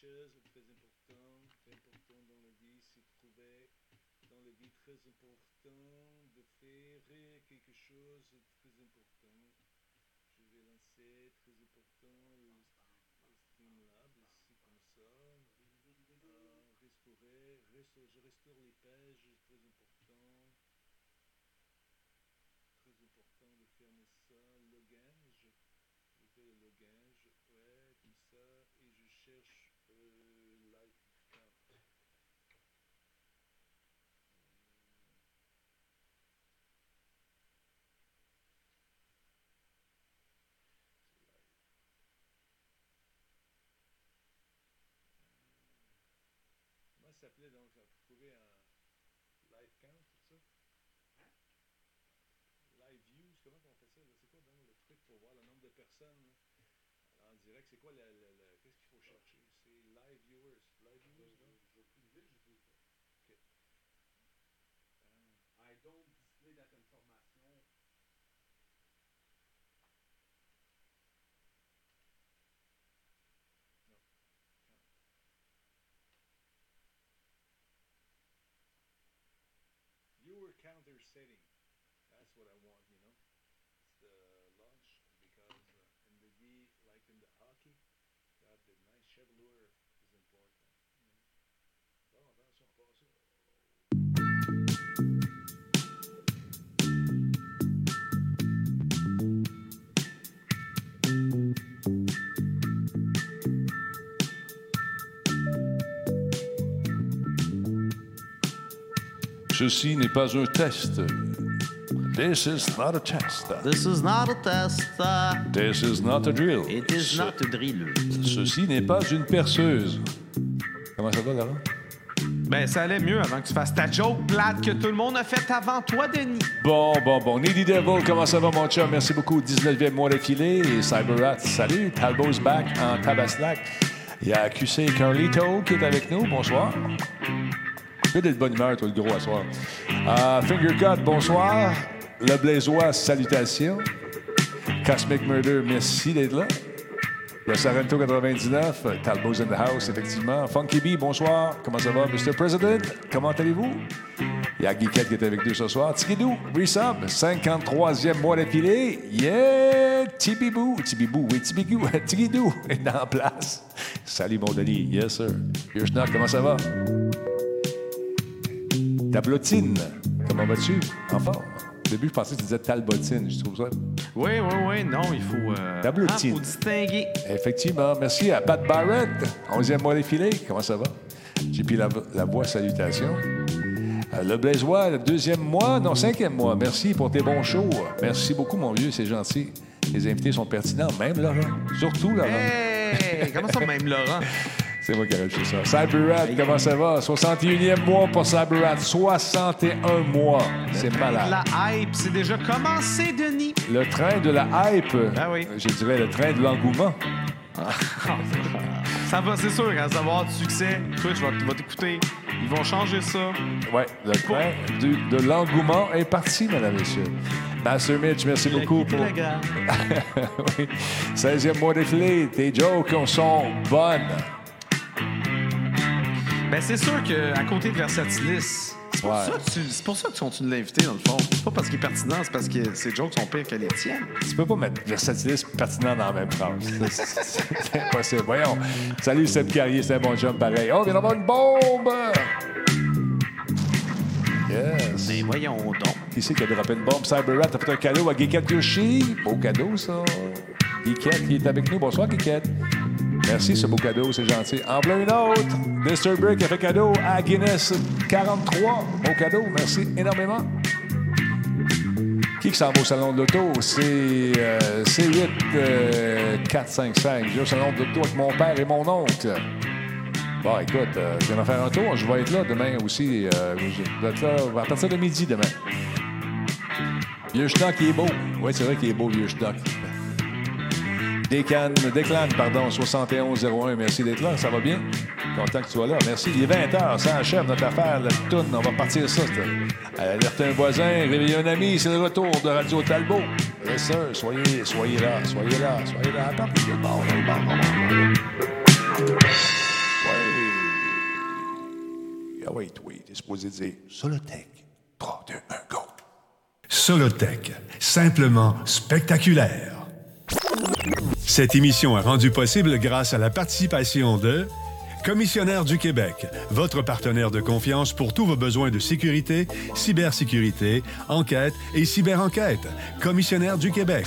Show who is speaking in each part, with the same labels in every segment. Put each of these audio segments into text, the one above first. Speaker 1: chose de très importante, très importante dans la vie, se trouvait dans la vie très important de faire quelque chose de très important. Je vais lancer très important le, le Streamlab, ici comme ça. Euh, restaurer, restaure- je restaure les pages, très important. Très important de fermer ça. Logage, je fais le logage, ouais, comme ça. Et je cherche euh, live card. C'est live. Comment ça s'appelait donc là, pour trouver un live count, tout ça? Live views, comment on fait ça? là? C'est quoi donc le truc pour voir le nombre de personnes là, en direct? C'est quoi le, le- le- qu'est-ce qu'il faut chercher? C'est live viewers. Ah. Live
Speaker 2: Je-
Speaker 1: views, hein? non?
Speaker 2: je- je- plus vite, je peux pas.
Speaker 1: Ah,
Speaker 2: I don't display that information.
Speaker 1: viewer counter setting. That's what I want, you know? It's the launch because uh, in the V, like in the hockey, that the nice chevelure is important. Bon, attention, passe ça.
Speaker 3: Ceci n'est pas un test. This is not a test.
Speaker 4: This is not a test. uh,
Speaker 3: This is not a drill.
Speaker 4: It is
Speaker 3: Ce-
Speaker 4: not a drill.
Speaker 3: Ceci n'est pas une perceuse. Comment ça va, Laurent?
Speaker 5: Ben, ça allait mieux avant que tu fasses ta joke plate que tout le monde a faite avant toi, Denis.
Speaker 3: Bon, bon, bon. Needy Devil, comment ça va, mon chum? Merci beaucoup. 19e mois d'affilée. Et Cyberrat, salut. Talbot's back en Tabaslac. Il y a QC Carlito qui est avec nous. Bonsoir. Que d'être de bonne humeur, toi, le gros, à soir. Euh, Finger Cut, bonsoir. Le Blaisois, salutations. Cosmic Murder, merci d'être là. Le Sorrento 99, euh, Talbot's in the house, effectivement. Funky B, bonsoir. Comment ça va, Mr. President? Comment allez-vous? Il y a Guiquette qui est avec nous ce soir. Tikidou, Resub, 53e mois d'affilée. Yeah! Tibibou, Tibibou, oui, Tibigou, Tikidou est en place. Salut, mon Denis. Yes, sir. Your Schnock, comment ça va? Tablotine, comment vas-tu? En forme. Au début, je pensais que tu disais Talbotine. Je trouve ça.
Speaker 5: Oui, oui, oui, non, il faut. Euh,
Speaker 3: Tableutine.
Speaker 5: hein, faut distinguer.
Speaker 3: Effectivement. Merci à Pat Barrett, 11e mois d'affilée. Comment ça va? JP la, la voix, salutations. Euh, Le Blaisois, le deuxième mois, non, cinquième mois. Merci pour tes bons shows. Merci beaucoup, mon vieux, c'est gentil. Les invités sont pertinents, même Laurent. Surtout Laurent.
Speaker 5: Hey, comment ça, même Laurent?
Speaker 3: C'est moi qui ai rajouté ça. Cyberrat, comment ça va? 61e mois pour Cyberrat. 61 mois. C'est malade.
Speaker 5: La hype, c'est déjà commencé, Denis.
Speaker 3: Le train de la hype. Euh,
Speaker 5: Ah oui.
Speaker 3: Je dirais le train de l'engouement.
Speaker 5: Ça va, c'est sûr, à savoir du succès. Twitch va, va t'écouter. Ils vont changer ça.
Speaker 3: Ouais, le train du- de l'engouement est parti, mesdames et messieurs. Master Mitch, merci beaucoup pour. Oui. 16e mois défilé, tes jokes sont bonnes.
Speaker 5: Ben, c'est sûr qu'à côté de Versatilis, c'est pour,
Speaker 3: Ouais.
Speaker 5: ça que tu- c'est pour ça que tu continues de l'inviter, dans le fond. C'est pas parce qu'il est pertinent, c'est parce que ses jokes sont pires que les tiennes.
Speaker 3: Tu peux pas mettre versatilisme et pertinent dans la même phrase. C'est- C'est impossible. Voyons. Salut, Seb Carrier, c'est un bon job pareil. Oh, viens d'avoir une bombe! Yes.
Speaker 5: Mais voyons donc.
Speaker 3: Qui c'est qui a droppé une bombe? Cyberrat a fait un cadeau à Geekette Yoshi. Beau cadeau, ça. Geekette, qui est avec nous. Bonsoir, Geekette. Merci, ce beau cadeau, c'est gentil. En plein une autre. Mr. Brick a fait cadeau à Guinness 43. Beau cadeau, merci énormément. Qui qui s'en va au salon de l'auto? C'est euh, C8 euh, 455. Je vais au salon de l'auto avec mon père et mon oncle. Bon, écoute, euh, je vais en faire un tour. Je vais être là demain aussi. euh, je vais être là à partir de midi demain. Vieux Schnock, il est beau. Oui, c'est vrai qu'il est beau, vieux Schnock. Décane, déclane, pardon, 7101. Merci d'être là. Ça va bien? Content que tu sois là. Merci. Il est 20h. Ça achève notre affaire, la toune. On va partir ça. c'est- Euh, Alertez un voisin, réveillez un ami. C'est le retour de Radio Talbot. Yes, sir. Soyez, soyez là, soyez là, soyez là. Attends, il est mort, il est mort, il est mort. Ah est supposé dire Solotech, 3, 2, 1, go.
Speaker 6: Solotech, simplement spectaculaire. Cette émission est rendue possible grâce à la participation de Commissionnaire du Québec, votre partenaire de confiance pour tous vos besoins de sécurité, cybersécurité, enquête et cyberenquête. Commissionnaire du Québec.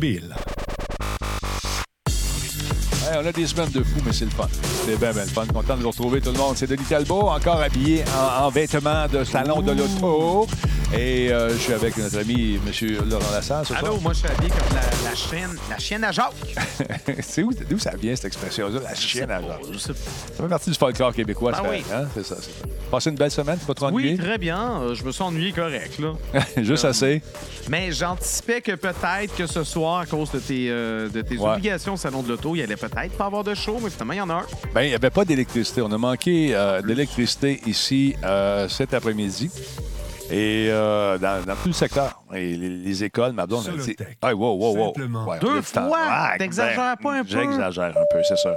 Speaker 3: Hey, on a des semaines de fou, mais c'est le fun. C'est bien, bien le fun. Content de vous retrouver tout le monde. C'est Denis Talbot, encore habillé en, en vêtements de salon de l'auto. Et euh, je suis avec notre ami, M. Laurent Lassalle. ce soir.
Speaker 7: Allô, moi, je suis habillé comme la, la chienne, la chienne à Jacques.
Speaker 3: C'est où- D'où ça vient, cette expression-là, la chienne à genre?
Speaker 7: Je sais pas.
Speaker 3: Ça fait partie du folklore québécois,
Speaker 7: Ben
Speaker 3: ça.
Speaker 7: oui.
Speaker 3: hein? C'est ça. c'est ça. Passez une belle semaine, tu pas trop
Speaker 7: Oui, Euh,
Speaker 3: ennuyé?
Speaker 7: très bien. Euh, je me suis ennuyé correct, là.
Speaker 3: Juste assez.
Speaker 7: Mais j'anticipais que peut-être que ce soir, à cause de tes, euh, de tes
Speaker 3: Ouais.
Speaker 7: obligations au salon de l'auto, il allait peut-être pas avoir de show, mais finalement, il y en a un.
Speaker 3: Ben, il n'y avait pas d'électricité. On a manqué euh, d'électricité ici euh, cet après-midi. Et euh, dans, dans tout le secteur. Et les, les écoles, ma blonde, elle dit.
Speaker 6: Solotech.
Speaker 3: Hey, wow, wow, wow.
Speaker 6: Simplement.
Speaker 3: Ouais, on
Speaker 7: Deux
Speaker 3: est en-
Speaker 7: fois!
Speaker 3: Ah,
Speaker 7: T'exagères
Speaker 3: ben,
Speaker 7: pas un peu?
Speaker 3: J'exagère un peu, c'est ça.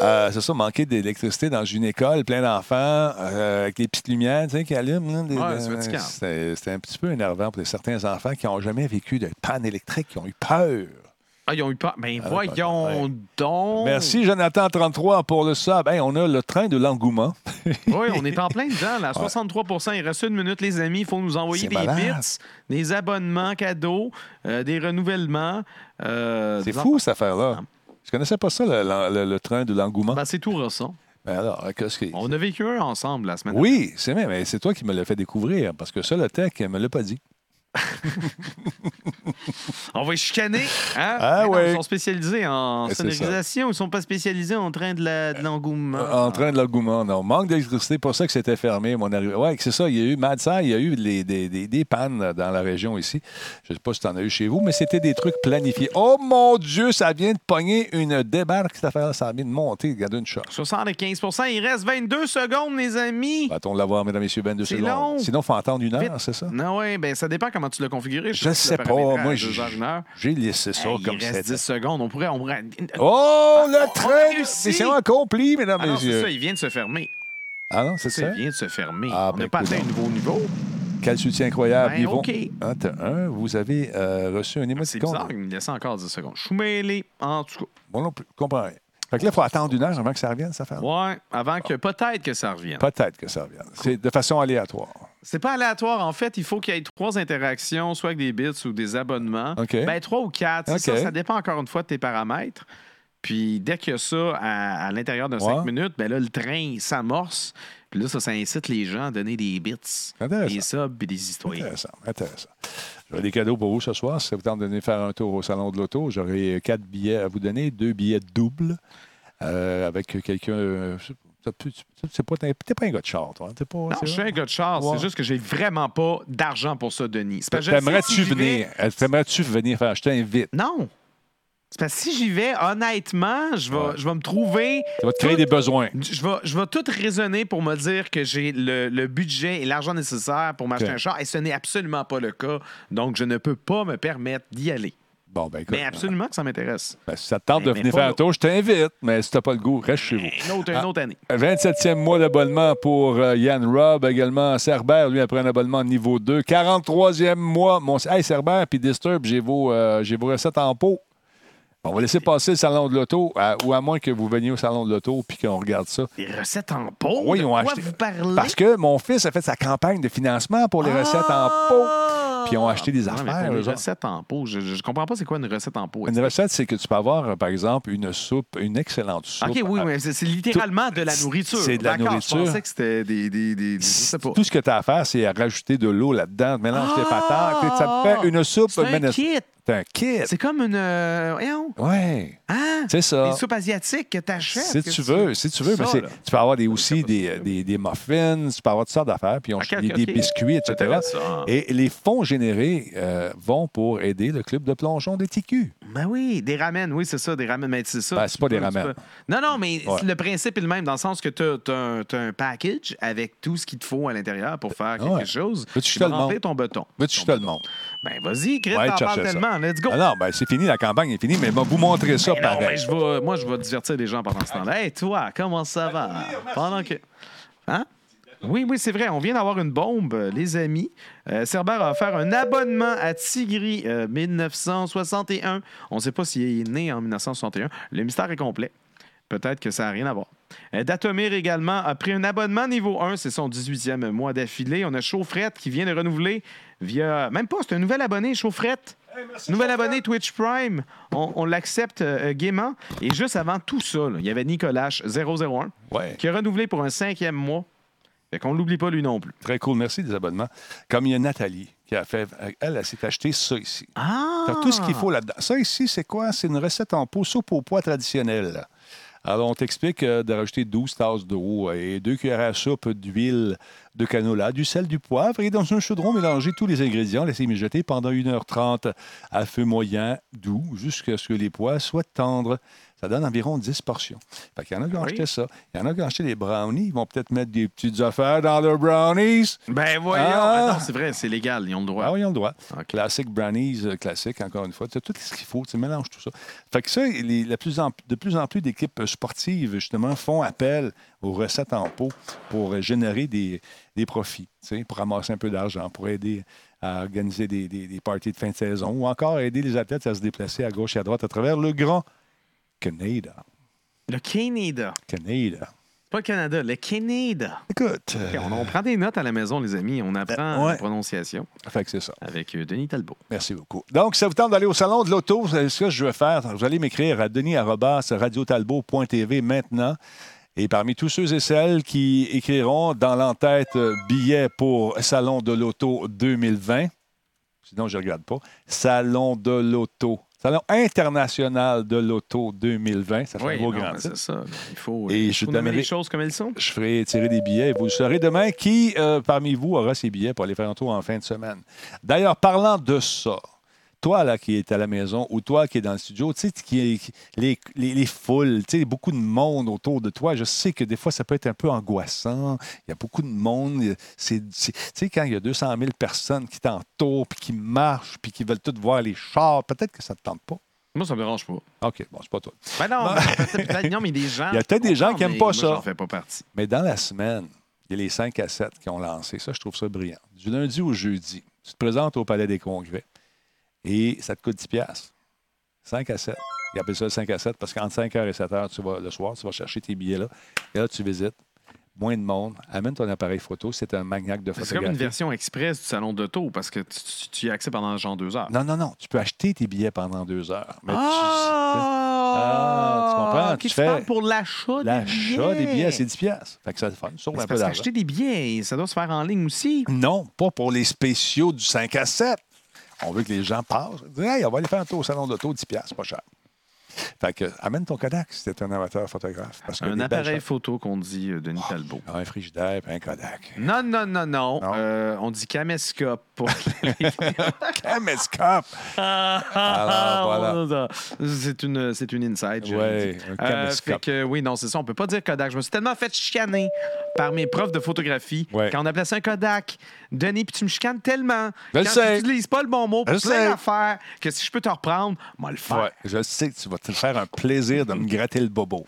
Speaker 3: Euh, c'est ça, manquer d'électricité dans une école, plein d'enfants, euh, avec les petites lumières tu sais, qui allument. là, des-
Speaker 7: Ouais,
Speaker 3: des-
Speaker 7: c'est fatigant.
Speaker 3: c'était- C'était un petit peu énervant pour certains enfants qui n'ont jamais vécu de panne électrique, qui ont eu peur.
Speaker 7: Ah, ils ont eu peur. Ben,
Speaker 3: ouais,
Speaker 7: voyons donc.
Speaker 3: Merci, Jonathan33 pour le sub. Hey, on a le train de l'engouement.
Speaker 7: Oui, on est en plein dedans, là. 63 Il reste une minute, les amis. Il faut nous envoyer
Speaker 3: C'est
Speaker 7: des
Speaker 3: malade.
Speaker 7: bits, des abonnements cadeaux, euh, des renouvellements. euh,
Speaker 3: C'est
Speaker 7: des
Speaker 3: fou,
Speaker 7: enfants.
Speaker 3: cette affaire-là. Je connaissais pas ça, le, le- le- le train de l'engouement.
Speaker 7: Ben, c'est tout récent.
Speaker 3: Ben alors, euh, qu'est-ce que...
Speaker 7: On a vécu un ensemble la semaine
Speaker 3: Oui, c'est vrai, mais c'est toi qui me l'as fait découvrir, parce que ça, le tech, elle me l'a pas dit.
Speaker 7: On va les chicaner. Hein?
Speaker 3: Ah
Speaker 7: Mais non,
Speaker 3: ouais.
Speaker 7: Ils sont spécialisés en
Speaker 3: Et c'est Euh,
Speaker 7: sonorisation ou ils sont pas spécialisés en train de la- de l'engouement?
Speaker 3: En train de l'engouement, non. Manque d'électricité, pour ça que c'était fermé, mon arrivée. Oui, c'est ça, il y a eu, Madsa, il y a eu les- des, des- des pannes dans la région ici. Je sais pas si tu en as eu chez vous, mais c'était des trucs planifiés. Oh mon Dieu, ça vient de pogner une débarque, cette affaire-là. Ça vient de monter, regardez une chance.
Speaker 7: 75 Il reste 22 secondes, les amis.
Speaker 3: Va-t-on l'avoir, mesdames et messieurs, 22
Speaker 7: C'est
Speaker 3: secondes?
Speaker 7: long.
Speaker 3: Sinon, il faut entendre une
Speaker 7: Vite.
Speaker 3: heure, c'est ça?
Speaker 7: Non, ouais, ben ça dépend comment tu l'as configuré.
Speaker 3: Je sais pas, moi, j'ai j'ai laissé ça
Speaker 7: ça
Speaker 3: comme
Speaker 7: il reste
Speaker 3: c'était.
Speaker 7: 10 secondes. On pourrait. On pourrait...
Speaker 3: Oh,
Speaker 7: on-
Speaker 3: le
Speaker 7: on
Speaker 3: train!
Speaker 7: réussit!
Speaker 3: Mission accomplie, mesdames
Speaker 7: Ah
Speaker 3: et
Speaker 7: non, c'est ça,
Speaker 3: messieurs.
Speaker 7: il vient de se fermer.
Speaker 3: Ah non, c'est
Speaker 7: Ça,
Speaker 3: ça?
Speaker 7: il vient de se fermer.
Speaker 3: Ah,
Speaker 7: on
Speaker 3: ben,
Speaker 7: n'a pas atteint un
Speaker 3: coudonc.
Speaker 7: nouveau niveau.
Speaker 3: Quel soutien incroyable.
Speaker 7: Ben,
Speaker 3: Ils vont-
Speaker 7: OK.
Speaker 3: Ah, t'as un, vous avez euh, reçu un
Speaker 7: C'est
Speaker 3: émoticône.
Speaker 7: bizarre, il me laissait encore 10 secondes. Je suis mêlé, en tout cas.
Speaker 3: Bon, non plus, je comprends rien. Fait que là, il faut attendre une heure avant que ça revienne, ça fait.
Speaker 7: Ouais, avant que peut-être que ça revienne.
Speaker 3: Ah. Peut-être que ça revienne. C'est de façon aléatoire.
Speaker 7: C'est pas aléatoire. En fait, il faut qu'il y ait trois interactions, soit avec des bits ou des abonnements.
Speaker 3: OK.
Speaker 7: Ben, trois ou quatre. c'est
Speaker 3: OK.
Speaker 7: Ça, ça dépend encore une fois de tes paramètres. Puis dès qu'il y a ça à, à l'intérieur de
Speaker 3: Ouais.
Speaker 7: cinq minutes, ben là, le train s'amorce. Puis là, ça, ça incite les gens à donner des bits,
Speaker 3: Intéressant.
Speaker 7: des subs et des citoyens.
Speaker 3: Intéressant, intéressant. J'aurai des cadeaux pour vous ce soir. Si ça vous tente de venir faire un tour au Salon de l'Auto, j'aurai euh, quatre billets à vous donner, deux billets doubles euh, avec quelqu'un. euh, je sais pas, tu- tu- tu- c'est pas- T'es t'es pas un gars de char, toi. hein? T'es pas-
Speaker 7: Non,
Speaker 3: c'est
Speaker 7: je suis
Speaker 3: vrai?
Speaker 7: un gars de char.
Speaker 3: Ouais.
Speaker 7: C'est juste que j'ai vraiment pas d'argent pour ça, Denis. C'est parce que je sais
Speaker 3: T'aimerais-tu
Speaker 7: si j'y vais-
Speaker 3: venir? Euh, T'aimerais-tu venir faire? Je t'invite.
Speaker 7: Non. C'est parce que si j'y vais, honnêtement, je vais,
Speaker 3: Ouais.
Speaker 7: je vais me trouver
Speaker 3: Ça va te créer des besoins.
Speaker 7: Je vais, je vais tout raisonner pour me dire que j'ai le, le budget et l'argent nécessaire pour m'acheter
Speaker 3: Ok.
Speaker 7: un char, et ce n'est absolument pas le cas. Donc, je ne peux pas me permettre d'y aller.
Speaker 3: Bon, ben écoute.
Speaker 7: Mais absolument que ça m'intéresse.
Speaker 3: ben, si ça te tente de
Speaker 7: Mais- mais
Speaker 3: venir
Speaker 7: pas
Speaker 3: faire un
Speaker 7: là.
Speaker 3: tour, je t'invite. Mais si t'as pas le goût, reste chez vous.
Speaker 7: Une autre, une
Speaker 3: Ah.
Speaker 7: autre année.
Speaker 3: 27e mois d'abonnement pour euh, Yann Robb, également Cerber, lui, après un abonnement de niveau 2. 43e mois, mon... Hey, Cerber, puis Disturb, j'ai vos, euh, j'ai vos recettes en pot. On va laisser passer le salon de l'auto, à- ou à moins que vous veniez au salon de l'auto puis qu'on regarde ça.
Speaker 7: Des recettes en pot?
Speaker 3: Oui,
Speaker 7: de
Speaker 3: ils ont
Speaker 7: quoi
Speaker 3: acheté-
Speaker 7: vous parlez?
Speaker 3: Parce que mon fils a fait sa campagne de financement pour les recettes en pot. puis ils ont acheté des
Speaker 7: Ah, mais
Speaker 3: affaires,
Speaker 7: pour
Speaker 3: eux
Speaker 7: Des
Speaker 3: autres.
Speaker 7: recettes en pot. Je, je- je comprends pas c'est quoi une recette en pot.
Speaker 3: Une recette, c'est que tu peux avoir, euh, par exemple, une soupe, une excellente soupe.
Speaker 7: OK, oui,
Speaker 3: à-
Speaker 7: mais c'est c'est littéralement de la
Speaker 3: ah, C'est-
Speaker 7: nourriture.
Speaker 3: c'est de la
Speaker 7: D'accord,
Speaker 3: nourriture.
Speaker 7: Je pensais que c'était des... des, des, des- je sais pas.
Speaker 3: Tout ce que tu as à faire, c'est à rajouter de l'eau là-dedans, mélange tes
Speaker 7: Ah!
Speaker 3: patates, et ça te fait une soupe
Speaker 7: C'est un
Speaker 3: ménagère.
Speaker 7: kit.
Speaker 3: C'est un kit.
Speaker 7: C'est comme une. euh, voyons.
Speaker 3: Ouais.
Speaker 7: Hein?
Speaker 3: C'est ça.
Speaker 7: Des soupes asiatiques que t'achètes.
Speaker 3: Si
Speaker 7: que
Speaker 3: tu veux, si tu veux,
Speaker 7: Ça,
Speaker 3: mais c'est-
Speaker 7: là.
Speaker 3: tu peux avoir des, aussi des, des, des muffins, tu peux avoir toutes sortes d'affaires, puis on,
Speaker 7: Ok, ok,
Speaker 3: des, des
Speaker 7: ok.
Speaker 3: biscuits,
Speaker 5: C'est
Speaker 3: etc.
Speaker 5: intéressant.
Speaker 3: Et les fonds générés euh, vont pour aider le club de plongeon des TQ.
Speaker 7: Ben oui, des ramen, oui, c'est ça, des ramen. Mais c'est ça.
Speaker 3: Ben, c'est pas
Speaker 7: Tu
Speaker 3: des
Speaker 7: peux- tu
Speaker 3: ramen.
Speaker 7: peux- Non, non, mais
Speaker 3: Ouais.
Speaker 7: le principe est le même, dans le sens que tu as, un package avec tout ce qu'il te faut à l'intérieur pour faire quelque
Speaker 3: ouais.
Speaker 7: chose.
Speaker 3: Veux-tu que je
Speaker 7: Puis
Speaker 3: te le
Speaker 7: remplir
Speaker 3: montre?
Speaker 7: ton béton.
Speaker 3: Veux-tu que je te le montre?
Speaker 7: Ben vas-y, Chris,
Speaker 3: Ouais,
Speaker 7: t'en
Speaker 3: cherchez
Speaker 7: parles
Speaker 3: ça.
Speaker 7: tellement. Let's go.
Speaker 3: Ah non, ben c'est fini, la campagne est finie, mais va vous montrer ça
Speaker 7: Ben non, mais
Speaker 3: pareil.
Speaker 7: je vais, moi, je vais divertir les gens pendant ce temps-là. Hey, toi, comment ça va? Pendant que. Hein? Oui, oui, c'est vrai. On vient d'avoir une bombe, euh, les amis. Euh, Cerber a offert un abonnement à Tigri euh, 1961. On ne sait pas s'il est né en 1961. Le mystère est complet. Peut-être que ça n'a rien à voir. Euh, Datomir également a pris un abonnement niveau 1. C'est son 18e mois d'affilée. On a Chaufrette qui vient de renouveler via. Même pas, c'est un nouvel abonné, Chaufrette. Nouvel abonné Twitch Prime, on, on l'accepte euh, euh, gaiement. Et juste avant tout ça, là, il y avait Nicolas001
Speaker 3: Ouais.
Speaker 7: qui a renouvelé pour un cinquième mois. Fait qu'on l'oublie pas lui non plus.
Speaker 3: Très cool, merci des abonnements. Comme il y a Nathalie qui a fait, elle, elle s'est acheté ça ici.
Speaker 7: Ah!
Speaker 3: T'as tout ce qu'il faut là-dedans. Ça ici, c'est quoi? C'est une recette en pot, soupe au pois traditionnelle. Alors, on t'explique euh, de rajouter 12 tasses d'eau et 2 cuillères à soupe d'huile de canola, du sel, du poivre et dans un chaudron, mélanger tous les ingrédients, laisser mijoter pendant 1h30 à feu moyen doux jusqu'à ce que les pois soient tendres. Ça donne environ 10 portions. Fait qu'il y en a qui ont
Speaker 7: Ah Oui.
Speaker 3: acheté ça. Il y en a qui ont acheté des brownies. Ils vont peut-être mettre des petites affaires dans leurs brownies.
Speaker 7: Ben voyons!
Speaker 3: Ah!
Speaker 7: Ah non, c'est vrai, c'est légal, ils ont le droit.
Speaker 3: Ah oui, on le droit.
Speaker 7: Ok.
Speaker 3: Classique brownies, euh, classique, encore une fois. Tu as tout ce qu'il faut, tu mélanges tout ça. Fait que ça, les- la plus en- de plus en plus d'équipes sportives, justement, font appel aux recettes en pot pour euh, générer des, des profits, tu sais, pour ramasser un peu d'argent, pour aider à organiser des, des- des parties de fin de saison ou encore aider les athlètes à se déplacer à gauche et à droite à travers le grand Canada.
Speaker 7: Le Canada.
Speaker 3: Canada.
Speaker 7: Pas le Canada, le Canada. Ah.
Speaker 3: Écoute, euh,
Speaker 7: Ok, on, on prend des notes à la maison, les amis. On apprend
Speaker 3: Ben, ouais.
Speaker 7: la prononciation
Speaker 3: fait que c'est ça.
Speaker 7: avec euh, Denis Talbot.
Speaker 3: Merci beaucoup. Donc, ça vous tente d'aller au salon de l'auto, c'est ce que je veux faire. Vous allez m'écrire à denis.radiotalbot.tv maintenant. Et parmi tous ceux et celles qui écriront dans l'entête euh, billet pour Salon de l'Auto 2020, sinon je ne regarde pas, Salon de l'Auto, Salon international de l'Auto 2020, ça fait un gros
Speaker 7: non,
Speaker 3: grand
Speaker 7: ben,
Speaker 3: titre.
Speaker 7: c'est ça. Il faut,
Speaker 3: Et
Speaker 7: il
Speaker 3: je
Speaker 7: faut nommer
Speaker 3: donnerai-
Speaker 7: les choses comme elles sont.
Speaker 3: Je ferai tirer des billets. Vous le saurez demain. Qui euh, parmi vous aura ses billets pour aller faire un tour en fin de semaine? D'ailleurs, parlant de ça, toi là qui est à la maison ou toi qui est dans le studio, tu sais, qui, qui- les, les, les foules, tu sais, beaucoup de monde autour de toi. Je sais que des fois, ça peut être un peu angoissant. Il y a beaucoup de monde. C'est, c'est- tu sais, quand il y a 200 000 personnes qui t'entourent, puis qui marchent, puis qui veulent toutes voir les chars, peut-être que ça ne te tente pas.
Speaker 7: Moi, ça me dérange pas.
Speaker 3: OK, bon, c'est pas toi.
Speaker 7: Ben non, mais peut-être- peut-être- non, mais des gens.
Speaker 3: Il y a peut-être des gens qui aiment
Speaker 7: mais
Speaker 3: pas
Speaker 7: moi,
Speaker 3: ça.
Speaker 7: J'en fais pas partie.
Speaker 3: Mais dans la semaine, il y a les 5 à 7 qui ont lancé. Ça, je trouve ça brillant. Du lundi au jeudi, tu te présentes au Palais des Congrès et ça te coûte 10 piastres. 5 à 7. Ils appellent ça le 5 à 7 parce qu'entre 5h et 7h, tu vas, le soir, tu vas chercher tes billets là. Et là, tu visites. Moins de monde. Amène ton appareil photo. C'est un maniaque de
Speaker 7: C'est comme une
Speaker 3: photographie.
Speaker 7: version express du salon d'auto parce que tu, tu- tu y as accès pendant genre deux heures.
Speaker 3: Non, non, non. Tu peux acheter tes billets pendant deux heures. Mais tu-
Speaker 7: Ah!
Speaker 3: Ah, tu comprends,
Speaker 7: Ok,
Speaker 3: tu
Speaker 7: tu
Speaker 3: fais
Speaker 7: parles pour l'achat des billets.
Speaker 3: L'achat des billets, c'est 10 piastres. Fait que ça te fait sauve
Speaker 7: Mais
Speaker 3: un
Speaker 7: c'est
Speaker 3: peu
Speaker 7: parce
Speaker 3: d'argent.
Speaker 7: qu'acheter des billets, ça doit se faire en ligne aussi.
Speaker 3: Non, pas pour les spéciaux du 5 à 7. On veut que les gens passent. Ils disent, Hey, on va aller faire un tour au salon d'auto, 10 piastres, c'est pas cher. Fait que, amène ton Kodak si t'es un amateur photographe. Parce que
Speaker 7: Un
Speaker 3: des belles
Speaker 7: appareil
Speaker 3: choses- Oh.
Speaker 7: photo qu'on dit euh, Denis Talbot.
Speaker 3: Un frigidaire puis un Kodak.
Speaker 7: Non, non, non, non.
Speaker 3: Non.
Speaker 7: Euh, on dit caméscope. Pour...
Speaker 3: Caméscope! Alors,
Speaker 7: Ah, C'est une, c'est une inside. je
Speaker 3: Ouais,
Speaker 7: le dis.
Speaker 3: un
Speaker 7: Euh,
Speaker 3: caméscope.
Speaker 7: fait que, oui, non, c'est ça. On peut pas dire Kodak. Je me suis tellement fait chicaner par mes profs de photographie
Speaker 3: Ouais.
Speaker 7: quand on appelait ça un Kodak. Denis, puis tu me chicanes tellement.
Speaker 3: Je le
Speaker 7: quand
Speaker 3: sais.
Speaker 7: tu n'utilises pas le bon mot
Speaker 3: Je
Speaker 7: pour
Speaker 3: le sais.
Speaker 7: plein d'affaires que si je peux te reprendre, moi le faire.
Speaker 3: Ouais, je sais que tu vas te faire un plaisir de me gratter le bobo.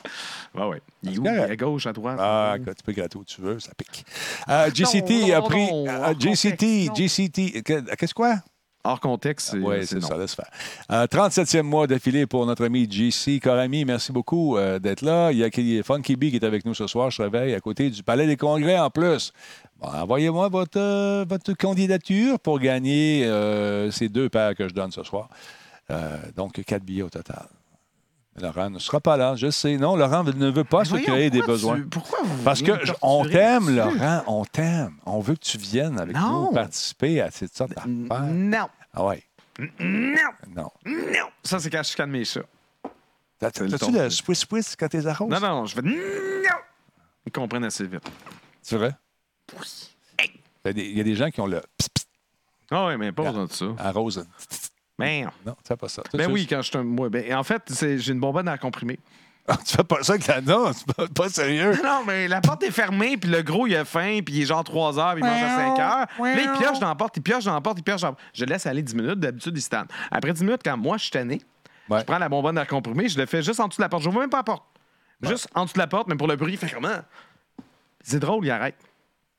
Speaker 7: Ouais, ouais. Il est où?
Speaker 3: C'est
Speaker 7: Il est
Speaker 3: correct.
Speaker 7: à gauche, à droite.
Speaker 3: Ah, écoute, tu peux gratter où tu veux, ça pique. Euh, JCT
Speaker 7: Mm. Non,
Speaker 3: a
Speaker 7: non,
Speaker 3: pris.
Speaker 7: non,
Speaker 3: euh,
Speaker 7: hors
Speaker 3: JCT,
Speaker 7: contexte, non.
Speaker 3: JCT. que- Qu'est-ce quoi?
Speaker 7: Hors contexte, c'est euh,
Speaker 3: Oui,
Speaker 7: c'est
Speaker 3: Ah, c'est
Speaker 7: non.
Speaker 3: ça, laisse faire. Euh, 37e mois d'affilée pour notre ami JC Corami. Merci beaucoup euh, d'être là. Il y a qui- Funky B qui est avec nous ce soir. Je réveille à côté du Palais des Congrès en plus. Bon, Envoyez-moi votre, euh, votre candidature pour gagner euh, ces deux paires que je donne ce soir. Euh, donc, quatre billets au total. Laurent ne sera pas là, je sais. Non, Laurent ne veut pas se
Speaker 7: Voyons,
Speaker 3: créer des
Speaker 7: pourquoi
Speaker 3: besoins.
Speaker 7: tu- pourquoi vous
Speaker 3: Parce que
Speaker 7: venez me
Speaker 3: je- on
Speaker 7: torturer
Speaker 3: t'aime,
Speaker 7: là-dessus?
Speaker 3: Laurent, on t'aime. On veut que tu viennes avec
Speaker 7: Non.
Speaker 3: nous participer à cette sorte d'affaires.
Speaker 7: Non.
Speaker 3: Ah ouais.
Speaker 7: Non!
Speaker 3: Non.
Speaker 7: Non! Ça, c'est quand je chicane mes chats.
Speaker 3: T'as-
Speaker 5: C'est le
Speaker 3: T'as-tu
Speaker 5: ton.
Speaker 3: le swiss-swiss quand t'es arrose?
Speaker 7: Non, non, je fais non! Ils comprennent assez vite.
Speaker 3: C'est vrai? Oui. Il y a des gens qui ont le pss, pss,
Speaker 7: Ah oui, mais pas besoin de ça.
Speaker 3: arrose.
Speaker 7: Ben,
Speaker 3: Non, tu fais pas ça. Toi,
Speaker 7: ben
Speaker 3: tu-
Speaker 7: oui, quand je suis un. Moi, ben, en fait, c'est- j'ai une bonbonne à comprimer.
Speaker 3: Ah, tu fais pas ça avec la non, c'est pas, pas sérieux.
Speaker 7: Non, mais la porte est fermée, puis le gros, il a faim, puis il est genre 3 heures, puis il mange à 5 heures. Là, il pioche dans la porte, il pioche dans la porte, il pioche dans la porte. Je le laisse aller 10 minutes, d'habitude, il se tanne. Après 10 minutes, quand moi, je suis tanné,
Speaker 3: Ouais.
Speaker 7: je prends la bonbonne à comprimer, je le fais juste en dessous de la porte. Je vois même pas la porte. Juste en dessous de la porte, mais pour le bruit, il fait comment? C'est drôle, il arrête.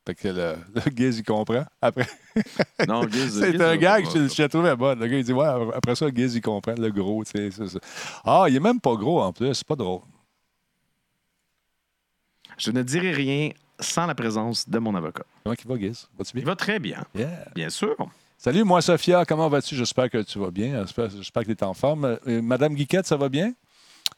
Speaker 3: Fait que le, le Giz, il comprend. Après,
Speaker 7: Non, Guiz,
Speaker 3: c'est
Speaker 7: Guiz,
Speaker 3: un
Speaker 7: je-
Speaker 3: gag, je, je l'ai trouvé bonne. Le gars, il dit, ouais, après ça, Giz, il comprend. Le gros, tu sais. ça, ça. Ah, il est même pas gros en plus. C'est pas drôle.
Speaker 7: Je ne dirai rien sans la présence de mon avocat.
Speaker 3: Comment il va, Giz? Vas-tu
Speaker 7: Il
Speaker 3: bien?
Speaker 7: va très bien,
Speaker 3: Yeah.
Speaker 7: bien sûr.
Speaker 3: Salut, moi, Sophia. Comment vas-tu? J'espère que tu vas bien. J'espère j'espère que tu es en forme. Euh, Madame Guiquette, ça va bien?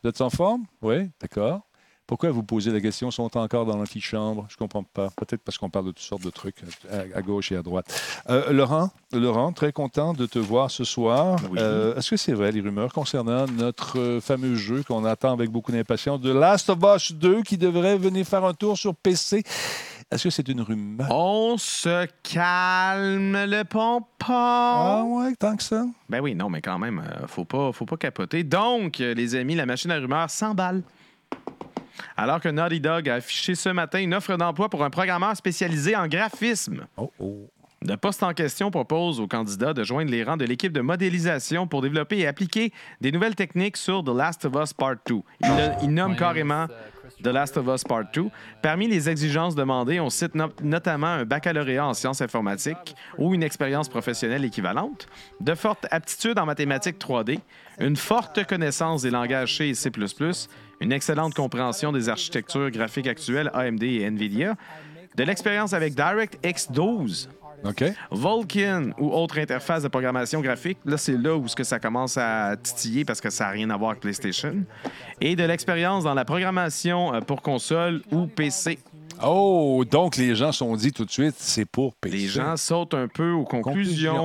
Speaker 3: Vous êtes en forme? Oui, d'accord. Pourquoi vous posez la question? Sont encore dans l'antichambre? Je comprends pas. Peut-être parce qu'on parle de toutes sortes de trucs à, à gauche et à droite. Euh, Laurent, Laurent, très content de te voir ce soir.
Speaker 7: Oui.
Speaker 3: Euh, Est-ce que c'est vrai les rumeurs concernant notre euh, fameux jeu qu'on attend avec beaucoup d'impatience de Last of Us 2 qui devrait venir faire un tour sur PC? Est-ce que c'est une rumeur?
Speaker 7: On se calme le pompon.
Speaker 3: Ah ouais, tant que ça.
Speaker 7: Ben oui, non, mais quand même, euh, faut pas, faut pas capoter. Donc, euh, les amis, la machine à rumeurs s'emballe. Alors que Naughty Dog a affiché ce matin une offre d'emploi pour un programmeur spécialisé en graphisme.
Speaker 3: Oh oh.
Speaker 7: Le poste en question propose aux candidats de joindre les rangs de l'équipe de modélisation pour développer et appliquer des nouvelles techniques sur The Last of Us Part 2. Il, le- il nomme carrément The Last of Us Part 2. Parmi les exigences demandées, on cite no- notamment un baccalauréat en sciences informatiques ou une expérience professionnelle équivalente, de fortes aptitudes en mathématiques 3D, une forte connaissance des langages C et C++, une excellente compréhension des architectures graphiques actuelles AMD et NVIDIA, de l'expérience avec DirectX 12,
Speaker 3: OK.
Speaker 7: Vulkan ou autre interface de programmation graphique, là c'est là où ce que ça commence à titiller parce que ça n'a rien à voir avec PlayStation, et de l'expérience dans la programmation euh, pour console ou PC.
Speaker 3: Oh, donc les gens se sont dit tout de suite, c'est pour PC.
Speaker 7: Les gens sautent un peu aux conclusions.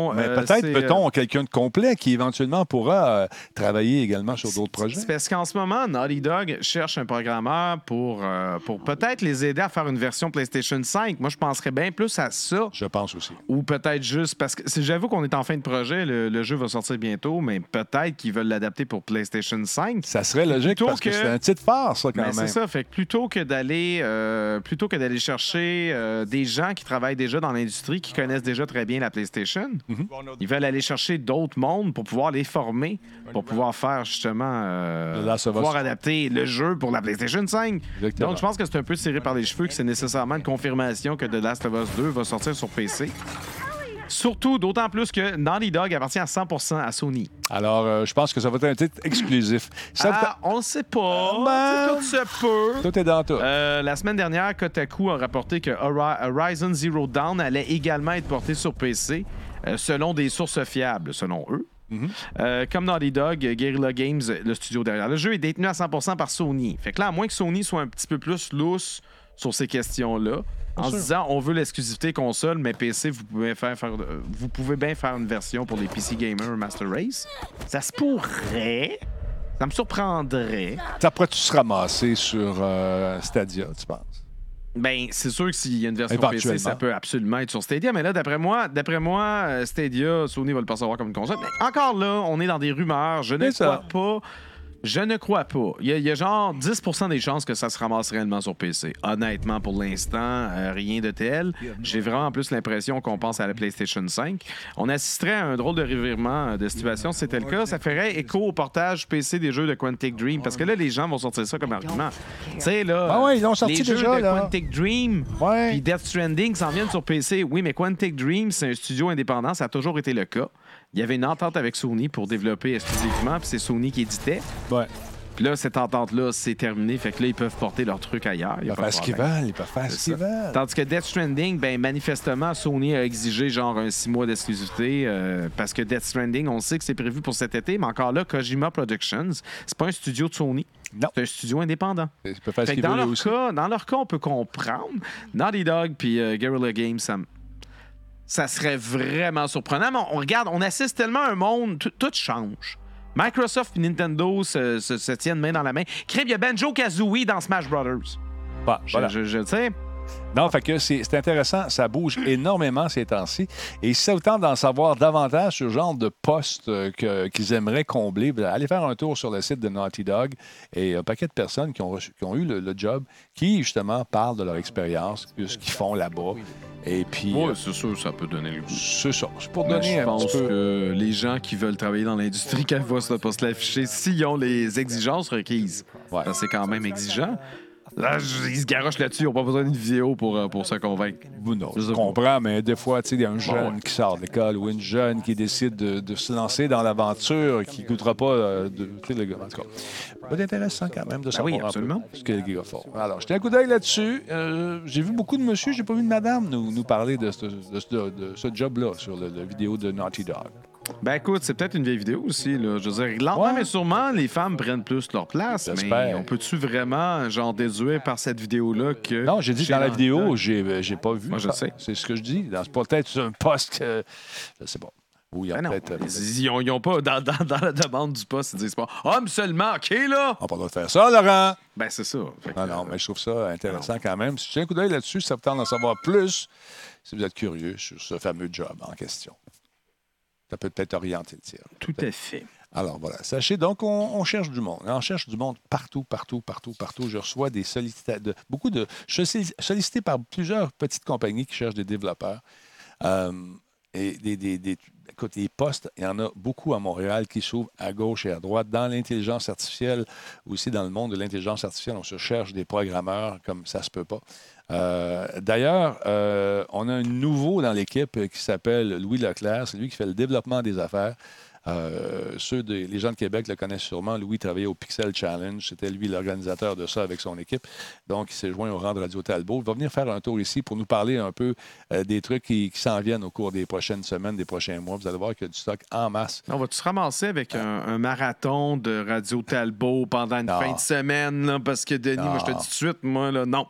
Speaker 3: Conclusion. Mais
Speaker 7: euh,
Speaker 3: peut-être
Speaker 7: c'est,
Speaker 3: peut-on quelqu'un de complet qui éventuellement pourra euh, travailler également sur d'autres
Speaker 7: euh,
Speaker 3: projets.
Speaker 7: C'est parce qu'en ce moment, Naughty Dog cherche un programmeur pour, euh, pour peut-être les aider à faire une version PlayStation 5. Moi, je penserais bien plus à ça.
Speaker 3: Je pense aussi.
Speaker 7: Ou peut-être juste parce que c'est- j'avoue qu'on est en fin de projet, le, le jeu va sortir bientôt, mais peut-être qu'ils veulent l'adapter pour PlayStation 5.
Speaker 3: Ça serait logique
Speaker 7: Plutôt
Speaker 3: parce que,
Speaker 7: que-
Speaker 3: c'est un titre phare, ça, quand
Speaker 7: Mais Ben, c'est
Speaker 3: même.
Speaker 7: ça, fait que plutôt que d'aller euh, plutôt que d'aller chercher euh, des gens qui travaillent déjà dans l'industrie, qui connaissent déjà très bien la PlayStation,
Speaker 3: Mhm.
Speaker 7: ils veulent aller chercher d'autres mondes pour pouvoir les former, pour pouvoir faire justement euh,
Speaker 3: The Last of Us.
Speaker 7: pouvoir adapter le jeu pour la PlayStation 5.
Speaker 3: Exactement.
Speaker 7: Donc je pense que c'est un peu tiré par les cheveux que c'est nécessairement une confirmation que The Last of Us 2 va sortir sur PC. Surtout, d'autant plus que Naughty Dog appartient à 100% à Sony.
Speaker 3: Alors, euh, je pense que ça va être un titre exclusif. Ça
Speaker 7: Ah, on le sait pas.
Speaker 3: ben-
Speaker 7: Ah, Tout se peut.
Speaker 3: Tout est dans tout.
Speaker 7: Euh, la semaine dernière, Kotaku a rapporté que Hora- Horizon Zero Dawn allait également être porté sur PC, euh, selon des sources fiables, selon eux. Euh, comme Naughty Dog, euh, Guerrilla Games, euh, le studio derrière le jeu, est détenu à 100% par Sony. Fait que là, à moins que Sony soit un petit peu plus lousse sur ces questions-là, en se disant on veut l'exclusivité console, mais PC, vous pouvez, faire, faire- euh, vous pouvez bien faire une version pour les PC Gamer Master Race, ça se pourrait. Ça me surprendrait.
Speaker 3: Ça pourrait-tu se ramasser sur euh, Stadia, tu penses?
Speaker 7: Ben, c'est sûr que s'il y a une version
Speaker 3: Éventuellement.
Speaker 7: PC, ça peut absolument être sur Stadia. Mais là, d'après moi, d'après moi, euh, Stadia, Sony va le percevoir comme une console. Mais encore là, on est dans des rumeurs. Je ne
Speaker 3: C'est ça.
Speaker 7: crois pas. Je ne crois pas. Il y, a- il y a genre 10 des chances que ça se ramasse réellement sur PC. Honnêtement, pour l'instant, euh, rien de tel. J'ai vraiment plus l'impression qu'on pense à la PlayStation 5. On assisterait à un drôle de revirement euh, de situation. Si c'était le cas, ça ferait écho au portage PC des jeux de Quantic Dream. Parce que là, les gens vont sortir ça comme argument. Tu sais, là,
Speaker 3: Ah ouais, ils l'ont sorti
Speaker 7: les jeux
Speaker 3: déjà,
Speaker 7: de
Speaker 3: là.
Speaker 7: Quantic Dream
Speaker 3: Ouais.
Speaker 7: puis Death Stranding s'en viennent sur PC. Oui, mais Quantic Dream, c'est un studio indépendant, ça a toujours été le cas. Il y avait une entente avec Sony pour développer exclusivement, puis c'est Sony qui éditait.
Speaker 3: Ouais.
Speaker 7: Puis là, cette entente-là, c'est terminé. Fait que là, ils peuvent porter leur truc ailleurs. Il y
Speaker 3: Ils
Speaker 7: a
Speaker 3: peuvent
Speaker 7: pas
Speaker 3: faire
Speaker 7: de
Speaker 3: ce Ben, qu'ils
Speaker 7: problème.
Speaker 3: veulent. Ils peuvent faire ce qu'ils veulent.
Speaker 7: Tandis que Death Stranding, ben manifestement, Sony a exigé genre un six mois d'exclusivité euh, parce que Death Stranding, on sait que c'est prévu pour cet été, mais encore là, Kojima Productions, c'est pas un studio de Sony,
Speaker 3: Non.
Speaker 7: c'est un studio indépendant.
Speaker 3: Ils peuvent faire ce
Speaker 7: Fait que
Speaker 3: qu'ils
Speaker 7: dans,
Speaker 3: veulent
Speaker 7: leur
Speaker 3: aussi.
Speaker 7: cas, dans leur cas, on peut comprendre. Naughty Dog puis euh, Guerrilla Games, ça, me- Ça serait vraiment surprenant. Mais on, on regarde, on assiste tellement à un monde, tout- tout change. Microsoft et Nintendo se, se- se tiennent main dans la main. Crib, il y a Banjo Kazooie dans Smash Brothers.
Speaker 3: Bon,
Speaker 7: Je,
Speaker 3: voilà.
Speaker 7: je, je- tu sais,
Speaker 3: Non, fait que c'est c'est intéressant, ça bouge énormément ces temps-ci. Et si ça vous tente d'en savoir davantage sur le genre de poste euh, que- qu'ils aimeraient combler, ben, allez faire un tour sur le site de Naughty Dog et euh, un paquet de personnes qui ont, reçu- qui ont eu le, le job, qui justement parlent de leur expérience, de ce qu'ils font là-bas. Et puis, euh,
Speaker 5: Ouais, c'est sûr, ça peut donner le goût.
Speaker 3: c'est ça. C'est
Speaker 7: Ben,
Speaker 3: pour
Speaker 5: Mais
Speaker 3: donner
Speaker 5: je
Speaker 3: un petit
Speaker 5: pense
Speaker 3: peu.
Speaker 5: que les gens qui veulent travailler dans l'industrie, quand ils voient ce poste l'afficher, s'ils ont les exigences requises,
Speaker 3: Ouais.
Speaker 5: parce que c'est quand même exigeant, là, je- ils se garochent là-dessus, ils n'ont pas besoin d'une vidéo pour, euh, pour se convaincre.
Speaker 3: Vous, non,
Speaker 5: Je
Speaker 3: je
Speaker 5: sais
Speaker 3: comprends, mais des fois, tu sais, il y a un jeune qui sort de l'école ou une jeune qui décide de, de se lancer dans l'aventure qui ne coûtera pas. euh, de, tu sais, le gars. En tout cas, ça va être intéressant quand même de savoir
Speaker 7: Ah oui,
Speaker 3: un peu
Speaker 5: absolument.
Speaker 3: ce que les gars font. Alors, j'étais un coup d'œil là-dessus. Euh, j'ai vu beaucoup de monsieur, j'ai pas vu de madame nous, nous parler de ce, de ce- de ce job-là sur le- la vidéo de Naughty Dog.
Speaker 7: ben écoute, c'est peut-être une vieille vidéo aussi. Là. Je veux dire, lentement,
Speaker 3: Ouais.
Speaker 7: mais sûrement, les femmes prennent plus leur place. Mais
Speaker 3: J'espère.
Speaker 7: on peut-tu vraiment, genre, déduire par cette vidéo-là que.
Speaker 3: Non, j'ai dit
Speaker 7: chez
Speaker 3: dans la
Speaker 7: Naughty
Speaker 3: vidéo,
Speaker 7: Dog-
Speaker 3: j'ai, euh, j'ai pas vu.
Speaker 7: Moi, je
Speaker 3: Ça,
Speaker 7: sais.
Speaker 3: C'est ce que je dis. Dans, c'est peut-être un poste que. Je sais pas. Où il y a
Speaker 7: Ben non,
Speaker 3: peut-être. euh,
Speaker 7: ils n'ont pas, dans, dans- dans la demande du poste, ils disent pas Homme seulement, OK là
Speaker 3: on parle de faire ça, Laurent!
Speaker 7: Ben c'est ça. Fait que,
Speaker 3: Non, non, mais je trouve ça intéressant quand même. Si tu as un coup d'œil là-dessus, ça vous tente d'en savoir plus si vous êtes curieux sur ce fameux job en question. Ça peut peut-être orienter le tir.
Speaker 7: Tout à fait.
Speaker 3: Alors voilà, sachez donc, on, on cherche du monde. hein. On cherche du monde partout, partout, partout, partout. Je reçois des sollicitations, beaucoup de. Je suis sollicité par plusieurs petites compagnies qui cherchent des développeurs. Euh, et des, des, des- écoute, les postes, il y en a beaucoup à Montréal qui s'ouvrent à gauche et à droite. Dans l'intelligence artificielle, aussi dans le monde de l'intelligence artificielle, on se cherche des programmeurs comme ça se peut pas. Euh, D'ailleurs, euh, on a un nouveau dans l'équipe euh, qui s'appelle Louis Leclerc. C'est lui qui fait le développement des affaires. Euh, ceux des, les gens de Québec le connaissent sûrement. Louis travaillait au Pixel Challenge. C'était lui l'organisateur de ça avec son équipe. Donc, il s'est joint au rang de Radio Talbot. Il va venir faire un tour ici pour nous parler un peu euh, des trucs qui, qui s'en viennent au cours des prochaines semaines, des prochains mois. Vous allez voir qu'il y a du stock en masse.
Speaker 7: On va-tu se ramasser avec un, un marathon de Radio Talbot pendant une
Speaker 3: Non.
Speaker 7: fin de semaine, là, parce que Denis, moi, je te
Speaker 3: Non.
Speaker 7: dis tout de suite, moi, là, non.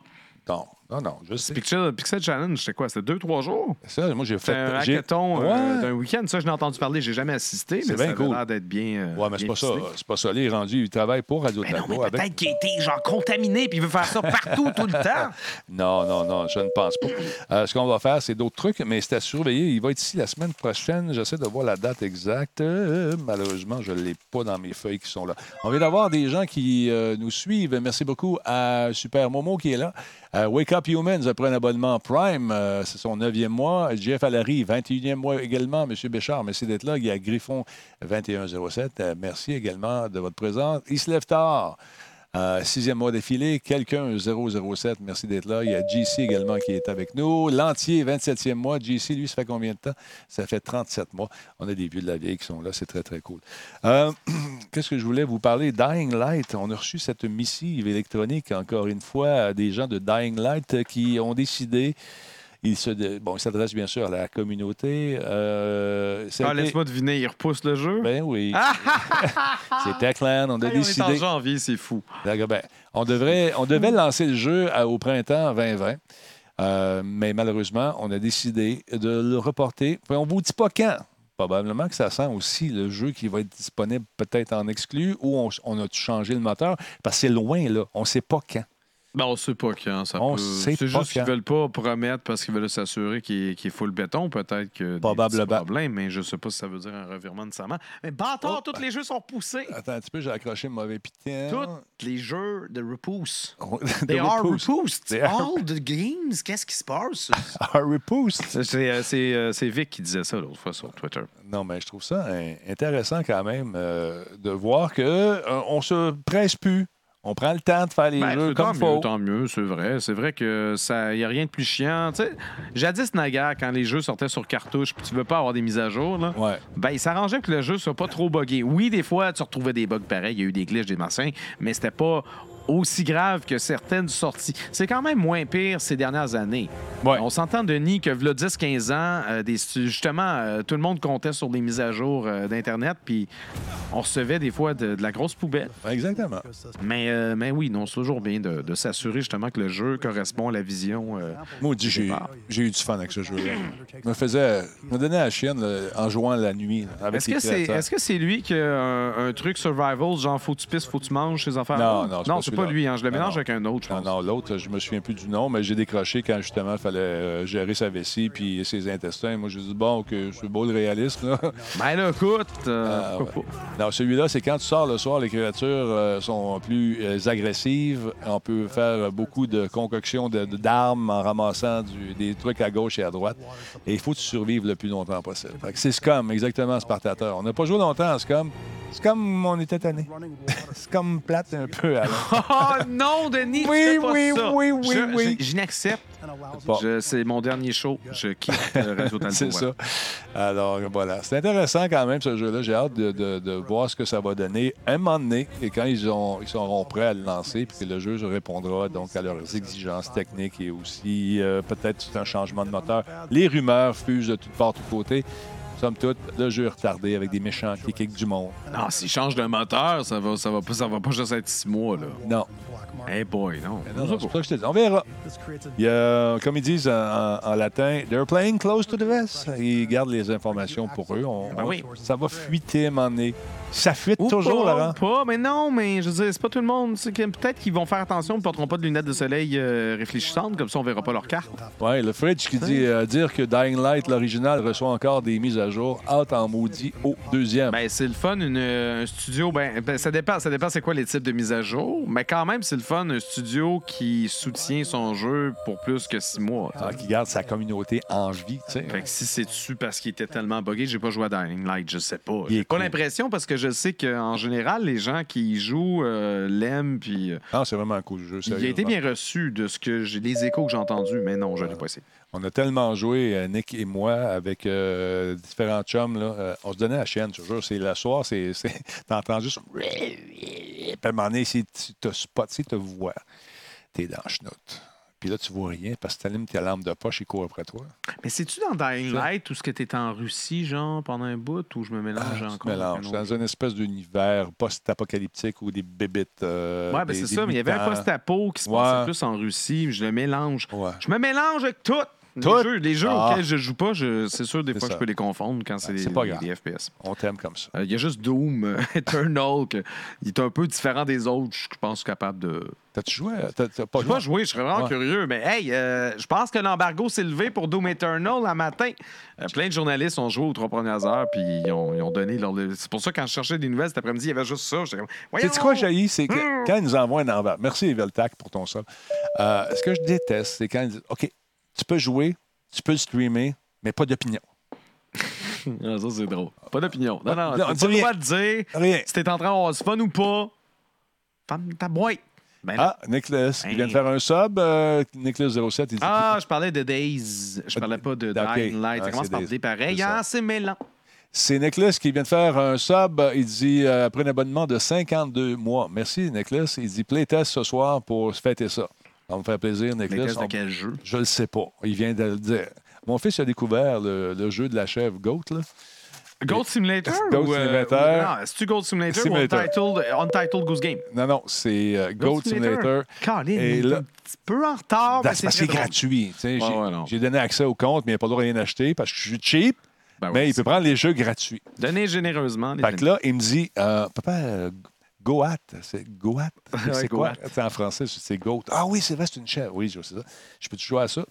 Speaker 3: Non, non, non, je sais.
Speaker 7: Pixel, Pixel Challenge, c'était quoi? C'était deux, trois jours?
Speaker 3: Ça, moi, j'ai fait.
Speaker 7: C'était un
Speaker 3: j'ai-
Speaker 7: hackathon euh,
Speaker 3: Ouais.
Speaker 7: d'un week-end. Ça, je n'ai entendu parler, j'ai jamais assisté, mais
Speaker 3: C'est
Speaker 7: ça
Speaker 3: bien
Speaker 7: avait
Speaker 3: cool.
Speaker 7: l'air d'être bien. euh,
Speaker 3: Ouais, mais c'est
Speaker 7: bien
Speaker 3: pas ça. Ben
Speaker 7: ficelé.
Speaker 3: C'est pas ça. Là, il est rendu, il travaille pour Radio
Speaker 7: Ben non, mais
Speaker 3: Talbot avec.
Speaker 7: peut-être qu'il a été genre contaminé puis il veut faire ça partout tout le temps.
Speaker 3: Non, non, non, je ne pense pas. Euh, ce qu'on va faire, c'est d'autres trucs, mais c'est à surveiller. Il va être ici la semaine prochaine. J'essaie de voir la date exacte. Euh, malheureusement, je ne l'ai pas dans mes feuilles qui sont là. On vient d'avoir des gens qui euh, nous suivent. Merci beaucoup à Super Momo qui est là. Euh, Wake Up Humans après un abonnement Prime, euh, c'est son neuvième mois. Jeff Allary, 21e mois également. Monsieur Béchard, merci d'être là. Il y a Griffon, 2107. Euh, merci également de votre présence. Il se lève tard. Euh, sixième mois défilé, quelqu'un 007, merci d'être là. Il y a JC également qui est avec nous. L'entier, 27e mois. JC, lui, ça fait combien de temps? Ça fait 37 mois. On a des vieux de la vieille qui sont là, c'est très, très cool. Euh, Qu'est-ce que je voulais vous parler? Dying Light, on a reçu cette missive électronique, encore une fois, des gens de Dying Light qui ont décidé. Ils se, dé- bon, ils s'adressent bien sûr à la communauté. Euh, ça a
Speaker 7: Ah,
Speaker 3: été-
Speaker 7: laisse-moi deviner, il repousse le jeu.
Speaker 3: Ben oui. c'est Techland, on a
Speaker 7: Hey, on est en
Speaker 3: décidé.
Speaker 7: janvier, c'est fou.
Speaker 3: D'accord, ben, on, devrait, on devait lancer le jeu à- au printemps 2020. Euh, mais malheureusement, on a décidé de le reporter. Puis on ne vous dit pas quand. Probablement que ça sent aussi le jeu qui va être disponible peut-être en exclu ou on, on a changé le moteur parce que c'est loin là. On ne sait pas quand.
Speaker 7: Ben, on sait pas quand ça
Speaker 3: On
Speaker 7: peut.
Speaker 3: sait
Speaker 7: C'est
Speaker 3: pas
Speaker 7: juste qu'ils
Speaker 3: quand.
Speaker 7: veulent pas promettre parce qu'ils veulent s'assurer qu'il qu'il est full béton, peut-être que des
Speaker 3: Probablement.
Speaker 7: petits problèmes, mais je sais pas si ça veut dire un revirement de sa main. Mais bâtard,
Speaker 3: Oh,
Speaker 7: tous les jeux sont repoussés.
Speaker 3: Attends un petit peu, j'ai accroché le mauvais piton.
Speaker 7: Tous les jeux de repousse.
Speaker 3: Tout.
Speaker 7: They are Oh. repoussed.
Speaker 3: They are-
Speaker 7: All the games, qu'est-ce qui se passe? C'est euh, c'est, euh, c'est Vic qui disait ça l'autre fois sur Twitter.
Speaker 3: Non, mais je trouve ça hein, intéressant quand même euh, de voir que euh, on se presse plus. On prend le temps de faire les
Speaker 7: Ben,
Speaker 3: jeux
Speaker 7: c'est
Speaker 3: comme
Speaker 7: tant
Speaker 3: faut.
Speaker 7: mieux, tant mieux, c'est vrai. C'est vrai que ça, y a rien de plus chiant. Tu sais, jadis naguère, quand les jeux sortaient sur cartouche, puis tu veux pas avoir des mises à jour, là,
Speaker 3: Ouais.
Speaker 7: ben il s'arrangeait que le jeu soit pas trop buggé. Oui, des fois, tu retrouvais des bugs pareils, il y a eu des glitches, des machins, mais c'était pas aussi grave que certaines sorties. C'est quand même moins pire ces dernières années.
Speaker 3: Ouais.
Speaker 7: On s'entend, Denis, que v'là 10-15 ans, euh, des stu- justement, euh, tout le monde comptait sur des mises à jour euh, d'Internet, puis on recevait des fois de, de la grosse poubelle.
Speaker 3: ben, Exactement.
Speaker 7: Mais, euh, mais oui, non, c'est toujours bien de, de s'assurer justement que le jeu correspond à la vision. euh,
Speaker 3: Maudit, j'ai, j'ai eu du fun avec ce jeu-là. Je me faisais. Je me donnais la chienne là, en jouant la nuit. là, avec
Speaker 7: Est-ce
Speaker 3: les
Speaker 7: que c'est
Speaker 3: créateurs.
Speaker 7: est-ce que c'est lui qui a un, un truc survival, genre faut que tu pisses, faut que tu manges, ces affaires?
Speaker 3: Non, non, c'est
Speaker 7: non,
Speaker 3: pas
Speaker 7: c'est pas,
Speaker 3: celui-là.
Speaker 7: lui. hein, je le
Speaker 3: Non,
Speaker 7: mélange
Speaker 3: non.
Speaker 7: avec un autre, je
Speaker 3: Non,
Speaker 7: pense.
Speaker 3: non, l'autre, je me souviens plus du nom, mais j'ai décroché quand justement il fallait euh, gérer sa vessie puis ses intestins. Moi, j'ai dit, bon, que c'est beau le réalisme. Là.
Speaker 7: Mais Ben là, écoute, euh,
Speaker 3: Ah,
Speaker 7: pourquoi
Speaker 3: ouais. Non, celui-là, c'est quand tu sors le soir, les créatures euh, sont plus euh, agressives. On peut faire euh, beaucoup de concoctions de- de- d'armes en ramassant du- des trucs à gauche et à droite. Et il faut que tu survives le plus longtemps possible. Fait que C'est Scum, exactement, Spartateur. On n'a pas joué longtemps à Scum. C'est comme on était tanné. C'est comme plate un peu. Alain.
Speaker 7: pas? Oh non, Denis,
Speaker 3: Oui,
Speaker 7: tu fais pas
Speaker 3: oui,
Speaker 7: ça.
Speaker 3: oui, oui,
Speaker 7: Je-
Speaker 3: oui.
Speaker 7: Je, je n'accepte.
Speaker 3: Bon.
Speaker 7: Je- C'est mon dernier show. Je quitte euh, Radio Talbot.
Speaker 3: C'est
Speaker 7: voilà.
Speaker 3: ça. Alors, voilà. C'est intéressant quand même, ce jeu-là. J'ai hâte de, de- de voir ce que ça va donner un moment donné et quand ils, ont, ils seront prêts à le lancer, puis que le jeu répondra donc à leurs exigences techniques et aussi euh, peut-être c'est un changement de moteur. Les rumeurs fusent de toutes parts, de tous côtés. Somme toute, le jeu est retardé avec des méchants qui kickent du monde.
Speaker 7: Non, s'il change de moteur, ça va, ça va pas, ça va pas juste être six mois là.
Speaker 3: Non.
Speaker 7: Hey boy, non.
Speaker 3: Non, non, c'est pour ça que je te dis. On verra. Il y a, comme ils disent en, en- en latin, they're playing close to the vest. Ils gardent les informations pour eux. On-
Speaker 7: Ben
Speaker 3: on-
Speaker 7: oui.
Speaker 3: Ça va fuiter à un moment donné. Ça fuite
Speaker 7: Ou
Speaker 3: toujours,
Speaker 7: pas,
Speaker 3: Laurent.
Speaker 7: ou pas, mais non, mais je veux dire, c'est pas tout le monde. c'est que Peut-être qu'ils vont faire attention, ils ne porteront pas de lunettes de soleil euh, réfléchissantes, comme ça on verra pas leur carte.
Speaker 3: Oui, le Fridge qui dit euh, dire que Dying Light, l'original, reçoit encore des mises à jour. Out en maudit au deuxième.
Speaker 7: Ben, c'est le fun, une, euh, un studio. Ben, ben, ça dépend, ça dépend c'est quoi les types de mise à jour, mais quand même, c'est le fun, un studio qui soutient son jeu pour plus que six mois.
Speaker 3: Ah, qui garde sa communauté en vie, tu sais.
Speaker 7: Fait que si c'est dessus parce qu'il était tellement buggé, j'ai pas joué à Dying Light, je sais pas.
Speaker 3: Il est
Speaker 7: J'ai pas
Speaker 3: cool.
Speaker 7: l'impression parce que je sais qu'en général, les gens qui y jouent euh, l'aiment, puis euh,
Speaker 3: Non, Ah, c'est vraiment un coup de jeu.
Speaker 7: il a
Speaker 3: sérieusement.
Speaker 7: été bien reçu de ce que j'ai, les échos que j'ai entendus, mais non, je l'ai pas essayé.
Speaker 3: On a tellement joué, euh, Nick et moi, avec euh, différents chums. Là, euh, on se donnait la chaîne, je te jure. C'est le soir, c'est, c'est- t'entends juste. Puis à un moment donné, si tu te spots, si tu te vois, t'es dans la chenoute. Puis là, tu vois rien parce que t'allumes ta lampe de poche, il court après toi.
Speaker 7: Mais c'est-tu dans Dying Light ou ce que t'étais en Russie, genre, pendant un bout, ou je me mélange
Speaker 3: Ah, Tu te
Speaker 7: encore? avec un
Speaker 3: mélanges.
Speaker 7: autre
Speaker 3: C'est dans une espèce d'univers post-apocalyptique où des bébites. euh,
Speaker 7: Ouais, ben
Speaker 3: des-
Speaker 7: c'est
Speaker 3: des
Speaker 7: ça, mais il y avait un
Speaker 3: mutants.
Speaker 7: post-apo qui se
Speaker 3: Ouais.
Speaker 7: passait plus en Russie. Je le mélange.
Speaker 3: Ouais.
Speaker 7: Je me mélange avec tout. Les
Speaker 3: Tout?
Speaker 7: jeux, les jeux
Speaker 3: Ah.
Speaker 7: auxquels je joue pas, je- c'est sûr, des
Speaker 3: C'est
Speaker 7: fois,
Speaker 3: ça.
Speaker 7: je peux les confondre quand c'est
Speaker 3: Ben,
Speaker 7: des,
Speaker 3: c'est pas
Speaker 7: des-
Speaker 3: grave.
Speaker 7: des FPS.
Speaker 3: On t'aime comme ça.
Speaker 7: Euh, Il y a juste Doom euh, Eternal, que, il est un peu différent des autres. Je pense que je suis capable de.
Speaker 3: T'as-tu joué? à- T'as, t'as pas
Speaker 7: Je
Speaker 3: joué?
Speaker 7: pas joué, je serais vraiment
Speaker 3: Ouais.
Speaker 7: curieux, mais hey, euh, je pense que l'embargo s'est levé pour Doom Eternal à matin. Euh, plein de journalistes ont joué aux trois premières heures, puis ils ont, ils ont donné leur. C'est pour ça, quand je cherchais des nouvelles cet après-midi, il y avait juste ça. J'étais comme,
Speaker 3: Tu sais quoi,
Speaker 7: voyons! Hmm.
Speaker 3: Jaï, c'est que quand ils nous envoient un envers, merci Veltac pour ton sol. Euh, ce que je déteste, c'est quand ils disent OK, tu peux jouer, tu peux le streamer, mais pas d'opinion.
Speaker 7: Ah, ça, c'est drôle. Pas d'opinion. Non, non,
Speaker 3: Non,
Speaker 7: t'as pas
Speaker 3: dis
Speaker 7: le
Speaker 3: rien.
Speaker 7: droit de dire
Speaker 3: Rien.
Speaker 7: si t'es en train d'avoir du fun ou pas. Femme ta boîte. Ben non.
Speaker 3: Ah, Nicholas, il vient de
Speaker 7: Hein.
Speaker 3: faire un sub. euh, Nicholas07, il dit
Speaker 7: Ah, je parlais de Days. Je parlais pas de
Speaker 3: Ok.
Speaker 7: Dying Light.
Speaker 3: Ah,
Speaker 7: Ça commence
Speaker 3: c'est
Speaker 7: par
Speaker 3: Days.
Speaker 7: D pareil.
Speaker 3: C'est ça.
Speaker 7: Ah, c'est mélant.
Speaker 3: C'est Nicholas qui vient de faire un sub. Il dit euh, après un abonnement de 52 mois. Merci, Nicholas. Il dit playtest ce soir pour se fêter ça. On me faire plaisir,
Speaker 7: Les
Speaker 3: Nicholas.
Speaker 7: tests de
Speaker 3: On-
Speaker 7: quel jeu?
Speaker 3: Je le sais pas. Il vient de le dire. Mon fils a découvert le, le jeu de la chèvre Goat, là.
Speaker 7: Gold Simulator?
Speaker 3: Gold
Speaker 7: ou, euh,
Speaker 3: Simulator.
Speaker 7: ou- non, c'est-tu Gold Simulator,
Speaker 3: Simulator.
Speaker 7: ou Untitled, euh, Untitled Goose Game?
Speaker 3: Non, non, c'est euh, Goat Simulator.
Speaker 7: Colin,
Speaker 3: Et
Speaker 7: il est
Speaker 3: là-
Speaker 7: un petit peu en retard, mais
Speaker 3: That's
Speaker 7: c'est
Speaker 3: parce
Speaker 7: très
Speaker 3: que c'est
Speaker 7: drôle.
Speaker 3: gratuit. tu sais.
Speaker 7: Ouais,
Speaker 3: j'ai
Speaker 7: ouais, non.
Speaker 3: j'ai donné accès au compte, mais il n'y a pas le droit de rien acheter parce que je suis cheap,
Speaker 7: Ben oui,
Speaker 3: mais il peut prendre les jeux gratuits.
Speaker 7: Donnez généreusement. Les
Speaker 3: Fait que là, il me dit euh, Papa, euh, Goat, c'est Goat.
Speaker 7: Ouais,
Speaker 3: C'est quoi
Speaker 7: Goat.
Speaker 3: C'est en français, c'est Goat. Ah oui, c'est vrai, c'est une chèvre. Oui, je sais ça. Je peux-tu jouer à ça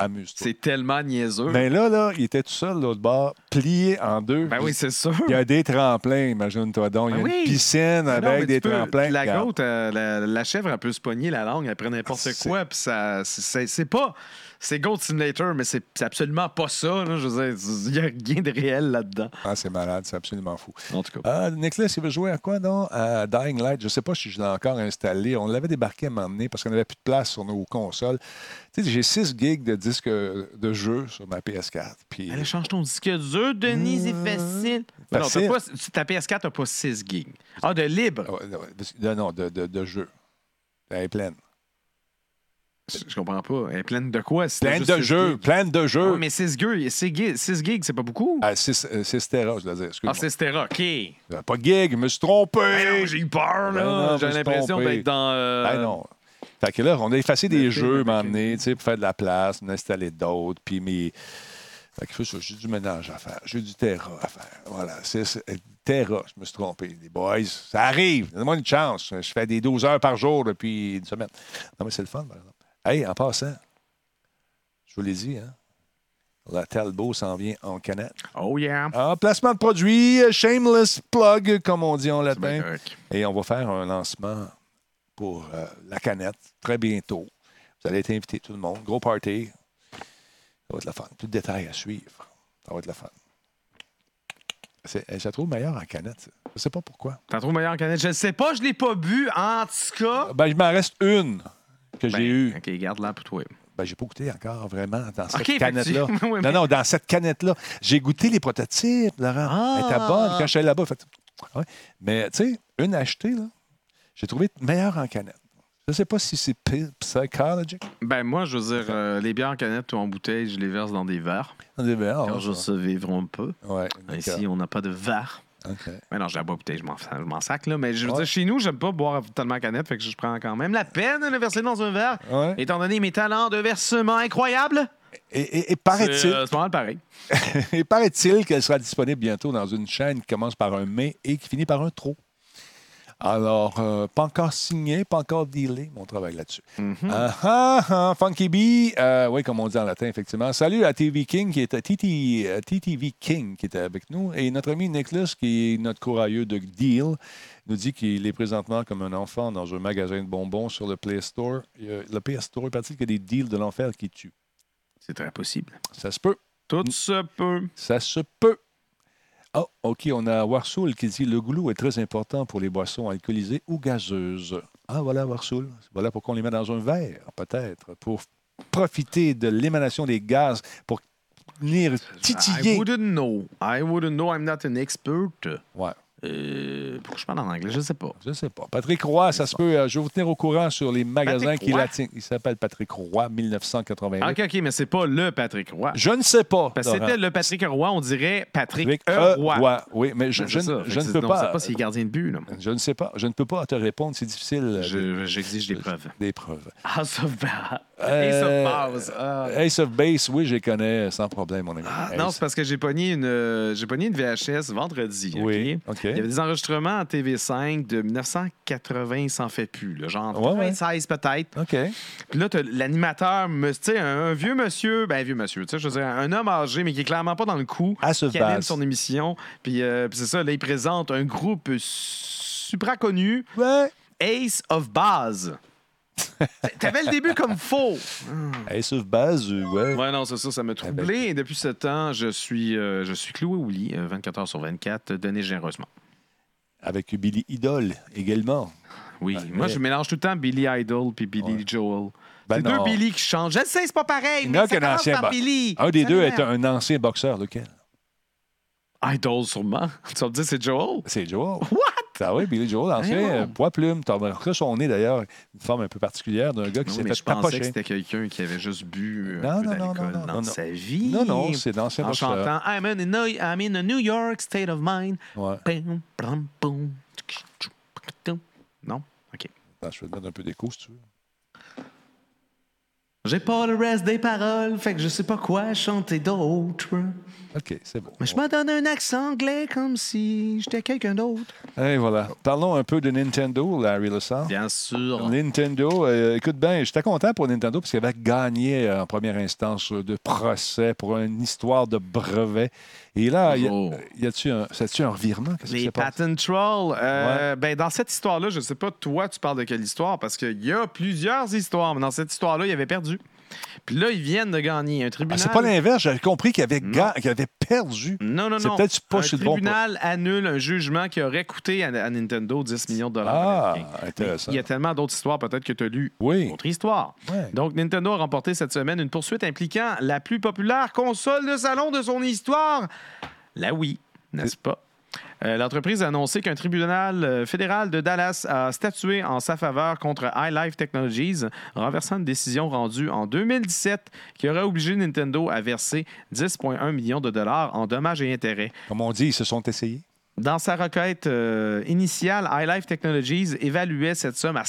Speaker 3: Amuse-toi.
Speaker 7: c'est tellement niaiseux.
Speaker 3: Mais là, là, il était tout seul, l'autre bord, plié en deux.
Speaker 7: ben oui, c'est sûr.
Speaker 3: il y a des tremplins, imagine-toi donc. Il y a
Speaker 7: Ben oui.
Speaker 3: une piscine
Speaker 7: Ah non,
Speaker 3: avec
Speaker 7: mais
Speaker 3: des
Speaker 7: tu peux-
Speaker 3: tremplins.
Speaker 7: La
Speaker 3: Regarde.
Speaker 7: goutte, euh, la, la chèvre, elle peut se pogner la langue après n'importe
Speaker 3: Ah, c'est-
Speaker 7: quoi. Puis ça, c'est c'est pas. C'est Goat Simulator, mais c'est c'est absolument pas ça. là, je veux dire, il n'y a rien de réel là-dedans.
Speaker 3: Ah, c'est malade, c'est absolument fou.
Speaker 7: En tout cas.
Speaker 3: Ah, Nicolas, il veut jouer à quoi, non? À Dying Light. Je ne sais pas si je l'ai encore installé. On l'avait débarqué à m'emmener parce qu'on n'avait plus de place sur nos consoles. Tu sais, j'ai 6 gigs de disques euh, de jeu sur ma PS4. Puis,
Speaker 7: Ah, Allez, change ton disque dur, Denis, c'est
Speaker 3: Euh,
Speaker 7: facile. Mais Non, t'as
Speaker 3: facile.
Speaker 7: pas, ta PS4 n'a pas 6 gigs. Ah, de libre.
Speaker 3: Ah ouais, non, ouais, de- non, de, de, de jeu. Elle est pleine.
Speaker 7: Je je comprends pas. Elle est pleine de quoi? si t'as
Speaker 3: Pleine
Speaker 7: juste
Speaker 3: de
Speaker 7: six
Speaker 3: jeux.
Speaker 7: gigs? Ah
Speaker 3: Pleine de
Speaker 7: Ouais,
Speaker 3: jeux.
Speaker 7: mais 6 gigs, six gigs, six gigs, c'est pas beaucoup?
Speaker 3: Ah, c'est c'est stéra, je dois dire.
Speaker 7: Ah,
Speaker 3: Excuse-moi.
Speaker 7: c'est Stera, OK.
Speaker 3: Pas de gig, je me suis trompé.
Speaker 7: Ben non, J'ai eu peur,
Speaker 3: Ben non,
Speaker 7: là.
Speaker 3: je me
Speaker 7: J'ai
Speaker 3: suis
Speaker 7: l'impression
Speaker 3: trompé.
Speaker 7: d'être dans... euh,
Speaker 3: Ben non. Fait que là, on a effacé des
Speaker 7: le film
Speaker 3: jeux,
Speaker 7: avec
Speaker 3: m'en
Speaker 7: une-
Speaker 3: tu sais, pour faire de la place, en installer d'autres, puis mes... Fait que c'est ça, j'ai du ménage à faire, j'ai du Terra à faire. Voilà, c'est c'est- euh, Terra, je me suis trompé. Les boys, ça arrive, donnez-moi une chance. Je fais des 12 heures par jour depuis une semaine. Non, mais c'est le fun, par exemple. Hey, en passant, je vous l'ai dit, hein, la Talbot s'en vient en canette.
Speaker 7: Oh yeah.
Speaker 3: Ah, placement de produit, euh, shameless plug, comme on dit en
Speaker 7: C'est bien
Speaker 3: latin.
Speaker 7: correct.
Speaker 3: Et on va faire un lancement pour euh, la canette très bientôt. Vous allez être invités, tout le monde. Gros party. Ça va être la fun. Tout détail à suivre. Ça va être la fun. C'est, eh, je la trouve meilleure en canette. ça. Je sais pas pourquoi.
Speaker 7: T'en trouves meilleur en canette? Je le sais pas, je l'ai pas bu. En tout cas...
Speaker 3: Ben, il m'en reste une que
Speaker 7: Ben,
Speaker 3: j'ai eue.
Speaker 7: OK, garde-la pour toi.
Speaker 3: Ben, j'ai pas goûté encore vraiment dans cette
Speaker 7: Ok, fait que
Speaker 3: canette-là.
Speaker 7: tu-
Speaker 3: non,
Speaker 7: Ouais, mais-
Speaker 3: non, dans cette canette-là. J'ai goûté les prototypes, Laurent.
Speaker 7: Ah!
Speaker 3: Elle était bonne quand je suis allé là-bas. fait- Ouais. Mais tu sais, une achetée, là, j'ai trouvé meilleure en canette. Je sais pas si c'est pi- psychologique.
Speaker 7: Ben moi, je veux dire, euh, les bières en canette ou en bouteille, je les verse dans des verres.
Speaker 3: On dit, ben, ah,
Speaker 7: Quand je
Speaker 3: ouais,
Speaker 7: se vivront peu.
Speaker 3: ouais,
Speaker 7: Ici, on n'a pas de verre.
Speaker 3: d'accord. OK.
Speaker 7: Mais non, je la bois bouteille, je m'en, je m'en sac, là. Mais je veux
Speaker 3: Ouais.
Speaker 7: dire, chez nous, j'aime pas boire totalement en canette, fait que je prends quand même la peine de le verser dans un verre.
Speaker 3: Ouais.
Speaker 7: Étant donné mes talents de versement incroyables,
Speaker 3: Et, et- et
Speaker 7: c'est,
Speaker 3: paraît-il
Speaker 7: euh, c'est pas mal pareil.
Speaker 3: et paraît-il qu'elle sera disponible bientôt dans une chaîne qui commence par un mais et qui finit par un trop. Alors, euh, pas encore signé, pas encore dealé, mon travail là-dessus. Ah, ah, ah, Funky Bee, euh, oui, comme on dit en latin, effectivement. Salut à TV King qui était Titi, euh, TTV King qui était avec nous et notre ami Nicholas qui est notre courailleux de deal nous dit qu'il est présentement comme un enfant dans un magasin de bonbons sur le Play Store. Et, euh, le Play Store, il qu'il y a des deals de l'enfer qui tuent.
Speaker 7: C'est très possible.
Speaker 3: Ça se peut.
Speaker 7: Tout
Speaker 3: Mm.
Speaker 7: se peut.
Speaker 3: Ça se peut. Ah, OK, on a Warsoul qui dit le goulot est très important pour les boissons alcoolisées ou gazeuses. Ah, voilà, Warsoul. Voilà pourquoi on les met dans un verre, peut-être, pour profiter de l'émanation des gaz, pour venir
Speaker 7: I
Speaker 3: titiller.
Speaker 7: wouldn't know. I wouldn't know. I'm not an expert.
Speaker 3: Ouais,
Speaker 7: Euh, pourquoi je parle en anglais? Je sais pas.
Speaker 3: je sais pas. Patrick Roy, ça se peut. euh, Je vais vous tenir au courant sur les magasins
Speaker 7: Patrick
Speaker 3: qui
Speaker 7: Roy?
Speaker 3: l'attirent. Il s'appelle Patrick Roy, 1988.
Speaker 7: Ah, OK, OK, mais c'est pas le Patrick Roy.
Speaker 3: Je ne sais pas.
Speaker 7: Parce que
Speaker 3: Laurent.
Speaker 7: c'était le Patrick Roy, on dirait Patrick
Speaker 3: Patrick
Speaker 7: E.
Speaker 3: Roy.
Speaker 7: Roy.
Speaker 3: Oui, mais je,
Speaker 7: Ben,
Speaker 3: je
Speaker 7: c'est
Speaker 3: ne-
Speaker 7: ça. Fait
Speaker 3: je
Speaker 7: que
Speaker 3: ne
Speaker 7: c'est-
Speaker 3: peux
Speaker 7: non,
Speaker 3: pas.
Speaker 7: Je sais pas s'il est gardien de but. Là.
Speaker 3: Je ne sais pas. Je ne peux pas te répondre. C'est difficile. euh,
Speaker 7: Je- J'exige des preuves. Ah,
Speaker 3: des preuves.
Speaker 7: House of Bars.
Speaker 3: Euh, euh,
Speaker 7: Ace of Bars. Ah.
Speaker 3: Ace of Base, oui, je les connais sans problème, mon ami.
Speaker 7: Ah, non, c'est
Speaker 3: Ace-
Speaker 7: parce que j'ai pogné une, euh, j'ai pogné une VHS vendredi. OK?
Speaker 3: Oui, OK.
Speaker 7: Il y avait des enregistrements à TV5 de 1980, il s'en fait plus, là, genre
Speaker 3: Ouais, ouais.
Speaker 7: 96 peut-être.
Speaker 3: OK.
Speaker 7: Puis là, t'as l'animateur, me- tu sais, un, un vieux monsieur, ben un vieux monsieur, tu sais, je veux dire, un homme âgé, mais qui est clairement pas dans le coup,
Speaker 3: À ce
Speaker 7: qui anime
Speaker 3: vase.
Speaker 7: son émission. Puis, euh, puis c'est ça, là, il présente un groupe supra connu,
Speaker 3: Ouais.
Speaker 7: Ace of Base. T'avais le début comme faux.
Speaker 3: Ace of Base, euh, ouais.
Speaker 7: Ouais, non, c'est ça, ça m'a
Speaker 3: Ah, ben,
Speaker 7: troublé. Et depuis ce temps, je suis, euh, je suis cloué au lit, euh, 24 heures sur 24, donné généreusement.
Speaker 3: Avec Billy Idol également.
Speaker 7: Oui,
Speaker 3: Ah,
Speaker 7: moi,
Speaker 3: mais-
Speaker 7: je mélange tout le temps Billy Idol puis Billy
Speaker 3: Ouais.
Speaker 7: Joel.
Speaker 3: Ben
Speaker 7: c'est
Speaker 3: non.
Speaker 7: deux Billy qui changent. Je le sais, c'est pas pareil,
Speaker 3: Il y en
Speaker 7: mais
Speaker 3: a
Speaker 7: ça
Speaker 3: qu'un
Speaker 7: commence
Speaker 3: ancien
Speaker 7: par
Speaker 3: bo-
Speaker 7: Billy.
Speaker 3: Un des
Speaker 7: Ça
Speaker 3: deux
Speaker 7: me
Speaker 3: est un ancien boxeur, lequel
Speaker 7: merde. Idol, sûrement. Tu vas me dire, c'est Joel?
Speaker 3: C'est Joel. What Ah oui, Billy Joel,
Speaker 7: Ben Voyons.
Speaker 3: ancien euh, poids plume. T'as remarqué son nez d'ailleurs, une forme un peu particulière d'un gars qui
Speaker 7: Non,
Speaker 3: s'est
Speaker 7: mais
Speaker 3: fait
Speaker 7: je pensais que
Speaker 3: tapocher.
Speaker 7: c'était quelqu'un qui avait juste bu euh,
Speaker 3: Non,
Speaker 7: un peu
Speaker 3: non, non,
Speaker 7: d'alcool
Speaker 3: non, non,
Speaker 7: dans
Speaker 3: non,
Speaker 7: sa vie.
Speaker 3: Non, non, c'est euh, l'ancien
Speaker 7: En
Speaker 3: boxeur.
Speaker 7: chantant I'm in, a New- I'm in a New York state of mind.
Speaker 3: Ouais.
Speaker 7: Pam, pam, pam. Non? OK.
Speaker 3: Attends, je vais te donner un peu d'écho si tu veux.
Speaker 7: J'ai pas le reste des paroles, fait que je sais pas quoi chanter d'autre.
Speaker 3: OK, c'est bon.
Speaker 7: Mais je me donne un accent anglais comme si j'étais quelqu'un d'autre.
Speaker 3: Et voilà. Parlons un peu de Nintendo, Larry Lessard.
Speaker 7: Bien sûr.
Speaker 3: Nintendo, euh, écoute bien, j'étais content pour Nintendo parce qu'il avait gagné euh, en première instance euh, de procès pour une histoire de brevet. Et là, y a-
Speaker 7: Bonjour.
Speaker 3: y a-tu un, c'est-tu un revirement? Qu'est-ce qui
Speaker 7: Les
Speaker 3: s'est passé?
Speaker 7: patent trolls. euh, ben, dans cette histoire-là, je sais pas, toi, tu parles de quelle histoire, parce qu'il y a plusieurs histoires, mais dans cette histoire-là, il avait perdu. Puis là, ils viennent de gagner un
Speaker 3: Ah,
Speaker 7: tribunal.
Speaker 3: c'est pas l'inverse, j'avais compris qu'il avait, ga- qu'il avait perdu.
Speaker 7: Non, non,
Speaker 3: C'est
Speaker 7: non.
Speaker 3: peut-être pas
Speaker 7: un
Speaker 3: chez le bon
Speaker 7: tribunal annule un jugement qui aurait coûté à, à Nintendo 10 millions de dollars.
Speaker 3: Ah,
Speaker 7: américains.
Speaker 3: intéressant.
Speaker 7: Il y a tellement d'autres histoires, peut-être que tu as lu
Speaker 3: Oui.
Speaker 7: Autre histoire.
Speaker 3: Ouais.
Speaker 7: Donc, Nintendo a remporté cette semaine une poursuite impliquant la plus populaire console de salon de son histoire, la Wii, n'est-ce pas? Euh, L'entreprise a annoncé qu'un tribunal euh, fédéral de Dallas a statué en sa faveur contre iLife Technologies, renversant une décision rendue en 2017 qui aurait obligé Nintendo à verser 10,1 millions de dollars en dommages et intérêts.
Speaker 3: Comme on dit, ils se sont essayés.
Speaker 7: Dans sa requête euh, initiale, iLife Technologies évaluait cette somme à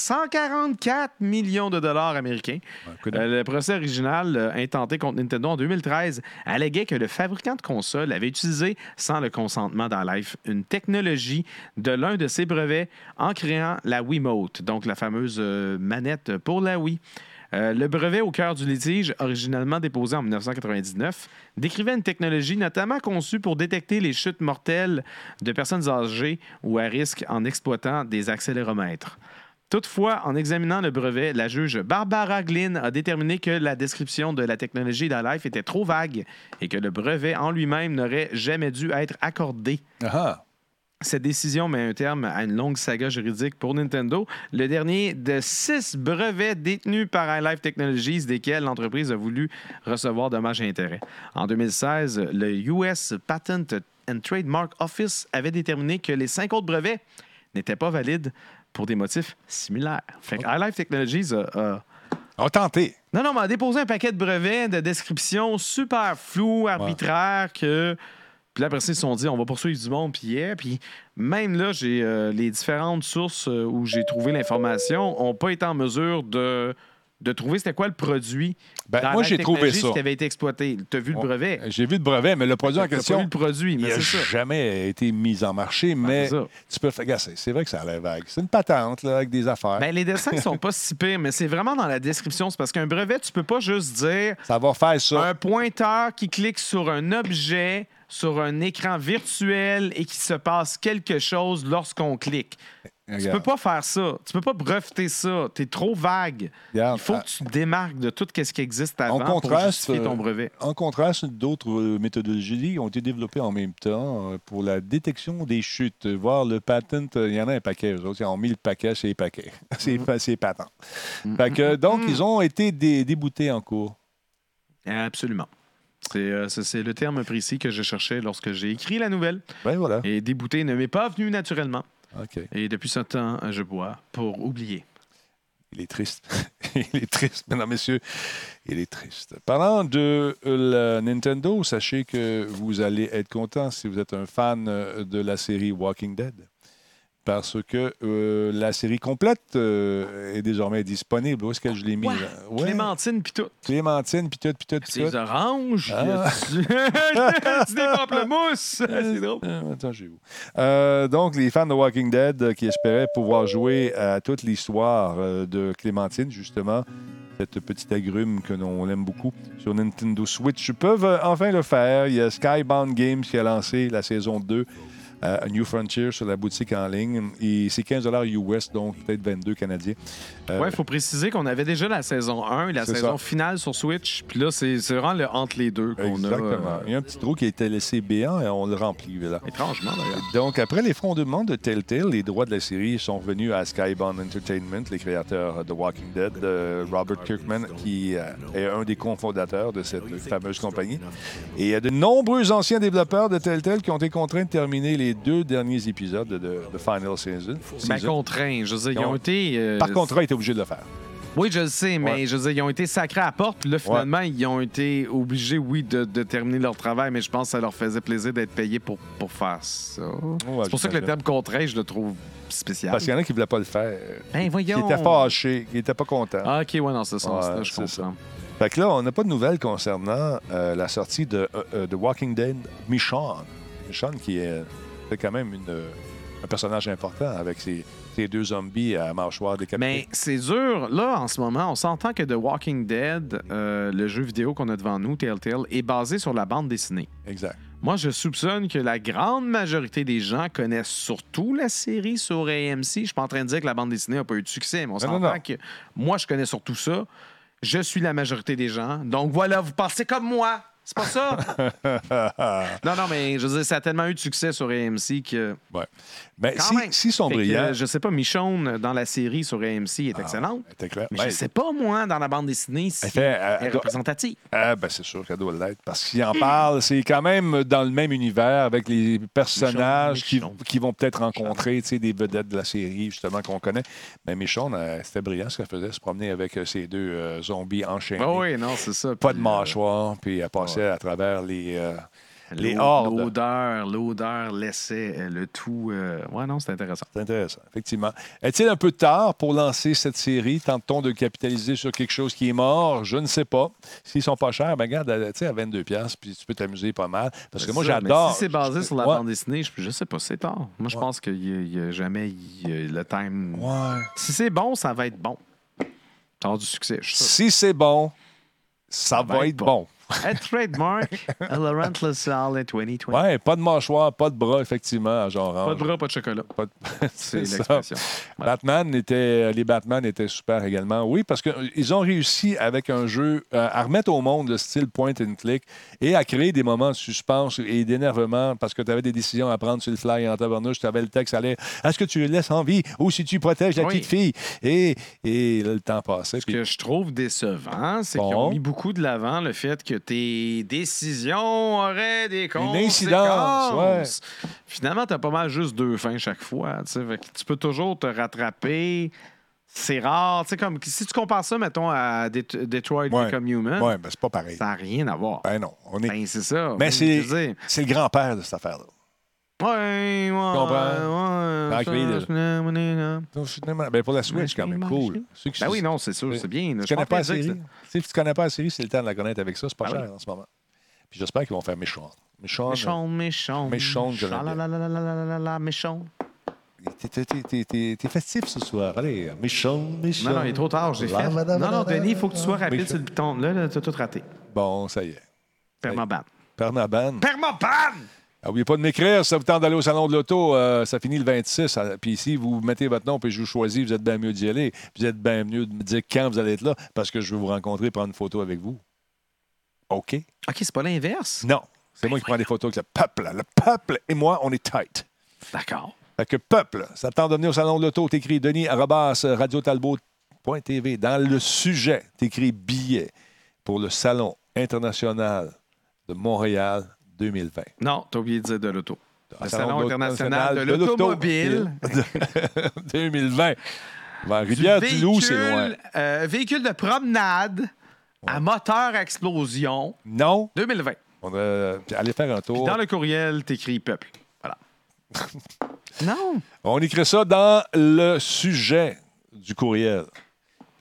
Speaker 7: 144 millions de dollars américains.
Speaker 3: Un coup de-
Speaker 7: Euh, le procès original euh, intenté contre Nintendo en 2013 alléguait que le fabricant de consoles avait utilisé, sans le consentement d'Alife, une technologie de l'un de ses brevets en créant la Wiimote, donc la fameuse euh, manette pour la Wii. Euh, le brevet au cœur du litige, originalement déposé en 1999, décrivait une technologie notamment conçue pour détecter les chutes mortelles de personnes âgées ou à risque en exploitant des accéléromètres. Toutefois, en examinant le brevet, la juge Barbara Glynn a déterminé que la description de la technologie d'Alife était trop vague et que le brevet en lui-même n'aurait jamais dû être accordé.
Speaker 3: Ah,
Speaker 7: Cette décision met un terme à une longue saga juridique pour Nintendo, le dernier de six brevets détenus par iLife Technologies, desquels l'entreprise a voulu recevoir dommages et intérêts. En 2016, le US Patent and Trademark Office avait déterminé que les cinq autres brevets n'étaient pas valides pour des motifs similaires. Fait que iLife Technologies a- a
Speaker 3: on a tenté.
Speaker 7: non, non, mais on a déposé un paquet de brevets, de descriptions super floues, arbitraires, que. Puis là, après ça, ils se sont dit, on va poursuivre du monde, puis yeah. Puis même là, j'ai euh, les différentes sources euh, où j'ai trouvé l'information n'ont pas été en mesure de, de trouver c'était quoi le produit.
Speaker 3: Ben,
Speaker 7: dans
Speaker 3: moi,
Speaker 7: la
Speaker 3: j'ai trouvé
Speaker 7: technologie
Speaker 3: ça.
Speaker 7: qui avait été exploité. Tu as vu le
Speaker 3: Ouais.
Speaker 7: brevet.
Speaker 3: J'ai vu le brevet, mais le produit en
Speaker 7: T'as pas vu
Speaker 3: question,
Speaker 7: le produit,
Speaker 3: il
Speaker 7: mais
Speaker 3: n'a
Speaker 7: c'est ça. Ah,
Speaker 3: jamais été mis en marché, mais
Speaker 7: c'est ça.
Speaker 3: tu peux faire. Regarde, c'est- C'est vrai que ça a l'air vague. C'est une patente là, avec des affaires.
Speaker 7: Ben, les dessins ne sont pas si pires, mais c'est vraiment dans la description. C'est parce qu'un brevet, tu peux pas juste dire
Speaker 3: ça va faire ça.
Speaker 7: Un pointeur qui clique sur un objet sur un écran virtuel et qui se passe quelque chose lorsqu'on clique. Tu peux
Speaker 3: Regarde,
Speaker 7: pas faire ça. Tu peux pas breveter ça. Tu es trop vague.
Speaker 3: regarde. ah.
Speaker 7: Il faut que tu te démarques de tout ce qui existe avant pour
Speaker 3: contraste,
Speaker 7: justifier ton
Speaker 3: euh,
Speaker 7: brevet.
Speaker 3: En contraste, d'autres euh, méthodologies ont été développées en même temps euh, pour la détection des chutes. Voir le patent, euh, il y en a un paquet. Eux autres, ils ont mis le paquet chez les paquets. c'est
Speaker 7: Mhm.
Speaker 3: pa- c'est patent. Fait que, donc, ils ont été dé- déboutés en cours.
Speaker 7: Absolument. C'est euh, c'est- c'est le terme précis que je cherchais lorsque j'ai écrit la nouvelle.
Speaker 3: Ben voilà.
Speaker 7: Et débouté ne m'est pas venu naturellement.
Speaker 3: OK.
Speaker 7: Et depuis ce temps, je bois pour oublier.
Speaker 3: Il est triste. il est triste, mesdames, messieurs. Il est triste. Parlant de euh, la Nintendo, sachez que vous allez être content si vous êtes un fan euh, de la série Walking Dead. Parce que euh, la série complète euh, est désormais disponible. Où est-ce que je l'ai mis?
Speaker 7: Quoi?
Speaker 3: là? Ouais.
Speaker 7: Clémentine, puis tout.
Speaker 3: Clémentine, puis tout, puis tout, puis
Speaker 7: C'est
Speaker 3: tout.
Speaker 7: les oranges.
Speaker 3: Ah.
Speaker 7: il y a du- du- des pamplemousses. C'est drôle.
Speaker 3: Euh, attends, j'ai où? Euh, donc, les fans de Walking Dead euh, qui espéraient pouvoir jouer à toute l'histoire euh, de Clémentine, justement, cette petite agrume que l'on l'aime beaucoup sur Nintendo Switch, peuvent euh, enfin le faire. Il y a Skybound Games qui a lancé la saison 2. euh, à New Frontier sur la boutique en ligne. Et c'est 15 US, donc peut-être 22 Canadiens. Euh,
Speaker 7: Ouais, il faut préciser qu'on avait déjà la saison 1 et la
Speaker 3: C'est
Speaker 7: saison
Speaker 3: ça.
Speaker 7: finale sur Switch. Puis là, c'est c'est vraiment le entre les deux qu'on a. euh,
Speaker 3: Exactement. Il y a un petit trou qui a été laissé béant et on le remplit. Là.
Speaker 7: étrangement, d'ailleurs.
Speaker 3: Donc, après les fondements de Telltale, les droits de la série sont revenus à Skybound Entertainment, les créateurs de Walking Dead, euh, Robert Kirkman, qui euh, est un des cofondateurs de cette fameuse compagnie. Et il y a de nombreux anciens développeurs de Telltale qui ont été contraints de terminer les deux derniers épisodes de, de Final Season.
Speaker 7: Ma
Speaker 3: Season.
Speaker 7: contraint, je veux dire, ils
Speaker 3: Non.
Speaker 7: ont été. euh,
Speaker 3: Par contrat, il était obligé de le faire.
Speaker 7: Oui, je le sais, mais
Speaker 3: Ouais.
Speaker 7: je veux dire, ils ont été sacrés à la porte. Puis là, finalement, ils ont été obligés, oui, de, de terminer leur travail, mais je pense que ça leur faisait plaisir d'être payés pour, pour faire ça.
Speaker 3: Ouais,
Speaker 7: c'est pour ça que le terme contraint, je le trouve spécial.
Speaker 3: Parce qu'il y en a qui ne voulaient pas le faire,
Speaker 7: Ben,
Speaker 3: qui
Speaker 7: voyons.
Speaker 3: étaient fâchés, qui n'étaient pas contents.
Speaker 7: Ah, ok, ouais, dans ce sens-là,
Speaker 3: Ouais,
Speaker 7: je
Speaker 3: c'est ça.
Speaker 7: comprends.
Speaker 3: Fait que là, on n'a pas de nouvelles concernant euh, la sortie de, euh, euh, de Walking Dead Michonne. Michonne qui est, c'est quand même une, euh, un personnage important avec ses, ses deux zombies à mâchoire
Speaker 7: Mais
Speaker 3: décapitée.
Speaker 7: c'est dur, là, en ce moment, on s'entend que The Walking Dead, euh, le jeu vidéo qu'on a devant nous, Telltale, est basé sur la bande dessinée.
Speaker 3: Exact.
Speaker 7: Moi, je soupçonne que la grande majorité des gens connaissent surtout la série sur AMC. Je suis pas en train de dire que la bande dessinée n'a pas eu de succès, mais on
Speaker 3: Non, non, non.
Speaker 7: s'entend que moi, je connais surtout ça. Je suis la majorité des gens. Donc voilà, vous pensez comme moi. C'est pas ça. non, non, mais je veux dire, ça a tellement eu de succès sur AMC que.
Speaker 3: Ouais. Ben,
Speaker 7: Quand
Speaker 3: si,
Speaker 7: même.
Speaker 3: s'ils sont
Speaker 7: Fait que,
Speaker 3: brillants, Ah,
Speaker 7: euh, je sais pas, Michonne dans la série sur AMC est excellente.
Speaker 3: t'es clair.
Speaker 7: Mais
Speaker 3: Ben,
Speaker 7: je sais pas, moi, dans la bande dessinée, si
Speaker 3: Elle fait, euh,
Speaker 7: elle est
Speaker 3: elle doit-
Speaker 7: représentative.
Speaker 3: Ah, ben c'est sûr qu'elle doit l'être. Parce qu'il en parle, c'est quand même dans le même univers avec les personnages qui,
Speaker 7: Michonne.
Speaker 3: qui vont peut-être rencontrer tu sais, des vedettes de la série, justement, qu'on connaît. Mais Michonne, euh, c'était brillant ce qu'elle faisait, se promener avec euh, ces deux euh, zombies enchaînés.
Speaker 7: Ah oui, non, c'est ça.
Speaker 3: Pas de
Speaker 7: Puis,
Speaker 3: mâchoire, puis elle passait à travers les. euh,
Speaker 7: euh,
Speaker 3: les
Speaker 7: l'o-
Speaker 3: hordes.
Speaker 7: L'odeur, l'odeur laissait euh, le tout. euh, Ouais, non, c'est intéressant.
Speaker 3: C'est intéressant, effectivement. Est-il un peu tard pour lancer cette série? Tente-t-on de capitaliser sur quelque chose qui est mort? Je ne sais pas. S'ils sont pas chers, ben regarde, à- tu sais, à 22$, piastres, puis tu peux t'amuser pas mal. Parce que moi,
Speaker 7: C'est ça, mais
Speaker 3: j'adore.
Speaker 7: Si c'est basé
Speaker 3: je-
Speaker 7: sur la
Speaker 3: Ouais.
Speaker 7: bande dessinée, je, je sais pas, c'est tard. Moi, je
Speaker 3: Ouais.
Speaker 7: pense qu'il n'y a, jamais il y a le time.
Speaker 3: Ouais.
Speaker 7: Si c'est bon, ça va être bon. Ça aura du succès, je suis sûr.
Speaker 3: Si c'est bon, ça, va, être bon.
Speaker 7: At trademark, Laurent LaSalle in 2020.
Speaker 3: Ouais, pas de mâchoire, pas de bras, effectivement, genre.
Speaker 7: Pas de bras, pas de chocolat.
Speaker 3: Pas de-
Speaker 7: C'est
Speaker 3: ça.
Speaker 7: l'expression. Ouais.
Speaker 3: Batman était, les Batman étaient super également. Oui, parce qu'ils ont réussi avec un jeu euh, à remettre au monde le style point and click et à créer des moments de suspense et d'énervement parce que tu avais des décisions à prendre sur le fly en tabarnouche. Tu avais le texte à l'air. Est-ce que tu le laisses en vie ou si tu protèges la
Speaker 7: Oui.
Speaker 3: petite fille? Et, et là, le temps passait.
Speaker 7: Ce
Speaker 3: puis-
Speaker 7: que je trouve décevant, c'est qu'ils
Speaker 3: Bon.
Speaker 7: ont mis beaucoup de l'avant le fait que tes décisions auraient des conséquences.
Speaker 3: incidence, ouais.
Speaker 7: Finalement, t'as pas mal juste deux fins chaque fois. tu sais. Fait que tu peux toujours te rattraper. C'est rare. Tu sais, Comme, si tu compares ça, mettons, à Det- Detroit
Speaker 3: Ouais.
Speaker 7: Become Human,
Speaker 3: Ouais, ben, c'est pas pareil.
Speaker 7: ça n'a rien à voir.
Speaker 3: Ben non, on est.
Speaker 7: Ben, c'est ça.
Speaker 3: Mais
Speaker 7: Ben,
Speaker 3: c'est-
Speaker 7: je veux dire,
Speaker 3: c'est le grand-père de cette affaire-là.
Speaker 7: Ouais, ouais,
Speaker 3: comprends.
Speaker 7: ouais.
Speaker 3: Tranquille, là.
Speaker 7: Ben
Speaker 3: Donc, finalement, ben, pour la Switch, quand même, cool. Ceux qui-
Speaker 7: oui, non, c'est sûr, c'est bien. là.
Speaker 3: Tu
Speaker 7: Je
Speaker 3: connais
Speaker 7: pense
Speaker 3: pas la
Speaker 7: que c'est-
Speaker 3: série. Si tu connais pas la série, c'est le temps de la connaître avec ça. C'est pas
Speaker 7: Ah
Speaker 3: cher
Speaker 7: oui.
Speaker 3: en ce moment. Puis j'espère qu'ils vont faire Méchant. Méchant.
Speaker 7: Méchant, méchant.
Speaker 3: Méchant, j'aurais bien.
Speaker 7: Chalalalalala, méchant.
Speaker 3: euh, t'es- t'es- t'es- T'es t'es- t'es festif ce soir. Allez, Méchant, Méchant.
Speaker 7: Non, non, il est trop tard, j'ai
Speaker 3: La,
Speaker 7: fait.
Speaker 3: la, la,
Speaker 7: Non,
Speaker 3: la,
Speaker 7: non,
Speaker 3: la,
Speaker 7: Denis, il faut que tu sois
Speaker 3: la,
Speaker 7: rapide
Speaker 3: méchant.
Speaker 7: sur le piton. Là, là t'as tout raté.
Speaker 3: Bon, ça y est.
Speaker 7: Permaban.
Speaker 3: Pernaban.
Speaker 7: Permaban!
Speaker 3: N'oubliez pas de m'écrire si ça vous tente d'aller au Salon de l'Auto. euh, ça finit le 26. euh, Puis si vous mettez votre nom puis je vous choisis, vous êtes bien mieux d'y aller. Vous êtes bien mieux de me dire quand vous allez être là parce que je veux vous rencontrer prendre une photo avec vous. OK?
Speaker 7: OK, c'est pas l'inverse?
Speaker 3: Non. C'est
Speaker 7: Ben
Speaker 3: moi qui prends des photos avec le peuple. Le peuple et moi, on est tight.
Speaker 7: D'accord.
Speaker 3: Fait que peuple, ça te tente de venir au salon de l'auto, t'écris Denis euh, Arabas, Radio Talbot.tv. Dans le sujet, t'écris billet pour le Salon international de Montréal 2020.
Speaker 7: Non, t'as oublié de dire de l'auto. Le
Speaker 3: Un
Speaker 7: Salon
Speaker 3: de l'auto-
Speaker 7: international de
Speaker 3: l'auto-
Speaker 7: l'automobile.
Speaker 3: de- 2020. Ben,
Speaker 7: Du
Speaker 3: Rivière-du-Loup, c'est loin.
Speaker 7: véhicule, euh, Véhicule de promenade à moteur à explosion
Speaker 3: Non,
Speaker 7: 2020.
Speaker 3: on euh, allez faire un
Speaker 7: Puis
Speaker 3: tour.
Speaker 7: dans le courriel, t'écris peuple. Voilà. non.
Speaker 3: On écrit ça dans le sujet du courriel.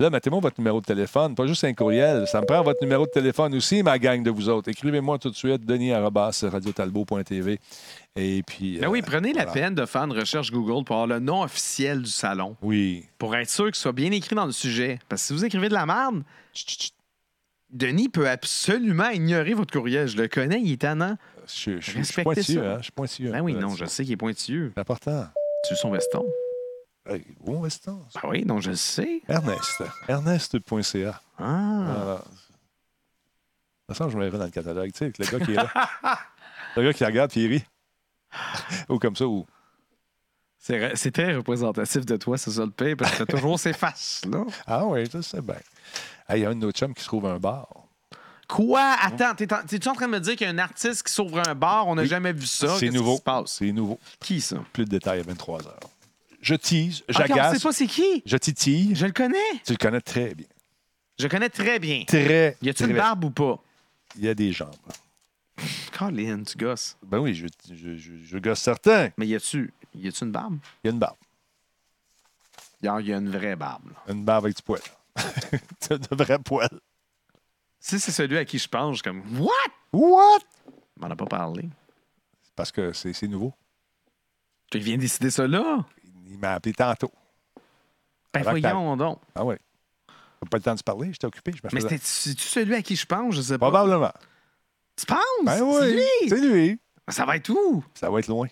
Speaker 3: Là, mettez-moi votre numéro de téléphone, pas juste un courriel. Ça me prend votre numéro de téléphone aussi, ma gang de vous autres. Écrivez-moi tout de suite, Denis radiotalbo.tv. Et puis.
Speaker 7: Mais
Speaker 3: euh,
Speaker 7: Ben oui, prenez la
Speaker 3: voilà.
Speaker 7: peine de faire une recherche Google pour avoir le nom officiel du salon.
Speaker 3: Oui.
Speaker 7: pour être sûr que ce soit bien écrit dans le sujet. Parce que si vous écrivez de la merde,
Speaker 3: Chut, chut, chut.
Speaker 7: Denis peut absolument ignorer votre courriel. Je le connais, il est tannant.
Speaker 3: Je, je- je suis
Speaker 7: Respectez
Speaker 3: pointilleux,
Speaker 7: ça.
Speaker 3: hein? Je suis pointilleux.
Speaker 7: Ben oui, non, je sais qu'il est pointilleux.
Speaker 3: C'est important.
Speaker 7: Tu veux son veston?
Speaker 3: Hey, où on reste en?
Speaker 7: Ben oui, non, je le sais.
Speaker 3: Ernest. Ernest.ca.
Speaker 7: Ah.
Speaker 3: Voilà. Ça semble que je me verrais dans le catalogue, tu sais, avec le gars qui est là. le gars qui regarde puis il rit. ou comme ça, ou.
Speaker 7: C'est re- C'est très représentatif de toi, ce le paye, parce que t'as toujours ses faces, là.
Speaker 3: Ah oui, je sais bien. Hey, Il y a un de nos chums qui se trouve un bar.
Speaker 7: Quoi? Attends, t'es en, t'es-tu en train de me dire qu'il y a un artiste qui s'ouvre un bar? On n'a
Speaker 3: Oui.
Speaker 7: jamais vu ça.
Speaker 3: c'est
Speaker 7: Qu'est-ce
Speaker 3: nouveau.
Speaker 7: Qui se passe?
Speaker 3: C'est nouveau.
Speaker 7: Qui, ça?
Speaker 3: Plus de détails à 23 h Je tease,
Speaker 7: Ok, on sait
Speaker 3: j'agace,
Speaker 7: pas Ah, c'est qui.
Speaker 3: je titille.
Speaker 7: Je le connais.
Speaker 3: Tu le connais très bien.
Speaker 7: Je le connais très bien.
Speaker 3: Très.
Speaker 7: Y a-tu une
Speaker 3: très-
Speaker 7: barbe ou pas?
Speaker 3: Il y a des jambes.
Speaker 7: Colin, tu gosses.
Speaker 3: Ben oui, je, je, je, je gosse certain.
Speaker 7: Mais y a-tu y a-tu une barbe?
Speaker 3: Il y a une barbe.
Speaker 7: Genre, il y a une vraie barbe. là.
Speaker 3: Une barbe avec du poil. C'est de vrai poil.
Speaker 7: Si c'est celui à qui je pense, je suis comme What?
Speaker 3: What?
Speaker 7: On m'en a pas parlé.
Speaker 3: Parce que c'est c'est nouveau.
Speaker 7: Tu viens de décider ça là?
Speaker 3: Il m'a appelé tantôt.
Speaker 7: Ben
Speaker 3: Avant que
Speaker 7: voyons donc.
Speaker 3: Ah oui. T'as pas le temps de se parler, j'étais occupé. Je me
Speaker 7: Mais
Speaker 3: faisais-
Speaker 7: c'était- c'est-tu celui à qui je pense? Je sais pas.
Speaker 3: Probablement.
Speaker 7: Tu penses?
Speaker 3: Ben
Speaker 7: C'est
Speaker 3: oui.
Speaker 7: lui?
Speaker 3: C'est lui.
Speaker 7: Ça va être où?
Speaker 3: Ça va être loin.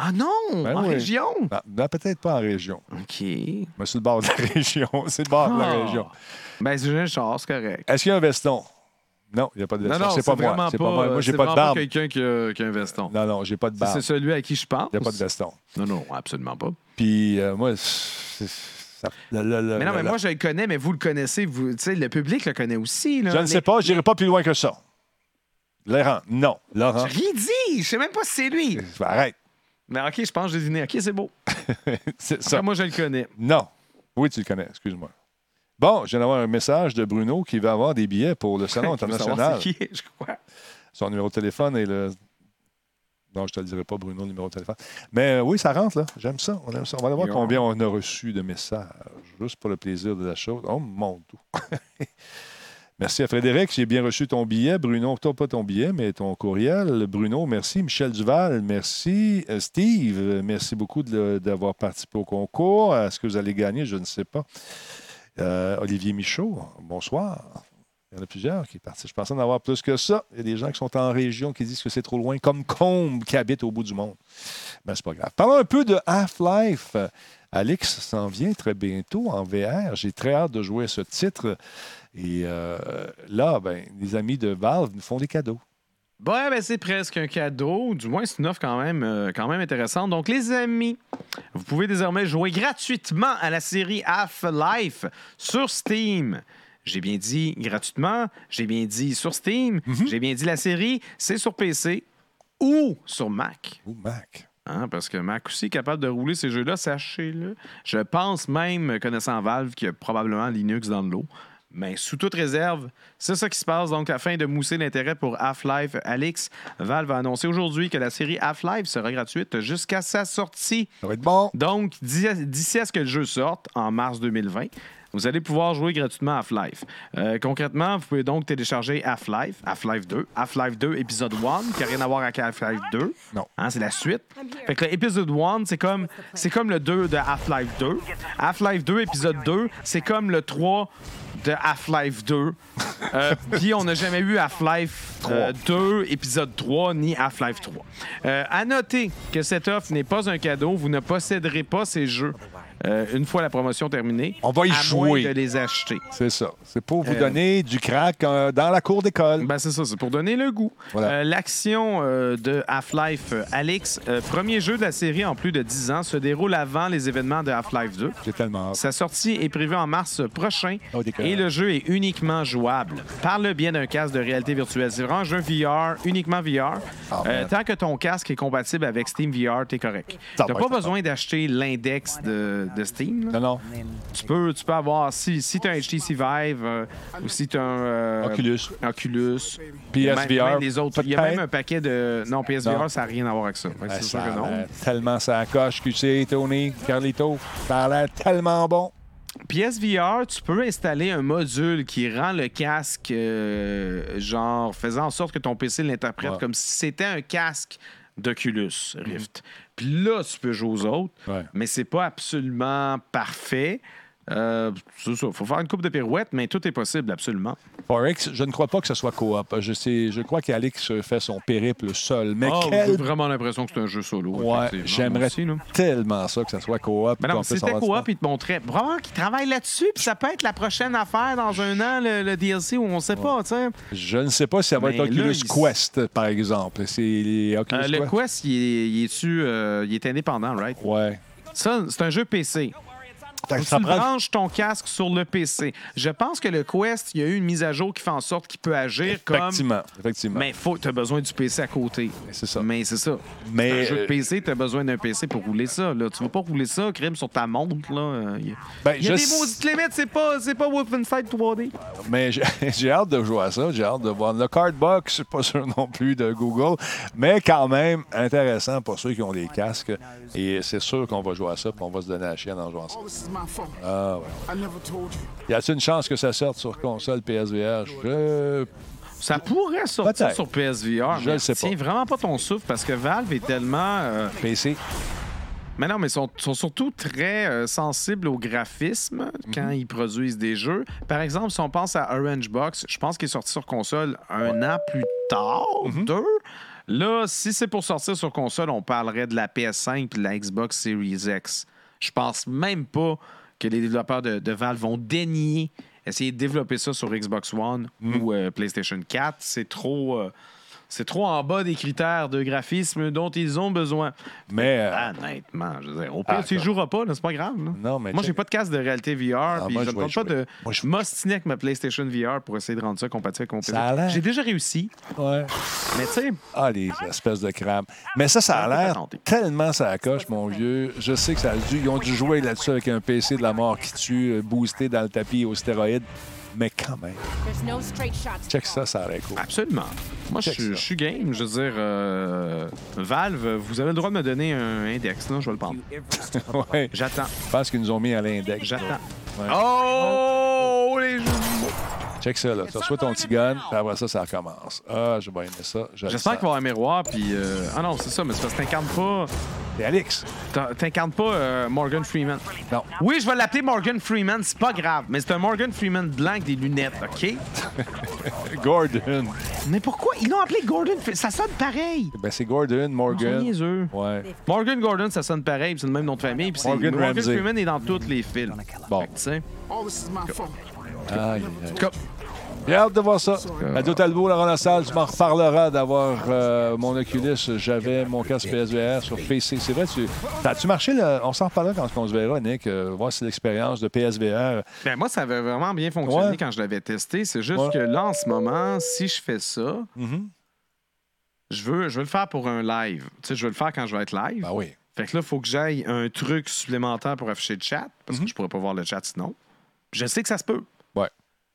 Speaker 7: Ah non!
Speaker 3: Ben
Speaker 7: en
Speaker 3: oui.
Speaker 7: région!
Speaker 3: Non, non, peut-être pas en région.
Speaker 7: OK.
Speaker 3: Mais c'est le bord de la région. C'est le bord de la
Speaker 7: Ah.
Speaker 3: région.
Speaker 7: Ben c'est un char, c'est correct.
Speaker 3: Est-ce qu'il y a un veston? Non, il n'y a pas de
Speaker 5: Non,
Speaker 3: veston.
Speaker 5: non,
Speaker 3: c'est pas moi.
Speaker 7: vraiment
Speaker 3: C'est pas moi. Moi, j'ai
Speaker 7: c'est
Speaker 3: pas de
Speaker 7: vraiment pas
Speaker 3: barbe.
Speaker 7: quelqu'un qui a, qui a un veston.
Speaker 3: Non, non, j'ai pas de
Speaker 7: Si
Speaker 3: barbe.
Speaker 7: C'est celui à qui je pense.
Speaker 3: Il n'y a pas de veston.
Speaker 7: Non, non, absolument pas.
Speaker 3: Puis euh, moi, c'est- ça- le- le- le-
Speaker 7: Mais non, mais
Speaker 3: le-
Speaker 7: moi, je le connais, mais vous le connaissez. Vous, tu sais, le public le connaît aussi. Là.
Speaker 3: je ne sais pas, je n'irai pas plus loin que ça. Laurent, non. Laurent,
Speaker 7: J'ai rien dit. Je sais même pas si c'est lui.
Speaker 3: arrête.
Speaker 7: Mais OK, je pense que j'ai deviné. OK, c'est beau.
Speaker 3: C'est ça.
Speaker 7: Ça, moi, je le connais.
Speaker 3: Non. Oui, tu le connais, excuse-moi. Bon, je viens d'avoir un message de Bruno qui va avoir des billets pour le Salon
Speaker 7: Je veux savoir
Speaker 3: international.
Speaker 7: c'est qui, je crois.
Speaker 3: Son numéro de téléphone et le. Non, je te le dirai pas, Bruno, le numéro de téléphone. Mais euh, oui, ça rentre, là. J'aime ça. On aime ça. On va aller voir
Speaker 7: Yo.
Speaker 3: combien on a reçu de messages, juste pour le plaisir de la chose. Oh mon Dieu. merci à Frédéric. J'ai bien reçu ton billet. Bruno, toi, pas ton billet, mais ton courriel. Bruno, merci. Michel Duval, merci. Euh, Steve, euh, merci beaucoup de le- d'avoir participé au concours. Est-ce que vous allez gagner? Je ne sais pas. Euh, Olivier Michaud, bonsoir. Il y en a plusieurs qui participent. Je pensais en avoir plus que ça. Il y a des gens qui sont en région qui disent que c'est trop loin, comme Combe qui habite au bout du monde. Mais c'est pas grave. Parlons un peu de Half-Life. Euh, Alex s'en vient très bientôt en VR. J'ai très hâte de jouer à ce titre. Et euh, là, ben, les amis de Valve nous font des cadeaux.
Speaker 7: Bon, ben, c'est presque un cadeau. Du moins, c'est une offre quand même, euh, quand même intéressante. Donc, les amis, vous pouvez désormais jouer gratuitement à la série Half-Life sur Steam. J'ai bien dit gratuitement, j'ai bien dit sur Steam,
Speaker 3: Mm-hmm.
Speaker 7: j'ai bien dit la série, c'est sur PC ou sur Mac.
Speaker 3: Ou Mac.
Speaker 7: Hein, parce que Mac aussi est capable de rouler ces jeux-là, sachez-le. Je pense même, connaissant Valve, qu'il y a probablement Linux dans le lot. Mais sous toute réserve, c'est ça qui se passe. Donc, afin de mousser l'intérêt pour Half-Life, Alex, Valve a annoncé aujourd'hui que la série Half-Life sera gratuite jusqu'à sa sortie.
Speaker 3: Ça va être bon.
Speaker 7: Donc, d'ici à- d'ici à ce que le jeu sorte, en mars 2020, vous allez pouvoir jouer gratuitement à Half-Life. Euh, concrètement, vous pouvez donc télécharger Half-Life, Half-Life 2, Half-Life 2 épisode 1, qui n'a rien à voir avec Half-Life 2.
Speaker 3: Non.
Speaker 7: Hein, c'est la suite. Fait que l'épisode 1, c'est comme, c'est comme le 2 de Half-Life 2. Half-Life 2 épisode 2, c'est comme le 3 de Half-Life 2. Euh, Puis on n'a jamais eu Half-Life euh, 2, épisode 3, ni Half-Life 3. Euh, à noter que cette offre n'est pas un cadeau. Vous ne posséderez pas ces jeux euh, une fois la promotion terminée.
Speaker 3: On va y
Speaker 7: à
Speaker 3: jouer.
Speaker 7: Moins de les acheter.
Speaker 3: C'est ça. C'est pour vous
Speaker 7: Euh,
Speaker 3: donner du crack euh, dans la cour d'école.
Speaker 7: Ben, c'est ça, c'est pour donner le goût.
Speaker 3: Voilà.
Speaker 7: Euh, L'action euh, de Half-Life euh, Alex, euh, premier jeu de la série en plus de 10 ans, se déroule avant les événements de Half-Life 2.
Speaker 3: J'ai tellement hâte.
Speaker 7: Sa sortie est prévue en mars prochain
Speaker 3: Oh, décolle.
Speaker 7: et le jeu est uniquement jouable par le biais d'un casque de réalité virtuelle. C'est vraiment un jeu VR, uniquement VR.
Speaker 3: Ah,
Speaker 7: Euh,
Speaker 3: man.
Speaker 7: tant que ton casque est compatible avec Steam VR, t'es correct.
Speaker 3: Ça
Speaker 7: T'as
Speaker 3: va,
Speaker 7: pas
Speaker 3: ça va.
Speaker 7: besoin d'acheter l'index de, de Steam.
Speaker 3: Non,
Speaker 7: là.
Speaker 3: non.
Speaker 7: Tu peux, tu peux avoir, si, si t'as un HTC Vive euh, ou si t'as un... euh,
Speaker 3: Oculus.
Speaker 7: Oculus, même,
Speaker 3: PSVR.
Speaker 7: même les autres. Il y a
Speaker 3: peut-être.
Speaker 7: même un paquet de. Non, PSVR,
Speaker 3: Non.
Speaker 7: ça n'a rien à voir avec ça. Fait que
Speaker 3: Ben,
Speaker 7: c'est sûr
Speaker 3: ça
Speaker 7: que
Speaker 3: a
Speaker 7: non.
Speaker 3: l'air tellement ça coche, QC, Tony, Carlito. Ça a l'air tellement bon.
Speaker 7: PSVR, tu peux installer un module qui rend le casque, euh, genre, faisant en sorte que ton PC l'interprète
Speaker 3: Ouais. Mhm.
Speaker 7: comme si c'était un casque d'Oculus Rift. Puis là, tu peux jouer aux autres,
Speaker 3: Ouais.
Speaker 7: mais c'est pas absolument parfait. Euh, c'est ça. Faut faire une coupe de pirouettes, mais tout est possible, absolument.
Speaker 3: Forex, je ne crois pas que ce soit coop. Je, sais, je crois qu'Alex fait son périple seul. Mais
Speaker 7: Oh,
Speaker 3: quel...
Speaker 7: J'ai vraiment l'impression que c'est un jeu solo.
Speaker 3: Ouais,
Speaker 7: effectivement, moi
Speaker 3: j'aimerais
Speaker 7: aussi, là.
Speaker 3: tellement ça que ça soit coop.
Speaker 7: Mais
Speaker 3: qu'on
Speaker 7: non,
Speaker 3: puisse
Speaker 7: si c'était
Speaker 3: avoir du
Speaker 7: coop,
Speaker 3: fun.
Speaker 7: ils te montraient. Vraiment qu'ils travaillent là-dessus, puis ça peut être la prochaine affaire dans un an, le, le DLC, où on sait pas, tu sais.
Speaker 3: Je ne sais pas si ça va
Speaker 7: Mais
Speaker 3: être Oculus
Speaker 7: là, il-
Speaker 3: Quest, par exemple. C'est les Oculus
Speaker 7: Euh, le
Speaker 3: Quest.
Speaker 7: Quest, il est, il est-tu, euh, il est indépendant, right?
Speaker 3: Ouais.
Speaker 7: Ça, c'est un jeu PC.
Speaker 3: Fait que
Speaker 7: Faut que
Speaker 3: ça
Speaker 7: tu
Speaker 3: prend-
Speaker 7: branches ton casque sur le PC. Je pense que le Quest, il y a eu une mise à jour qui fait en sorte qu'il peut agir comme.
Speaker 3: Effectivement. Effectivement.
Speaker 7: Mais faut, t'as besoin du PC à côté.
Speaker 3: C'est ça.
Speaker 7: Mais c'est ça.
Speaker 3: Mais,
Speaker 7: un jeu de
Speaker 3: euh,
Speaker 7: PC, t'as besoin d'un PC pour rouler ça. Là. Tu vas pas rouler ça, crime sur ta montre. Là. Euh, Il y a,
Speaker 3: Ben,
Speaker 7: il y a
Speaker 3: je
Speaker 7: des
Speaker 3: sais-
Speaker 7: maudites limites, c'est pas, c'est pas Wolfenstein 3D.
Speaker 3: Mais j'ai j'ai hâte de jouer à ça. J'ai hâte de voir. Le Cardbox, je suis pas sûr non plus de Google, mais quand même intéressant pour ceux qui ont des casques. Et c'est sûr qu'on va jouer à ça, puis on va se donner la chienne en jouant à ça.
Speaker 8: Oh, This is my fault.
Speaker 3: Ah, ouais.
Speaker 8: I never told you.
Speaker 3: Y a-t-il une chance que ça sorte sur console PSVR? Je...
Speaker 7: Ça pourrait sortir
Speaker 3: Peut-être.
Speaker 7: sur PSVR.
Speaker 3: Je
Speaker 7: mais
Speaker 3: le sais pas.
Speaker 7: Tiens vraiment pas ton souffle parce que Valve est tellement. euh,
Speaker 3: PC.
Speaker 7: Mais non, mais ils sont, sont surtout très euh, sensibles au graphisme quand ils produisent des jeux. Par exemple, si on pense à Orange Box, je pense qu'il est sorti sur console un an plus tard, deux. Là, si c'est pour sortir sur console, on parlerait de la PS5 et de la Xbox Series X. Je pense même pas que les développeurs de, de Valve vont dénier Essayez de développer ça sur Xbox One ou euh, PlayStation 4. C'est trop, euh, c'est trop en bas des critères de graphisme dont ils ont besoin.
Speaker 3: Mais. euh,
Speaker 7: Ah, Honnêtement, je veux dire, au pire,
Speaker 3: Ah,
Speaker 7: tu y
Speaker 3: ça.
Speaker 7: joueras pas, là, c'est pas grave. là.
Speaker 3: Non, mais
Speaker 7: moi, j'ai
Speaker 3: check.
Speaker 7: pas de casque de réalité VR,
Speaker 3: Ah,
Speaker 7: puis
Speaker 3: moi,
Speaker 7: je
Speaker 3: je
Speaker 7: ne
Speaker 3: vais
Speaker 7: tente pas
Speaker 3: jouer.
Speaker 7: de
Speaker 3: Moi, je-
Speaker 7: m'ostiner avec ma PlayStation VR pour essayer de rendre ça compatible avec mon PC.
Speaker 3: a l'air.
Speaker 7: J'ai déjà réussi,
Speaker 3: ouais.
Speaker 7: mais tu sais,
Speaker 3: Ah, les espèces de crabes. Mais ça, ça a
Speaker 7: Ah, c'est
Speaker 3: l'air
Speaker 7: patenté.
Speaker 3: tellement ça coche, mon vieux. Je sais que ça a dû. Ils ont dû jouer là-dessus avec un PC de la mort qui tue, euh, boosté dans le tapis aux stéroïdes. Mais quand même,
Speaker 8: There's no straight shot.
Speaker 3: check ça, ça aurait cool.
Speaker 7: absolument. Moi, je
Speaker 3: Check ça.
Speaker 7: suis- je suis game. Je veux dire, euh, Valve, vous avez le droit de me donner un index, non? Je vais le prendre.
Speaker 3: Ouais.
Speaker 7: J'attends,
Speaker 3: Je pense qu'ils nous ont mis à l'index.
Speaker 7: j'attends.
Speaker 3: Ouais.
Speaker 7: Oh, les
Speaker 3: Check ça, là. Tu reçois ton petit gun, puis après ça, ça recommence. Ah, j'ai bien aimé ça. Je
Speaker 7: J'espère
Speaker 3: le
Speaker 7: qu'il va y avoir un miroir, puis. euh, Ah non, c'est ça, mais c'est parce que t'incarnes pas.
Speaker 3: sens. C'est Alex.
Speaker 7: t'in- T'incarnes pas euh, Morgan Freeman.
Speaker 3: Non.
Speaker 7: Oui, je vais l'appeler Morgan Freeman, c'est pas grave, mais c'est un Morgan Freeman blanc avec des lunettes, OK?
Speaker 3: Gordon.
Speaker 7: Mais pourquoi? Ils l'ont appelé Gordon Freeman. Ça sonne pareil.
Speaker 3: Ben, c'est Gordon,
Speaker 7: Ils sont
Speaker 3: Morgan.
Speaker 7: niaiseux.
Speaker 3: Ouais.
Speaker 7: Morgan Gordon, ça sonne pareil, puis c'est le même nom de famille. puis c'est-
Speaker 3: Morgan
Speaker 7: Morgan
Speaker 3: Ramsay.
Speaker 7: Freeman est dans tous les films.
Speaker 3: Bon.
Speaker 7: Fait que, tu sais,
Speaker 3: Aïe, aïe. Euh, J'ai hâte de voir ça. Ado Talbot, Laurent Lassalle, tu m'en reparleras d'avoir euh, mon Oculus. J'avais mon casque PSVR sur PC. C'est vrai, tu. T'as-tu marché, là? On s'en reparlera quand on se verra, Nick. euh, voir si l'expérience de PSVR.
Speaker 7: Ben moi, ça avait vraiment bien fonctionné
Speaker 3: Ouais.
Speaker 7: quand je l'avais testé. C'est juste
Speaker 3: Ouais. Mm-hmm.
Speaker 7: que là, en ce moment, si je fais ça, je, veux, je veux le faire pour un live. Tu sais, je veux le faire quand je vais être live.
Speaker 3: Ben oui.
Speaker 7: Fait que là, il faut que j'aille un truc supplémentaire pour afficher le chat, parce que je pourrais pas voir le chat sinon. Puis je sais que ça se peut.
Speaker 3: Mhm. Ouais.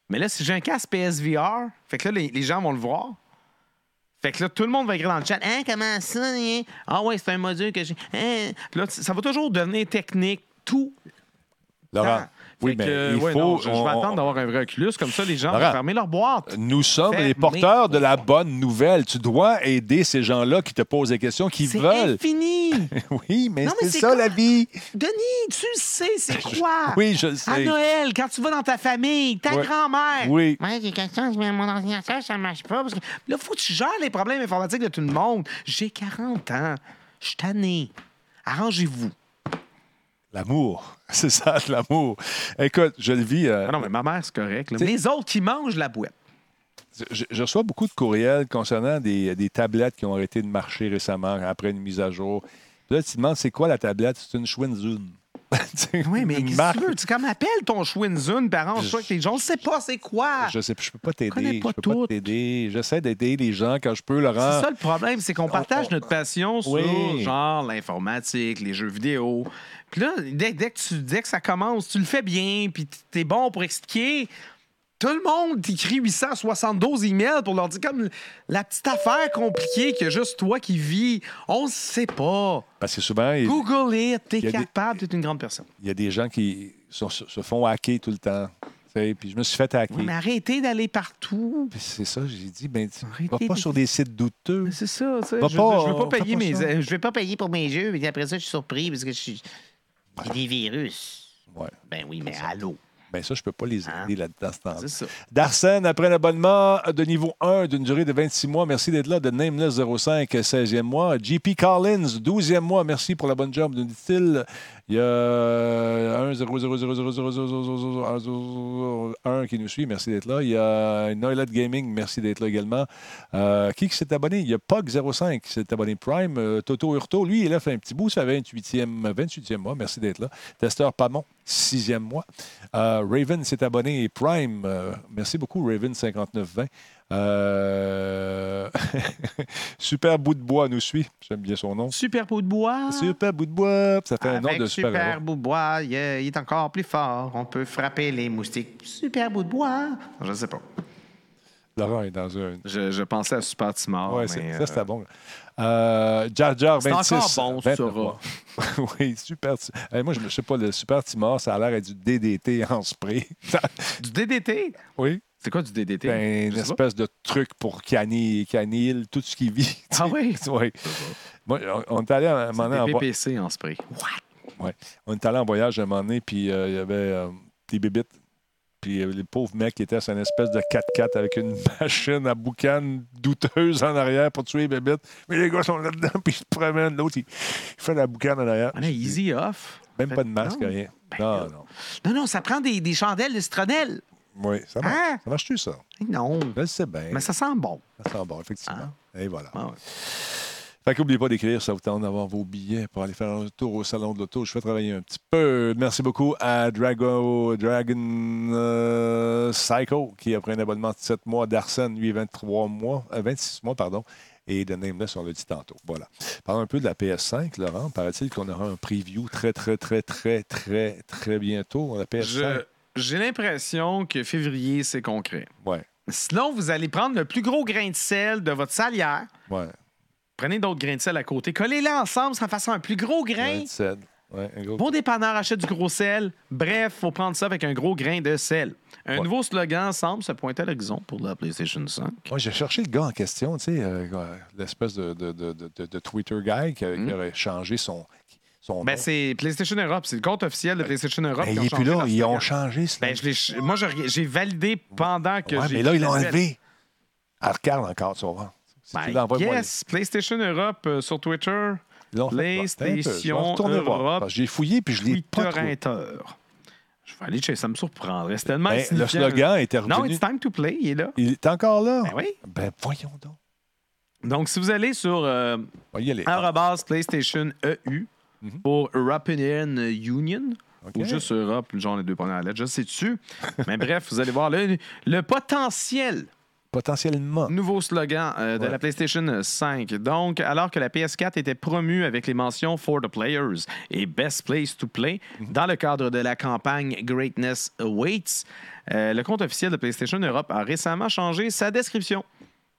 Speaker 7: Mais là, si j'ai un casque PSVR, fait que là, les, les gens vont le voir. Fait que là, tout le monde va écrire dans le chat Hein, comment ça hein? Ah ouais, c'est un module que j'ai. Hein? Puis Là, ça va toujours devenir technique, tout
Speaker 3: Laurent.
Speaker 7: temps.
Speaker 3: Oui,
Speaker 7: Ah, Fait
Speaker 3: mais
Speaker 7: que,
Speaker 3: il faut.
Speaker 7: ouais, non, je, je vais
Speaker 3: on-
Speaker 7: attendre d'avoir un vrai Oculus, comme ça, les gens
Speaker 3: Laurent.
Speaker 7: vont fermer leur boîte.
Speaker 3: Nous sommes
Speaker 7: Fermez
Speaker 3: les porteurs de la bonne nouvelle. Tu dois aider ces gens-là qui te posent des questions, qui
Speaker 7: C'est
Speaker 3: veulent.
Speaker 7: infini.
Speaker 3: Oui, mais
Speaker 7: Non,
Speaker 3: c'est
Speaker 7: mais c'est
Speaker 3: ça
Speaker 7: comme-
Speaker 3: la vie.
Speaker 7: Denis, tu sais, c'est quoi?
Speaker 3: Oui, je le
Speaker 7: À
Speaker 3: sais.
Speaker 7: Noël, quand tu vas dans ta famille, ta
Speaker 3: Ouais.
Speaker 7: grand-mère.
Speaker 3: Oui.
Speaker 7: Ouais, j'ai quelque chose, mais mon ordinateur, ça marche pas. Parce que... Là, faut que tu gères les problèmes informatiques de tout le monde. J'ai 40 ans. Je suis tanné. Arrangez-vous.
Speaker 3: L'amour. C'est ça, de l'amour. Écoute, je le vis. euh,
Speaker 7: Ah non, mais ma mère, c'est correct. là.
Speaker 3: T'sais-
Speaker 7: Les autres qui mangent la boîte.
Speaker 3: je, je reçois beaucoup de courriels concernant des, des tablettes qui ont arrêté de marcher récemment après une mise à jour. Puis là, tu te demandes, c'est quoi la tablette? C'est une Schwinzun.
Speaker 7: Oui, mais qu'est-ce que tu veux? Tu comme appelles ton Schwinzun, puis arrange-toi avec les gens. On sait pas c'est quoi.
Speaker 3: Je sais, pas, je peux pas
Speaker 7: connais
Speaker 3: t'aider.
Speaker 7: pas
Speaker 3: je peux
Speaker 7: toutes.
Speaker 3: pas t'aider. J'essaie d'aider les gens quand je peux,
Speaker 7: C'est
Speaker 3: Laurent.
Speaker 7: ça le problème, c'est qu'on partage notre passion sur
Speaker 3: Ah. Oh, Oui.
Speaker 7: genre l'informatique, les jeux vidéo. Puis là, dès, dès que tu, dès que ça commence, tu le fais bien, puis t- t'es bon pour expliquer. Tout le monde t'écrit 872 emails pour leur dire comme la petite affaire compliquée que juste toi qui vis. On sait pas.
Speaker 3: Parce que souvent, il
Speaker 7: Google it, t'es
Speaker 3: y a des-
Speaker 7: capable, t'es une grande personne.
Speaker 3: il y a des gens qui sont- se se font hacker tout le temps. Tu sais, Puis je me suis fait hacker.
Speaker 7: Mais arrêtez d'aller partout.
Speaker 3: Puis c'est ça, j'ai dit, ben, tu vas
Speaker 7: Arrêtez
Speaker 3: pas
Speaker 7: de-
Speaker 3: sur des sites douteux.
Speaker 7: Mais C'est ça, tu sais.
Speaker 3: Va
Speaker 7: Je,
Speaker 3: pas,
Speaker 7: je veux
Speaker 3: euh,
Speaker 7: pas
Speaker 3: fais
Speaker 7: payer
Speaker 3: pas
Speaker 7: mes.
Speaker 3: ça.
Speaker 7: euh, Je vais pas payer pour mes jeux, mais après ça, je suis surpris parce que je suis. J'ai des virus.
Speaker 3: Ouais.
Speaker 7: Ben oui, mais allô. Hein?
Speaker 3: Ben ça, je peux pas les aider là dans ce temps
Speaker 7: C'est ça.
Speaker 3: D'Arsène, après un abonnement de niveau 1 d'une durée de 26 mois, merci d'être là. De Nameless 05, 16e mois. JP Collins, 12e mois, merci pour la bonne job, nous dit-il. Il y a 1 0 0 0 0 0 0 0 0 1 qui nous suit, merci d'être là. Il y a Noilet Gaming, merci d'être là également. Euh, qui qui s'est abonné? Il y a POG05 qui s'est abonné Prime. Euh, Toto Hurto, lui, il est là, fait un petit bout, ça fait 28e, 28e mois, merci d'être là. Testeur Pamon, 6e mois. Euh, Raven s'est abonné et Prime. euh, merci beaucoup, Raven5920. Euh, super bout de bois nous suit. J'aime bien son nom.
Speaker 7: Super pot de bois.
Speaker 3: Super bout de bois. Ça fait un
Speaker 7: Ah. Avec
Speaker 3: nom de super.
Speaker 7: super, bout de bois, il est il est encore plus fort. On peut frapper les moustiques. Super bout de bois. Je sais pas.
Speaker 3: Laurent est dans un.
Speaker 7: Je, pensais à Super Timor.
Speaker 3: Ouais, c'est- ça, c'était bon. Euh, Jar Jar
Speaker 7: Ah, euh, C'est
Speaker 3: 26.
Speaker 7: encore bon, ce
Speaker 3: 29 mois. oui, super. ti- Eh, moi, je ne sais pas, le super Timor, ça a l'air d'être du DDT en spray. Ça-
Speaker 7: Du DDT.
Speaker 3: oui,
Speaker 7: C'est quoi du DDT?
Speaker 3: ben, une
Speaker 7: Je sais pas.
Speaker 3: espèce de truc pour canille, canille, tout ce qui vit. tu
Speaker 7: Ah oui.
Speaker 3: Oui. Moi, on- on est allé à un moment donné en
Speaker 7: Des
Speaker 3: vo-
Speaker 7: PPC en spray.
Speaker 3: on est allé en voyage à un moment donné, puis euh, il y avait euh, des bébites. Puis euh, les pauvres mecs qui étaient sur une espèce de 4x4 avec une machine à boucan douteuse en arrière pour tuer les bébites. Mais les gars sont là-dedans, puis ils se promènent. L'autre, il, il fait la boucane en arrière.
Speaker 7: On a Ah, easy off.
Speaker 3: Même
Speaker 7: Fait-
Speaker 3: pas de masque,
Speaker 7: non.
Speaker 3: rien.
Speaker 7: Ben
Speaker 3: Non,
Speaker 7: là.
Speaker 3: non.
Speaker 7: Non, non, ça prend des, des chandelles de citronnelle.
Speaker 3: Oui, ça marche.
Speaker 7: Hein?
Speaker 3: Ça marche-tu, ça?
Speaker 7: Non.
Speaker 3: Je le sais bien.
Speaker 7: Mais ça sent bon.
Speaker 3: Ça sent bon, effectivement. Et voilà.
Speaker 7: Ah ouais.
Speaker 3: Fait qu'oubliez pas d'écrire, ça vous tente d'avoir vos billets pour aller faire un tour au salon de l'auto. Je fais travailler un petit peu. Merci beaucoup à Drago, Dragon euh, Psycho qui a pris un abonnement de 7 mois. Darsen, lui, 23 mois, euh, 26 mois, pardon. Et de Nameless, on l'a dit tantôt. Voilà. Parle un peu de la PS5, Laurent. Paraît-il qu'on aura un preview très, très, très, très, très, très bientôt. La PS5.
Speaker 7: Je- J'ai l'impression que février, c'est concret.
Speaker 3: Ouais,
Speaker 7: Sinon, vous allez prendre le plus gros grain de sel de votre salière.
Speaker 3: ouais.
Speaker 7: Prenez d'autres grains de sel à côté. Collez-les ensemble, ça fasse un plus gros grain.
Speaker 3: 27. Ouais, un gros.
Speaker 7: Bon dépanneur achète du gros sel. Bref, faut prendre ça avec un gros grain de sel. Un
Speaker 3: Ouais.
Speaker 7: nouveau slogan semble se pointer à l'horizon pour la PlayStation 5.
Speaker 3: Moi, j'ai cherché le gars en question, tu sais, euh, euh, l'espèce de, de- de- de- de Twitter guy qui, avait- qui
Speaker 7: Mm.
Speaker 3: aurait changé son, son
Speaker 7: Ben,
Speaker 3: nom.
Speaker 7: c'est PlayStation Europe, c'est le compte officiel de PlayStation
Speaker 3: Ben,
Speaker 7: Europe. qui
Speaker 3: il
Speaker 7: ont
Speaker 3: n'est plus
Speaker 7: changé
Speaker 3: là.
Speaker 7: leur
Speaker 3: Ils
Speaker 7: slogan.
Speaker 3: ont changé. ce
Speaker 7: Ben,
Speaker 3: nom.
Speaker 7: je l'ai- moi, je- j'ai validé pendant que
Speaker 3: Ouais,
Speaker 7: j'ai.
Speaker 3: mais là, ils l'ont
Speaker 7: fait la
Speaker 3: enlevé. Elle regarde encore, tu vas voir. Si tu
Speaker 7: Ben,
Speaker 3: l'envoies, moi,
Speaker 7: yes, PlayStation Europe euh, sur Twitter,
Speaker 3: ils l'ont fait. Attends un peu, je vais
Speaker 7: PlayStation
Speaker 3: retourner voir,
Speaker 7: Europe,
Speaker 3: parce que J'ai fouillé puis je l'ai pas trouvé.
Speaker 7: Twitter. Je vais aller chez ça me surprendrait. C'est tellement.
Speaker 3: Ben, le
Speaker 7: insignifiant.
Speaker 3: slogan était
Speaker 7: Non,
Speaker 3: revenu.
Speaker 7: it's time to play, il est là.
Speaker 3: il est encore là.
Speaker 7: Ben oui.
Speaker 3: Ben, voyons donc.
Speaker 7: Donc, si vous allez sur euh,
Speaker 3: On va y aller.
Speaker 7: arrobase PlayStation EU
Speaker 3: Mhm.
Speaker 7: pour European Union,
Speaker 3: OK.
Speaker 7: ou juste Europe, genre les deux premières lettres, je sais dessus. Mais bref, vous allez voir le, le potentiel
Speaker 3: Potentiellement.
Speaker 7: nouveau slogan euh, de
Speaker 3: Ouais.
Speaker 7: la PlayStation 5. Donc, alors que la PS4 était promue avec les mentions For the Players et Best Place to Play dans le cadre de la campagne Greatness Awaits, euh, le compte officiel de PlayStation Europe a récemment changé sa description.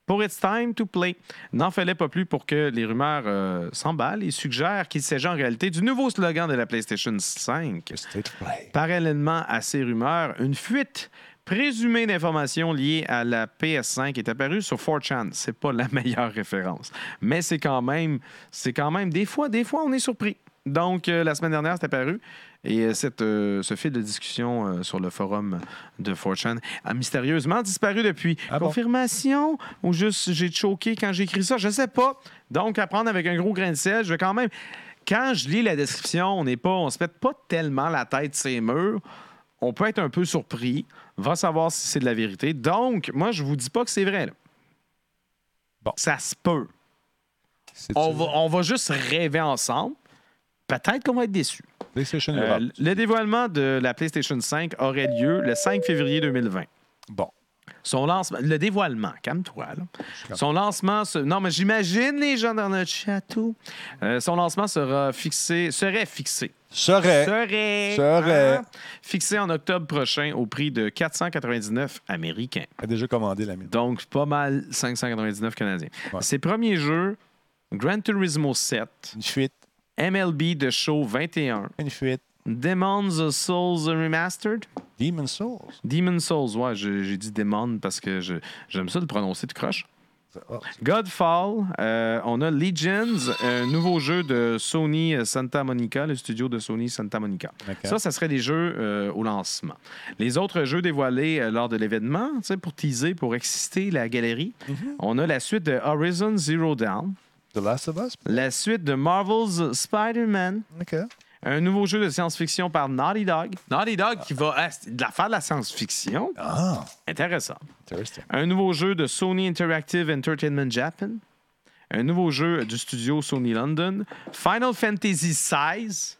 Speaker 7: Pour It's Time to Play. N'en fallait pas plus pour que les rumeurs euh, s'emballent et suggèrent qu'il s'agit en réalité du nouveau slogan de la PlayStation 5.
Speaker 3: State of play.
Speaker 7: Parallèlement à ces rumeurs, une fuite présumée d'informations liées à la PS5 est apparue sur 4chan. C'est pas la meilleure référence, mais c'est quand même, c'est quand même des fois, des fois on est surpris. Donc euh, la semaine dernière, c'est apparu et euh, cette, euh, ce fil de discussion euh, sur le forum de 4chan a mystérieusement disparu depuis.
Speaker 3: Ah bon?
Speaker 7: Confirmation ou juste j'ai choqué quand j'ai écrit ça, je sais pas. Donc à prendre avec un gros grain de sel, je vais quand même quand je lis la description, on n'est pas, on se pète pas tellement la tête ces murs. On peut être un peu surpris, va savoir si c'est de la vérité. Donc, moi, je vous dis pas que c'est vrai. là.
Speaker 3: Bon.
Speaker 7: Ça se peut.
Speaker 3: C'est-tu
Speaker 7: On va, on va juste rêver ensemble. Peut-être qu'on va être déçus.
Speaker 3: PlayStation
Speaker 7: Euh,
Speaker 3: Europe.
Speaker 7: le dévoilement de la PlayStation 5 aurait lieu le 5 février 2020.
Speaker 3: Bon.
Speaker 7: Son lancement, le dévoilement, calme-toi. là. Son lancement, se- non mais j'imagine les gens dans notre château. Euh, son lancement sera fixé, serait fixé
Speaker 3: Serait.
Speaker 7: Serait.
Speaker 3: Serait.
Speaker 7: Ah. Fixé en octobre prochain au prix de 499 américains.
Speaker 3: Elle a déjà commandé la mienne.
Speaker 7: Donc, pas mal 599 canadiens.
Speaker 3: Ouais.
Speaker 7: Ses premiers jeux, Gran Turismo 7,
Speaker 3: Une fuite.
Speaker 7: MLB The Show 21,
Speaker 3: Une fuite.
Speaker 7: Demon's Souls Remastered,
Speaker 3: Demon Souls.
Speaker 7: Demon Souls, ouais, je- j'ai dit Demon parce que je- j'aime ça le prononcer de croche.
Speaker 3: Oh,
Speaker 7: Godfall, euh, on a Legions, un nouveau jeu de Sony euh, Santa Monica, le studio de Sony Santa Monica.
Speaker 3: OK.
Speaker 7: Ça, ça serait des jeux euh, au lancement. Les autres jeux dévoilés euh, lors de l'événement, tu sais, pour teaser, pour exciter la galerie,
Speaker 3: Mhm.
Speaker 7: on a la suite de Horizon Zero Dawn,
Speaker 3: The Last of Us.
Speaker 7: la suite de Marvel's Spider-Man,
Speaker 3: OK.
Speaker 7: un nouveau jeu de science-fiction par Naughty Dog. Naughty Dog qui va ah, c'est de la faire de la science-fiction.
Speaker 3: Ah,
Speaker 7: Intéressant.
Speaker 3: intéressant.
Speaker 7: Un nouveau jeu de Sony Interactive Entertainment Japan. Un nouveau jeu du studio Sony London. Final Fantasy XVI.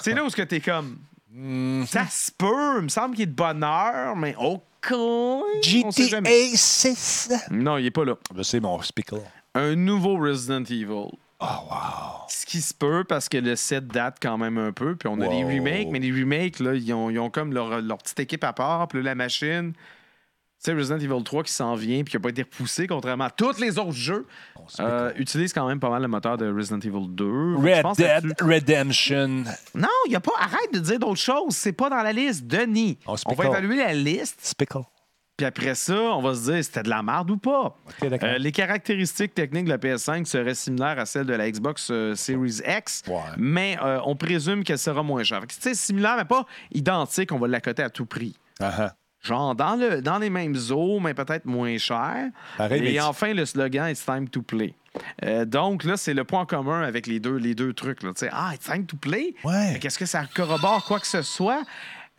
Speaker 7: C'est là où ce que t'es comme.
Speaker 3: Hmm.
Speaker 7: Ça se peut, il me semble qu'il est de bonne heure, mais au con. on sait jamais.
Speaker 3: 6.
Speaker 7: Non, il est pas là.
Speaker 3: c'est mon speaker.
Speaker 7: Un nouveau Resident Evil.
Speaker 3: Oh, wow.
Speaker 7: Ce qui se peut parce que le set date quand même un peu. Puis on a des
Speaker 3: Wow.
Speaker 7: remakes, mais les remakes, là, ils, ont, ils ont comme leur, leur petite équipe à part. Puis là, la machine. Tu sais, Resident Evil 3 qui s'en vient, puis qui n'a pas été repoussé, contrairement à tous les autres jeux,
Speaker 3: Mon speaker.
Speaker 7: euh, utilise quand même pas mal le moteur de Resident Evil 2. Je
Speaker 3: Red
Speaker 7: pense
Speaker 3: Dead
Speaker 7: là-dessus-
Speaker 3: Redemption.
Speaker 7: Non, il a pas. Arrête de dire d'autres choses. C'est pas dans la liste, Denis.
Speaker 3: On se
Speaker 7: on va
Speaker 3: picore.
Speaker 7: évaluer la liste.
Speaker 3: Speaker.
Speaker 7: Puis après ça, on va se dire c'était de la merde ou pas.
Speaker 3: OK, d'accord.
Speaker 7: Euh, les caractéristiques techniques de la PS5 seraient similaires à celles de la Xbox euh, Series X,
Speaker 3: Ouais.
Speaker 7: mais euh, on présume qu'elle sera moins chère. Fait que, tu sais, similaire, mais pas identique, on va l'accoter à tout prix.
Speaker 3: Ah, ah.
Speaker 7: Genre dans, le, dans les mêmes eaux, mais peut-être moins cher.
Speaker 3: Pareil, mais
Speaker 7: Et
Speaker 3: tu-
Speaker 7: enfin, le slogan It's time to play. Euh, donc là, c'est le point commun avec les deux, les deux trucs. Là. Tu sais, Ah, it's time to play.
Speaker 3: Ouais.
Speaker 7: Mais Qu'est-ce que ça corrobore quoi que ce soit?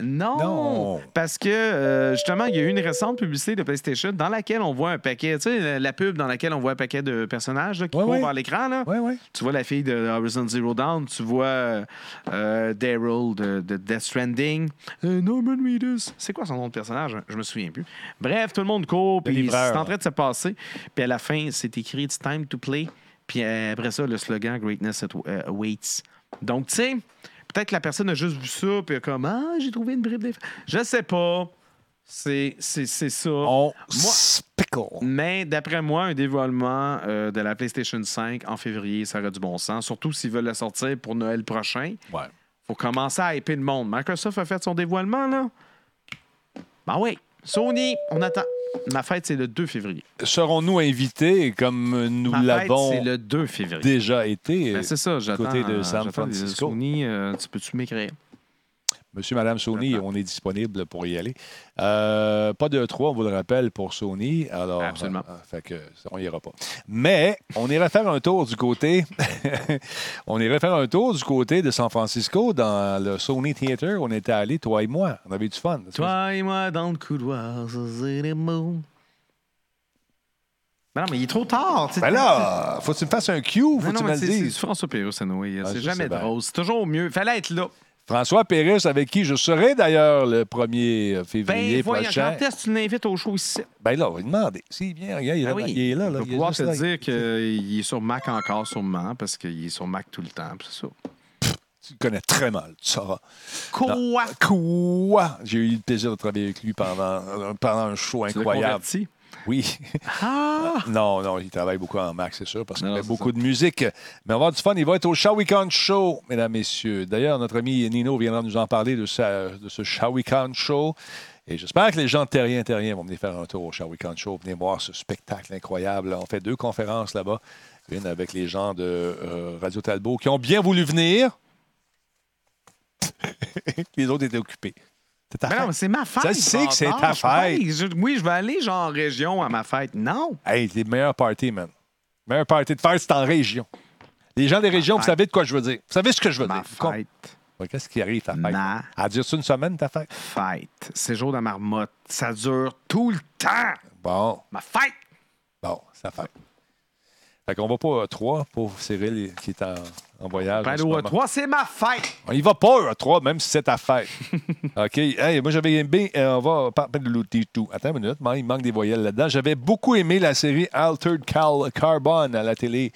Speaker 7: Non,
Speaker 2: Non.
Speaker 7: parce que euh, justement, il y a eu une récente publicité de PlayStation dans laquelle on voit un paquet, tu sais, la- la pub dans laquelle on voit un paquet de personnages là, qui
Speaker 2: Ouais,
Speaker 7: courent
Speaker 2: ouais.
Speaker 7: vers l'écran. là.
Speaker 2: Ouais, ouais.
Speaker 7: Tu vois la fille de Horizon Zero Dawn, tu vois euh, Daryl de, de Death Stranding, euh, Norman Reedus. C'est quoi son nom de personnage? Je me souviens plus. Bref, tout le monde court,
Speaker 2: Le
Speaker 7: puis c'est
Speaker 2: livreur.
Speaker 7: en train de se passer. Puis à la fin, c'est écrit It's time to play. Puis euh, après ça, le slogan Greatness at- euh, awaits. Donc, tu sais, peut-être que la personne a juste vu ça, puis elle a comme Ah, j'ai trouvé une bribe d'inf- Je sais pas. C'est c'est- c'est ça.
Speaker 2: On
Speaker 7: Moi-
Speaker 2: spickle.
Speaker 7: Mais d'après moi, un dévoilement euh, de la PlayStation 5 en février, ça aurait du bon sens. Surtout s'ils veulent la sortir pour Noël prochain.
Speaker 2: Ouais.
Speaker 7: faut commencer à hyper le monde. Microsoft a fait son dévoilement, là. Ben oui. Sony, on attend. Ma fête, c'est le 2 février.
Speaker 2: Serons-nous invités comme nous
Speaker 7: Ma fête, c'est
Speaker 2: l'avons
Speaker 7: le 2 février.
Speaker 2: déjà été?
Speaker 7: Ben, c'est ça, j'attends.
Speaker 2: côté de
Speaker 7: euh,
Speaker 2: San
Speaker 7: j'attends des-
Speaker 2: Francisco.
Speaker 7: Sony, euh, tu peux-tu m'écrire?
Speaker 2: Monsieur, Madame Sony, on est disponible pour y aller. Euh, pas de 3, on vous le rappelle, pour Sony. Alors,
Speaker 7: Absolument.
Speaker 2: euh, euh, fait que, on ira pas. Mais on irait faire un tour du côté. on irait faire un tour du côté de San Francisco dans le Sony Theater. On était allés, toi et moi. On avait du fun.
Speaker 7: Toi et moi dans le couloir, ça, c'est les mots. Ben non, mais il est trop tard. tu sais.
Speaker 2: Ben là, faut que tu me fasses un cue, faut
Speaker 7: Non,
Speaker 2: que
Speaker 7: non,
Speaker 2: tu me
Speaker 7: mais
Speaker 2: le
Speaker 7: c'est c'est du
Speaker 2: dises.
Speaker 7: François Pérusse, Noé.
Speaker 2: Ah,
Speaker 7: c'est
Speaker 2: je
Speaker 7: jamais
Speaker 2: sais bien.
Speaker 7: drôle. C'est toujours mieux. Fallait être là.
Speaker 2: François Pérus, avec qui je serai d'ailleurs le 1er
Speaker 7: Ben,
Speaker 2: février
Speaker 7: voyons,
Speaker 2: prochain.
Speaker 7: quand est-ce que tu l'invites au show ici?
Speaker 2: Ben là, on va lui demander. S'il vient, regarde, il, est
Speaker 7: Ah
Speaker 2: là,
Speaker 7: oui.
Speaker 2: il est là. là,
Speaker 7: On va
Speaker 2: il est
Speaker 7: pouvoir
Speaker 2: juste
Speaker 7: te
Speaker 2: là.
Speaker 7: dire qu'il est sur Mac encore, sûrement, parce qu'il est sur Mac tout le temps. puis c'est ça.
Speaker 2: Tu le connais très mal, tu sauras.
Speaker 7: Quoi?
Speaker 2: Quoi? J'ai eu le plaisir de travailler avec lui pendant, euh, pendant un show
Speaker 7: Tu l'as
Speaker 2: incroyable.
Speaker 7: converti?
Speaker 2: Oui. Euh,
Speaker 7: Ah!
Speaker 2: Non, non, il travaille beaucoup en Mac, c'est sûr, parce qu'il
Speaker 7: Non,
Speaker 2: fait
Speaker 7: c'est
Speaker 2: beaucoup de musique. Mais on va avoir du fun. Il va être au Shawicon Show, mesdames, messieurs. D'ailleurs, notre ami Nino viendra nous en parler de, sa- de ce Shawicon Show. Et j'espère que les gens de Terrien Terrien vont venir faire un tour au Shawicon Show. Venez voir ce spectacle incroyable. On fait deux conférences là-bas. Une avec les gens de euh, Radio Talbot qui ont bien voulu venir. les autres étaient occupés. C'est ta
Speaker 7: Mais non,
Speaker 2: fête.
Speaker 7: mais c'est ma fête.
Speaker 2: Je sais que c'est
Speaker 7: bâtard.
Speaker 2: ta
Speaker 7: Je peux pas
Speaker 2: fête.
Speaker 7: aller- je- oui, je vais aller genre en région à ma fête. Non.
Speaker 2: Hey, les meilleurs parties, man. Les meilleurs parties de fête, c'est en région. Les gens des régions, vous
Speaker 7: fête.
Speaker 2: savez de quoi je veux dire. Vous savez ce que je veux
Speaker 7: Ma
Speaker 2: dire. Vous comprenez?
Speaker 7: fête.
Speaker 2: Qu'est-ce qui arrive, ta fête?
Speaker 7: Ma
Speaker 2: Elle dure-tu une semaine, ta fête?
Speaker 7: fête. C'est jour de la marmotte. Ça dure tout le temps.
Speaker 2: Bon,
Speaker 7: Ma fête.
Speaker 2: bon, ça fête. Fait qu'on va pas à 3 pour Cyril qui est en, en voyage. en ce
Speaker 7: Palo
Speaker 2: moment.
Speaker 7: à 3, c'est ma fête.
Speaker 2: On y va pas à 3, même si c'est ta fête. OK. Hey, moi, j'avais aimé. euh, on va parler de l'outil tout. Attends une minute. mais Il manque des voyelles là-dedans. J'avais beaucoup aimé la série Altered Cal- Carbon à la télé.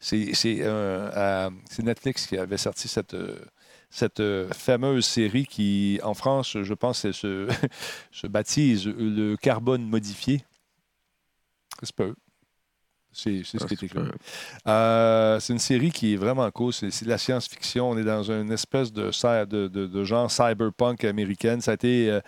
Speaker 2: C'est c'est, euh, euh, c'est Netflix qui avait sorti cette. euh, cette euh, fameuse série qui, en France, je pense, elle se, se baptise le carbone modifié. C'est pas eux. C'est c'est ce qui est écrit. Euh, c'est une série qui est vraiment cool. C'est c'est de la science-fiction. On est dans une espèce de, cy- de, de- de genre cyberpunk américaine. Ça a été euh,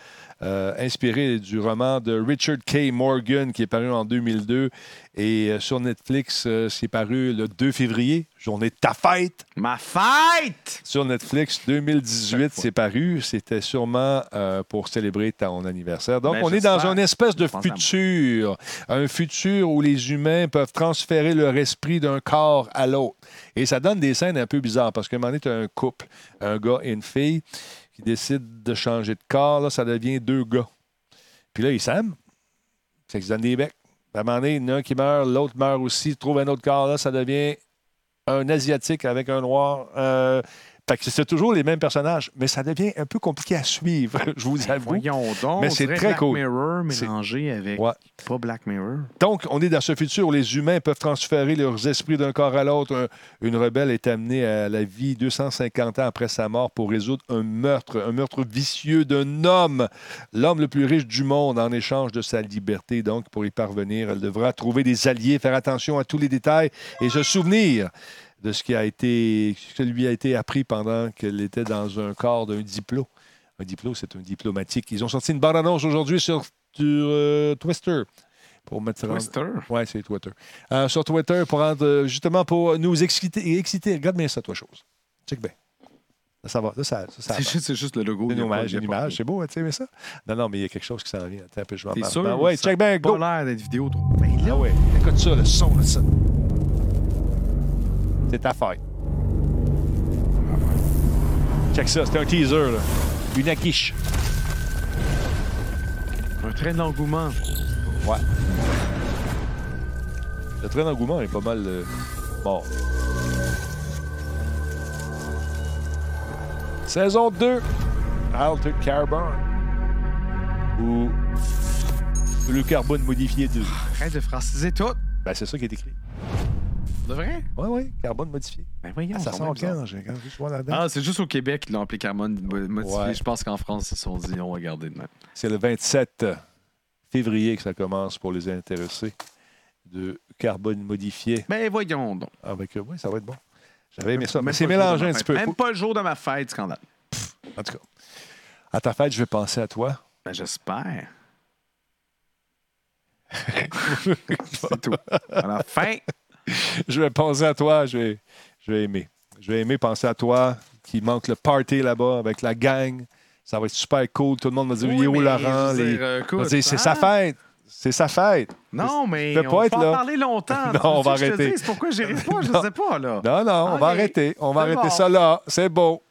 Speaker 2: euh, inspiré du roman de Richard K. Morgan qui est paru en 2002. Et euh, sur Netflix, euh, c'est paru le 2 février, journée de ta fête
Speaker 7: Ma fête.
Speaker 2: sur Netflix 2018, c'est paru. C'était sûrement euh, pour célébrer ton anniversaire. Donc,
Speaker 7: Ben,
Speaker 2: on est dans
Speaker 7: j'espère.
Speaker 2: une espèce de
Speaker 7: Je pense à moi.
Speaker 2: futur. Un futur où les humains peuvent transférer leur esprit d'un corps à l'autre. Et ça donne des scènes un peu bizarres parce que un moment donné, t'as un couple, un gars et une fille, qui décident de changer de corps. Là, ça devient deux gars. Puis là, ils s'aiment. Fait qu'ils se donnent des becs. À un moment donné, il y en a un qui meurt, l'autre meurt aussi, il trouve un autre corps. Là, ça devient un Asiatique avec un Noir. Euh, fait que c'est toujours les mêmes personnages, mais ça devient un peu compliqué à suivre, je vous avoue.
Speaker 7: Voyons donc.
Speaker 2: Mais
Speaker 7: on
Speaker 2: c'est
Speaker 7: dirait
Speaker 2: très
Speaker 7: Black
Speaker 2: cool.
Speaker 7: Mirror
Speaker 2: C'est-
Speaker 7: mélangé avec.
Speaker 2: Ouais.
Speaker 7: Pas Black Mirror.
Speaker 2: Donc, on est dans ce futur où les humains peuvent transférer leurs esprits d'un corps à l'autre. Un- Une rebelle est amenée à la vie 250 ans après sa mort pour résoudre un meurtre, un meurtre vicieux d'un homme, l'homme le plus riche du monde en échange de sa liberté. Donc, pour y parvenir, elle devra trouver des alliés, faire attention à tous les détails et se souvenir de ce qui a été, ce qui lui a été appris pendant qu'elle était dans un corps d'un diplôme. Un diplôme, c'est un diplomatique. Ils ont sorti une bande annonce aujourd'hui sur, sur, euh, Twister pour mettre
Speaker 7: Twister.
Speaker 2: Ouais, c'est Twitter. Euh, sur Twitter, pour rendre, euh, justement pour nous exciter. et exciter. Regarde bien ça, toi, chose. Check bien. Là, ça va. Là, ça, ça, ça
Speaker 7: C'est juste, c'est juste le logo.
Speaker 2: une
Speaker 7: il y a pas-
Speaker 2: image,
Speaker 7: il y a
Speaker 2: une
Speaker 7: pas-
Speaker 2: image. C'est beau, hein, tu sais, mais ça. Non, non, mais il y a quelque chose qui s'en vient. Attends un peu, je vais en
Speaker 7: T'es
Speaker 2: parler.
Speaker 7: sûr?
Speaker 2: Ben ouais,
Speaker 7: Ça
Speaker 2: check bien,
Speaker 7: a
Speaker 2: go.
Speaker 7: Pas l'air d'être vidéo trop.
Speaker 2: Ah ouais. Écoute ça, le son, là, ça. C'est ta fête. Check ça, c'était un teaser, là.
Speaker 3: Une aquiche.
Speaker 7: Un train d'engouement.
Speaker 3: Ouais. Le train d'engouement est pas mal euh, mort. Saison 2, Altered Carbon. Ou le carbone modifié de.
Speaker 7: Arrête de franciser tout.
Speaker 3: Ben, c'est ça qui est écrit.
Speaker 7: De vrai?
Speaker 3: Ouais, ouais, carbone modifié.
Speaker 7: Ben voyons.
Speaker 3: Ah, ça
Speaker 7: quand
Speaker 3: sent
Speaker 7: même,
Speaker 3: quand j'ai quand je vois là-dedans.
Speaker 7: Ah, c'est juste au Québec qu'ils l'ont appelé Carmone mo- modifié.
Speaker 3: Ouais.
Speaker 7: Je pense qu'en France, ils se sont dit, on va garder de même.
Speaker 3: Ah. C'est le 27 février que ça commence pour les intéressés de carbone modifié. Ah,
Speaker 7: Ben voyons donc.
Speaker 3: Avec, oui, ça va être bon. J'avais aimé ça.
Speaker 7: Même
Speaker 3: Mais
Speaker 7: pas
Speaker 3: c'est
Speaker 7: le jour de
Speaker 3: mélangé
Speaker 7: ma
Speaker 3: un
Speaker 7: fête.
Speaker 3: petit peu.
Speaker 7: Même pas le jour de ma fête, scandale.
Speaker 3: En tout cas, à ta fête, je vais penser à toi.
Speaker 7: Ben j'espère.
Speaker 3: C'est
Speaker 7: tout. À la fin.
Speaker 3: je vais penser à toi, je vais, je vais aimer. Je vais aimer penser à toi qui manque le party là-bas avec la gang. Ça va être super cool. Tout le monde va dire Yo, Laurent. les- on va dire, c'est sa fête. C'est sa fête.
Speaker 7: euh, hein? Non, mais
Speaker 3: peux
Speaker 7: on
Speaker 3: pas
Speaker 7: va
Speaker 3: être
Speaker 7: en
Speaker 3: là.
Speaker 7: parler longtemps.
Speaker 3: Non,
Speaker 7: Tu
Speaker 3: on
Speaker 7: veux
Speaker 3: va
Speaker 7: que je te
Speaker 3: arrêter.
Speaker 7: dise pourquoi j'irai pas, je sais pas, là.
Speaker 3: Non, non, on va
Speaker 7: Ok.
Speaker 3: arrêter. On va
Speaker 7: C'est
Speaker 3: arrêter
Speaker 7: bon.
Speaker 3: ça là. C'est beau.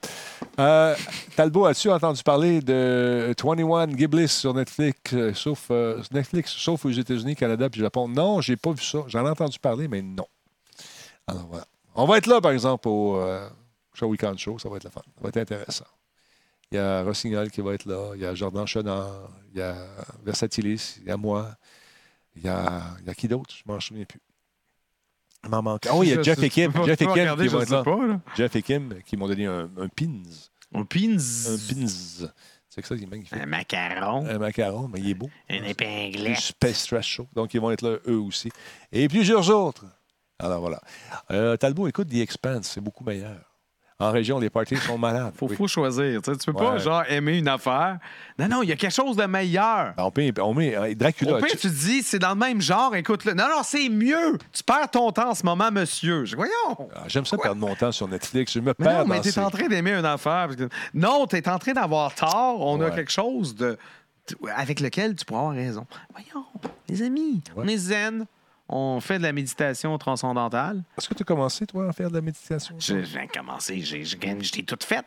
Speaker 3: Euh, Talbot, as-tu entendu parler de 21 Ghiblis sur Netflix, euh, sauf, euh, Netflix, sauf aux États-Unis, Canada puis Japon? Non, j'ai pas vu ça. J'en ai entendu parler, mais non. Alors voilà. On va être là, par exemple, au euh, Show Weekend Show. Ça va être la fun. Ça va être intéressant. Il y a Rossignol qui va être là. Il y a Jordan Chenard. Il y a Versatilis. Il y a moi. Il y a, il y a qui d'autre? Je m'en souviens plus. Il m'en manque. Ah oui, il y a
Speaker 7: Je
Speaker 3: Jeff
Speaker 7: sais-
Speaker 3: et Kim.
Speaker 7: je vais
Speaker 3: Jeff et
Speaker 7: pas
Speaker 3: Kim
Speaker 7: regarder,
Speaker 3: qui
Speaker 7: je
Speaker 3: vont être
Speaker 7: sais
Speaker 3: là.
Speaker 7: pas, là.
Speaker 3: Jeff et Kim qui m'ont donné un, un pins.
Speaker 7: Un pins.
Speaker 3: Un pins. C'est que ça qui est magnifique.
Speaker 7: Un macaron.
Speaker 3: Un macaron, mais il est beau.
Speaker 7: Une
Speaker 3: Du
Speaker 7: épinglette.
Speaker 3: Space Trash Show. Donc, ils vont être là, eux aussi. Et plusieurs autres. Alors, voilà. Euh, Talbot, écoute The Expanse, c'est beaucoup meilleur. En région, les parties sont malades.
Speaker 7: Faut,
Speaker 3: Oui.
Speaker 7: faut choisir. Tu sais, tu peux pas,
Speaker 3: Ouais.
Speaker 7: genre, aimer une affaire. Non, non, il y a quelque chose de meilleur.
Speaker 3: On met, on met euh, Dracula.
Speaker 7: Au pire,
Speaker 3: tu-
Speaker 7: tu te dis, c'est dans le même genre, écoute-le. Non, non, c'est mieux. Tu perds ton temps en ce moment, monsieur. Je dis, voyons.
Speaker 3: Ah, J'aime ça
Speaker 7: Quoi?
Speaker 3: perdre mon temps sur Netflix. Je me
Speaker 7: Mais
Speaker 3: perds
Speaker 7: non, mais
Speaker 3: dans
Speaker 7: t'es
Speaker 3: ces-
Speaker 7: en train d'aimer une affaire. parce que- Non, t'es en train d'avoir tort. On a
Speaker 3: Ouais.
Speaker 7: quelque chose de... t- avec lequel tu pourras avoir raison. Voyons, les amis,
Speaker 3: Ouais.
Speaker 7: on est zen. On fait de la méditation transcendantale.
Speaker 3: Est-ce que tu as commencé, toi, à faire de la méditation?
Speaker 7: Je viens de commencer, j'ai j'ai- j'ai tout fait.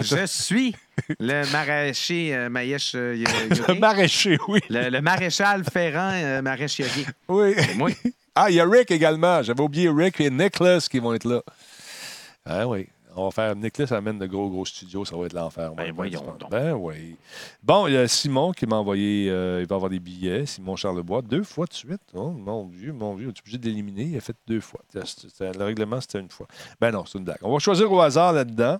Speaker 7: Je suis le maraîcher euh, Maïesh euh, Yo-
Speaker 3: Le
Speaker 7: Yogi.
Speaker 3: maraîcher, oui.
Speaker 7: le, le maréchal Ferrand euh, Maréch Yogi.
Speaker 3: Oui.
Speaker 7: Moi,
Speaker 3: Ah, il y a Rick également. J'avais oublié Rick et Nicholas qui vont être là. Ah oui. On va faire Nicholas amène de gros gros studios, ça va être l'enfer. on va
Speaker 7: Ben,
Speaker 3: le
Speaker 7: voyons
Speaker 3: faire.
Speaker 7: donc.
Speaker 3: Ben oui. Bon, il y a Simon qui m'a envoyé, euh, il va avoir des billets, Simon Charlebois, deux fois de suite. Oh mon Dieu, mon Dieu, on est obligé d'éliminer, il a fait deux fois. C'était- c'était- Le règlement, c'était une fois. Ben non, c'est une blague. On va choisir au hasard là-dedans.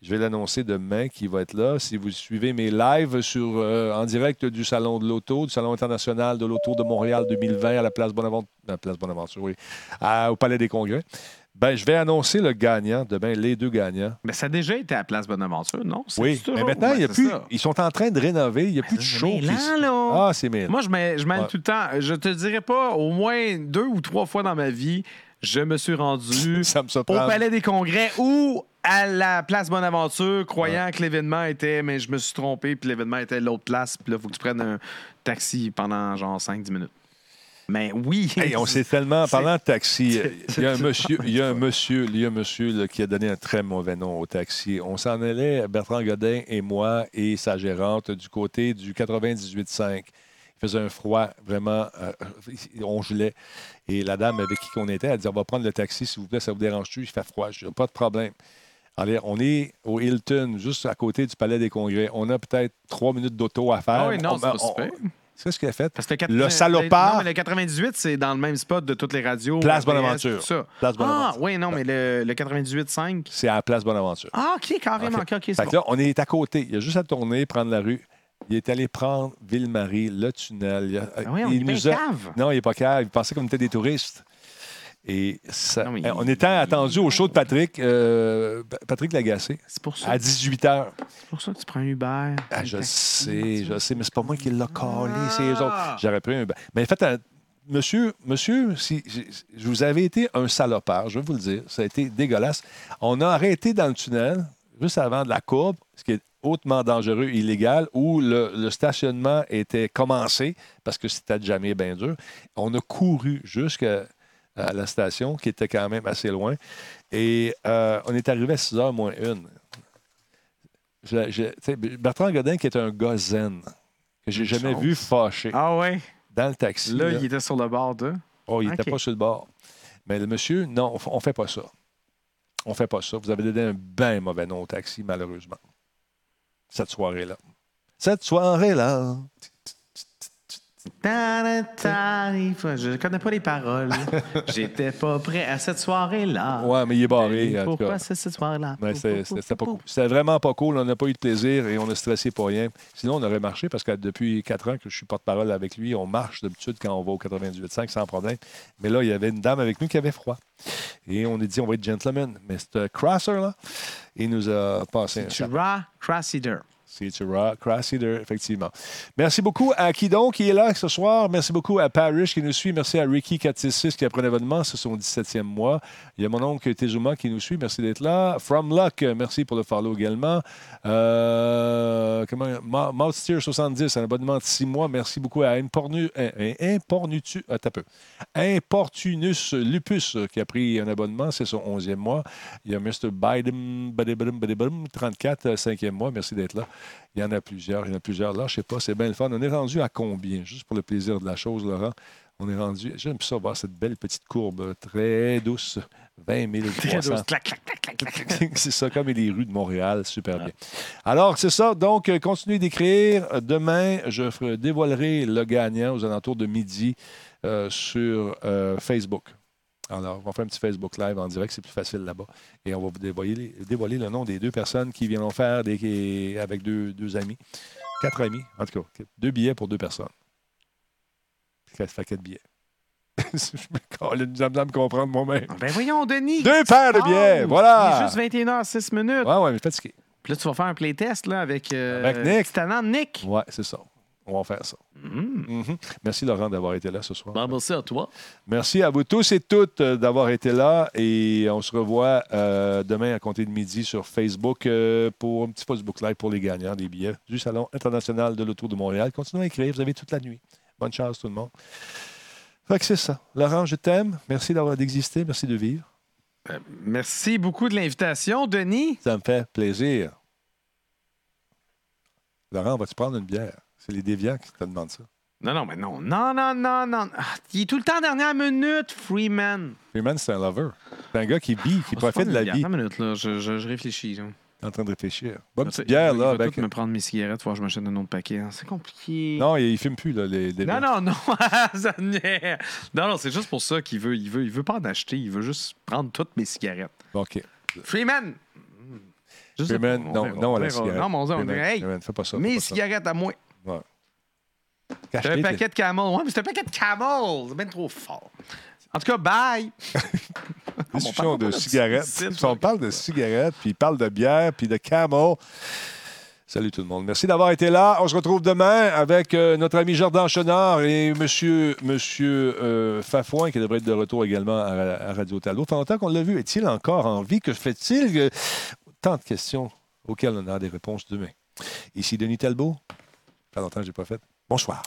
Speaker 3: Je vais l'annoncer demain qui va être là. Si vous suivez mes lives sur, euh, en direct du Salon de l'Auto, du Salon international de l'Auto de Montréal 2020 à la place Bonaventure, la place Bonaventure, oui, à- au Palais des Congrès, ben, je vais annoncer le gagnant demain, les deux gagnants.
Speaker 7: mais ça a déjà été à la place Bonaventure, non? C'est
Speaker 3: Oui,
Speaker 7: toujours-
Speaker 3: mais maintenant, il y a
Speaker 7: Ouais,
Speaker 3: plus,
Speaker 7: c'est ça. Ah,
Speaker 3: ils sont en train de rénover, il n'y a plus de
Speaker 7: c'est
Speaker 3: show. qui
Speaker 7: mêlant,
Speaker 3: se-
Speaker 7: là.
Speaker 3: Ah, c'est mêlant.
Speaker 7: Moi, je mêle, je mêle
Speaker 3: Ouais.
Speaker 7: tout le temps. Je te dirais pas, au moins deux ou trois fois dans ma vie, je me suis rendu
Speaker 3: ça me
Speaker 7: au
Speaker 3: surprend.
Speaker 7: Palais des Congrès ou à la place Bonaventure, croyant que l'événement était, mais je me suis trompé, puis l'événement était l'autre place, puis là, il faut que tu prennes un taxi pendant genre 5-10 minutes. Mais oui.
Speaker 3: Hey, on s'est tellement, en
Speaker 7: C'est-
Speaker 3: parlant de taxi, euh,
Speaker 7: c'est-
Speaker 3: il y a un
Speaker 7: c'est-
Speaker 3: monsieur, il y a un monsieur, il y a un monsieur là, qui a donné un très mauvais nom au taxi. On s'en allait, Bertrand Godin et moi et sa gérante, du côté du 98.5. Il faisait un froid, vraiment, euh, on gelait. Et la dame avec qui on était, elle dit, on va prendre le taxi, s'il vous plaît, ça vous dérange-tu? Il fait froid, je dis, pas de problème. Allez, on est au Hilton, juste à côté du Palais des Congrès. On a peut-être trois minutes d'auto à faire.
Speaker 7: Ah oui, non,
Speaker 3: On-
Speaker 7: c'est pas
Speaker 3: on-
Speaker 7: super.
Speaker 3: C'est ce qu'il a fait.
Speaker 7: Parce que le,
Speaker 3: Le
Speaker 7: 80
Speaker 3: salopard.
Speaker 7: Non, mais le 98, c'est dans le même spot de toutes les radios.
Speaker 3: Place
Speaker 7: RDS,
Speaker 3: Bonaventure.
Speaker 7: tout ça.
Speaker 3: Place
Speaker 7: Ah,
Speaker 3: Bonaventure.
Speaker 7: oui, non, mais le, le 98.5.
Speaker 3: C'est à la place Bonaventure.
Speaker 7: Ah, OK, carrément. OK, OK, c'est
Speaker 3: Fait que
Speaker 7: bon.
Speaker 3: là, on est à côté. Il a juste à tourner, prendre la rue. Il est allé prendre Ville-Marie, le tunnel. Il, a- euh,
Speaker 7: Ah oui, on est
Speaker 3: il
Speaker 7: bien
Speaker 3: nous a-
Speaker 7: cave.
Speaker 3: Non, il n'est pas cave. Il pensait qu'on était des touristes. Et ça- euh,
Speaker 7: Non, mais
Speaker 3: on
Speaker 7: il-
Speaker 3: était attendu au show de Patrick, euh, Patrick Lagacé
Speaker 7: C'est pour ça.
Speaker 3: à 18h.
Speaker 7: C'est pour ça que tu prends un Uber. un
Speaker 3: Ah, je
Speaker 7: taxi,
Speaker 3: sais,
Speaker 7: tu
Speaker 3: je sais, mais c'est pas moi qui l'ai collé, c'est eux autres.
Speaker 7: Ah!
Speaker 3: J'aurais pris un. ba- Mais faites un. Monsieur, monsieur, si, si- je vous avais été un salopard, je vais vous le dire. Ça a été dégueulasse. On a arrêté dans le tunnel, juste avant de la courbe, ce qui est hautement dangereux, illégal, où le, le stationnement était commencé, parce que c'était jamais bien dur. On a couru jusqu'à à la station, qui était quand même assez loin. Et euh, on est arrivé à 6h moins 1. Je- je- tu sais, Bertrand Godin, qui est un gars zen, que j'ai jamais
Speaker 7: Chance.
Speaker 3: vu fâché
Speaker 7: Ah ouais.
Speaker 3: dans le taxi.
Speaker 7: Là,
Speaker 3: là.
Speaker 7: il était sur le bord de.
Speaker 3: Oh, il n'était
Speaker 7: Ok.
Speaker 3: pas sur le bord. Mais le monsieur, non, on f- on ne fait pas ça. On ne fait pas ça. Vous avez donné un bien mauvais nom au taxi, malheureusement. Cette soirée-là. Cette soirée-là.
Speaker 7: Je connais pas les paroles. J'étais pas prêt à cette soirée-là.
Speaker 3: Ouais, mais il est barré, en tout
Speaker 7: Pourquoi
Speaker 3: cas.
Speaker 7: c'est cette soirée-là?
Speaker 3: Mais c'est- c'est- C'était Hein? pas cool. C'était vraiment pas cool. On n'a pas eu de plaisir et on a stressé pour rien. Sinon, on aurait marché parce que depuis quatre ans que je suis porte-parole avec lui, on marche d'habitude quand on va au 98.5 sans problème. Mais là, il y avait une dame avec nous qui avait froid. Et on a dit, on va être gentleman. Mais ce crosser-là, il nous a passé un
Speaker 7: Tu ras, Crassider.
Speaker 3: C'est Tura, Crass Eater, effectivement. Merci beaucoup à qui donc qui est là ce soir. Merci beaucoup à Parrish qui nous suit. Merci à Ricky466 qui a pris l'événement. C'est son 17e mois. Il y a mon oncle Tezuma qui nous suit. Merci d'être là. From Luck, merci pour le follow également. Euh, comment, Ma- Mouthsteer70, un abonnement de 6 mois. Merci beaucoup à Impornu, euh, euh, Impornutu, attends un peu. Importunus Lupus euh, qui a pris un abonnement. C'est son 11e mois. Il y a Mr. Biden, badibadum, badibadum, 34, euh, cinquième mois. Merci d'être là. Il y en a plusieurs. Il y en a plusieurs là. Je sais pas, c'est bien le fun. On est rendu à combien? Juste pour le plaisir de la chose, Laurent. On est rendu. J'aime ça voir cette belle petite courbe euh, très douce. 20
Speaker 7: Très
Speaker 3: 300.
Speaker 7: douce. Clac, clac, clac, clac, clac, clac.
Speaker 3: c'est ça, comme les rues de Montréal, super bien. Alors, c'est ça. Donc, euh, continuez d'écrire. Euh, Demain, je ferai- dévoilerai le gagnant aux alentours de midi euh, sur euh, Facebook. Alors, on va faire un petit Facebook Live en direct, c'est plus facile là-bas. Et on va vous dévoiler, dévoiler le nom des deux personnes qui viendront faire des, avec deux, deux amis. Quatre amis, en tout cas. Deux billets pour deux personnes. Ça fait quatre billets. je me colle, nous allons me comprendre moi-même.
Speaker 7: Ben voyons, Denis.
Speaker 3: Deux paires de billets,
Speaker 7: Oh,
Speaker 3: voilà.
Speaker 7: Il est juste 21 h 6 minutes.
Speaker 3: Ouais, ouais, mais fatigué.
Speaker 7: Puis là, tu vas faire un playtest là, avec, euh,
Speaker 3: Avec Nick.
Speaker 7: le petit talent de Nick.
Speaker 3: Ouais, c'est ça. On va faire ça.
Speaker 7: Mm.
Speaker 3: Mhm. Merci Laurent d'avoir été là ce soir.
Speaker 7: Bon, merci à toi.
Speaker 3: Merci à vous tous et toutes euh, d'avoir été là et on se revoit euh, demain à compter de midi sur Facebook euh, pour un petit Facebook Live pour les gagnants des billets du Salon international de l'Auto de Montréal. Continuez à écrire, vous avez toute la nuit. Bonne chance tout le monde. Fait que c'est ça. Laurent, je t'aime. Merci d'avoir d'exister, merci de vivre.
Speaker 7: Merci beaucoup de l'invitation, Denis.
Speaker 3: Ça me fait plaisir. Laurent, vas-tu prendre une bière? C'est les déviants qui te demandent ça.
Speaker 7: Non, non, mais non. Non, non, non, non. Ah, il est tout le temps dernière minute, Freeman.
Speaker 3: Freeman, c'est un lover. C'est un gars qui vit,
Speaker 7: Ah,
Speaker 3: qui profite de la vie.
Speaker 7: Attends une minute, là. Je, je- je réfléchis. Là.
Speaker 3: en train de réfléchir. Bonne
Speaker 7: Tu sais,
Speaker 3: petite bière,
Speaker 7: il
Speaker 3: là.
Speaker 7: va
Speaker 3: Avec...
Speaker 7: tout me prendre mes cigarettes, voir que je m'achète un autre paquet. hein. C'est compliqué.
Speaker 3: Non, il, il fume plus, là, les, les-
Speaker 7: Non, non, non. Ah, Ça n'est- non, non, c'est juste pour ça qu'il veut, il veut, il veut pas en acheter. Il veut juste prendre toutes mes cigarettes.
Speaker 3: OK.
Speaker 7: Freeman! Je sais
Speaker 3: Freeman,
Speaker 7: pas, on
Speaker 3: non,
Speaker 7: verra,
Speaker 3: non, à
Speaker 7: on
Speaker 3: la
Speaker 7: verra.
Speaker 3: cigarette.
Speaker 7: Non, mais on dit, on
Speaker 3: Freeman,
Speaker 7: dirait, hey,
Speaker 3: Freeman, fais pas ça.
Speaker 7: mes
Speaker 3: fais pas ça.
Speaker 7: cigarettes à moi.
Speaker 3: Cache
Speaker 7: T'as un
Speaker 3: tes-
Speaker 7: paquet de camel. Ouais, mais c'est un paquet de camel. C'est bien trop fort. En tout cas, bye.
Speaker 3: Discussion
Speaker 7: On parle pas
Speaker 3: de
Speaker 7: de
Speaker 3: cigarettes.
Speaker 7: suicide,
Speaker 3: Si on parle de cigarettes, puis il parle de bière, puis de camel. Salut tout le monde. Merci d'avoir été là. On se retrouve demain avec euh, notre ami Jordan Chenard et monsieur, monsieur euh, Fafouin qui devrait être de retour également à, à Radio Talbot. Fait longtemps qu'on l'a vu. Est-il encore en vie? Que fait-il? Euh, Tant de questions auxquelles on a des réponses demain. Ici Denis Talbot. Pas longtemps que je n'ai pas fait. Bonsoir.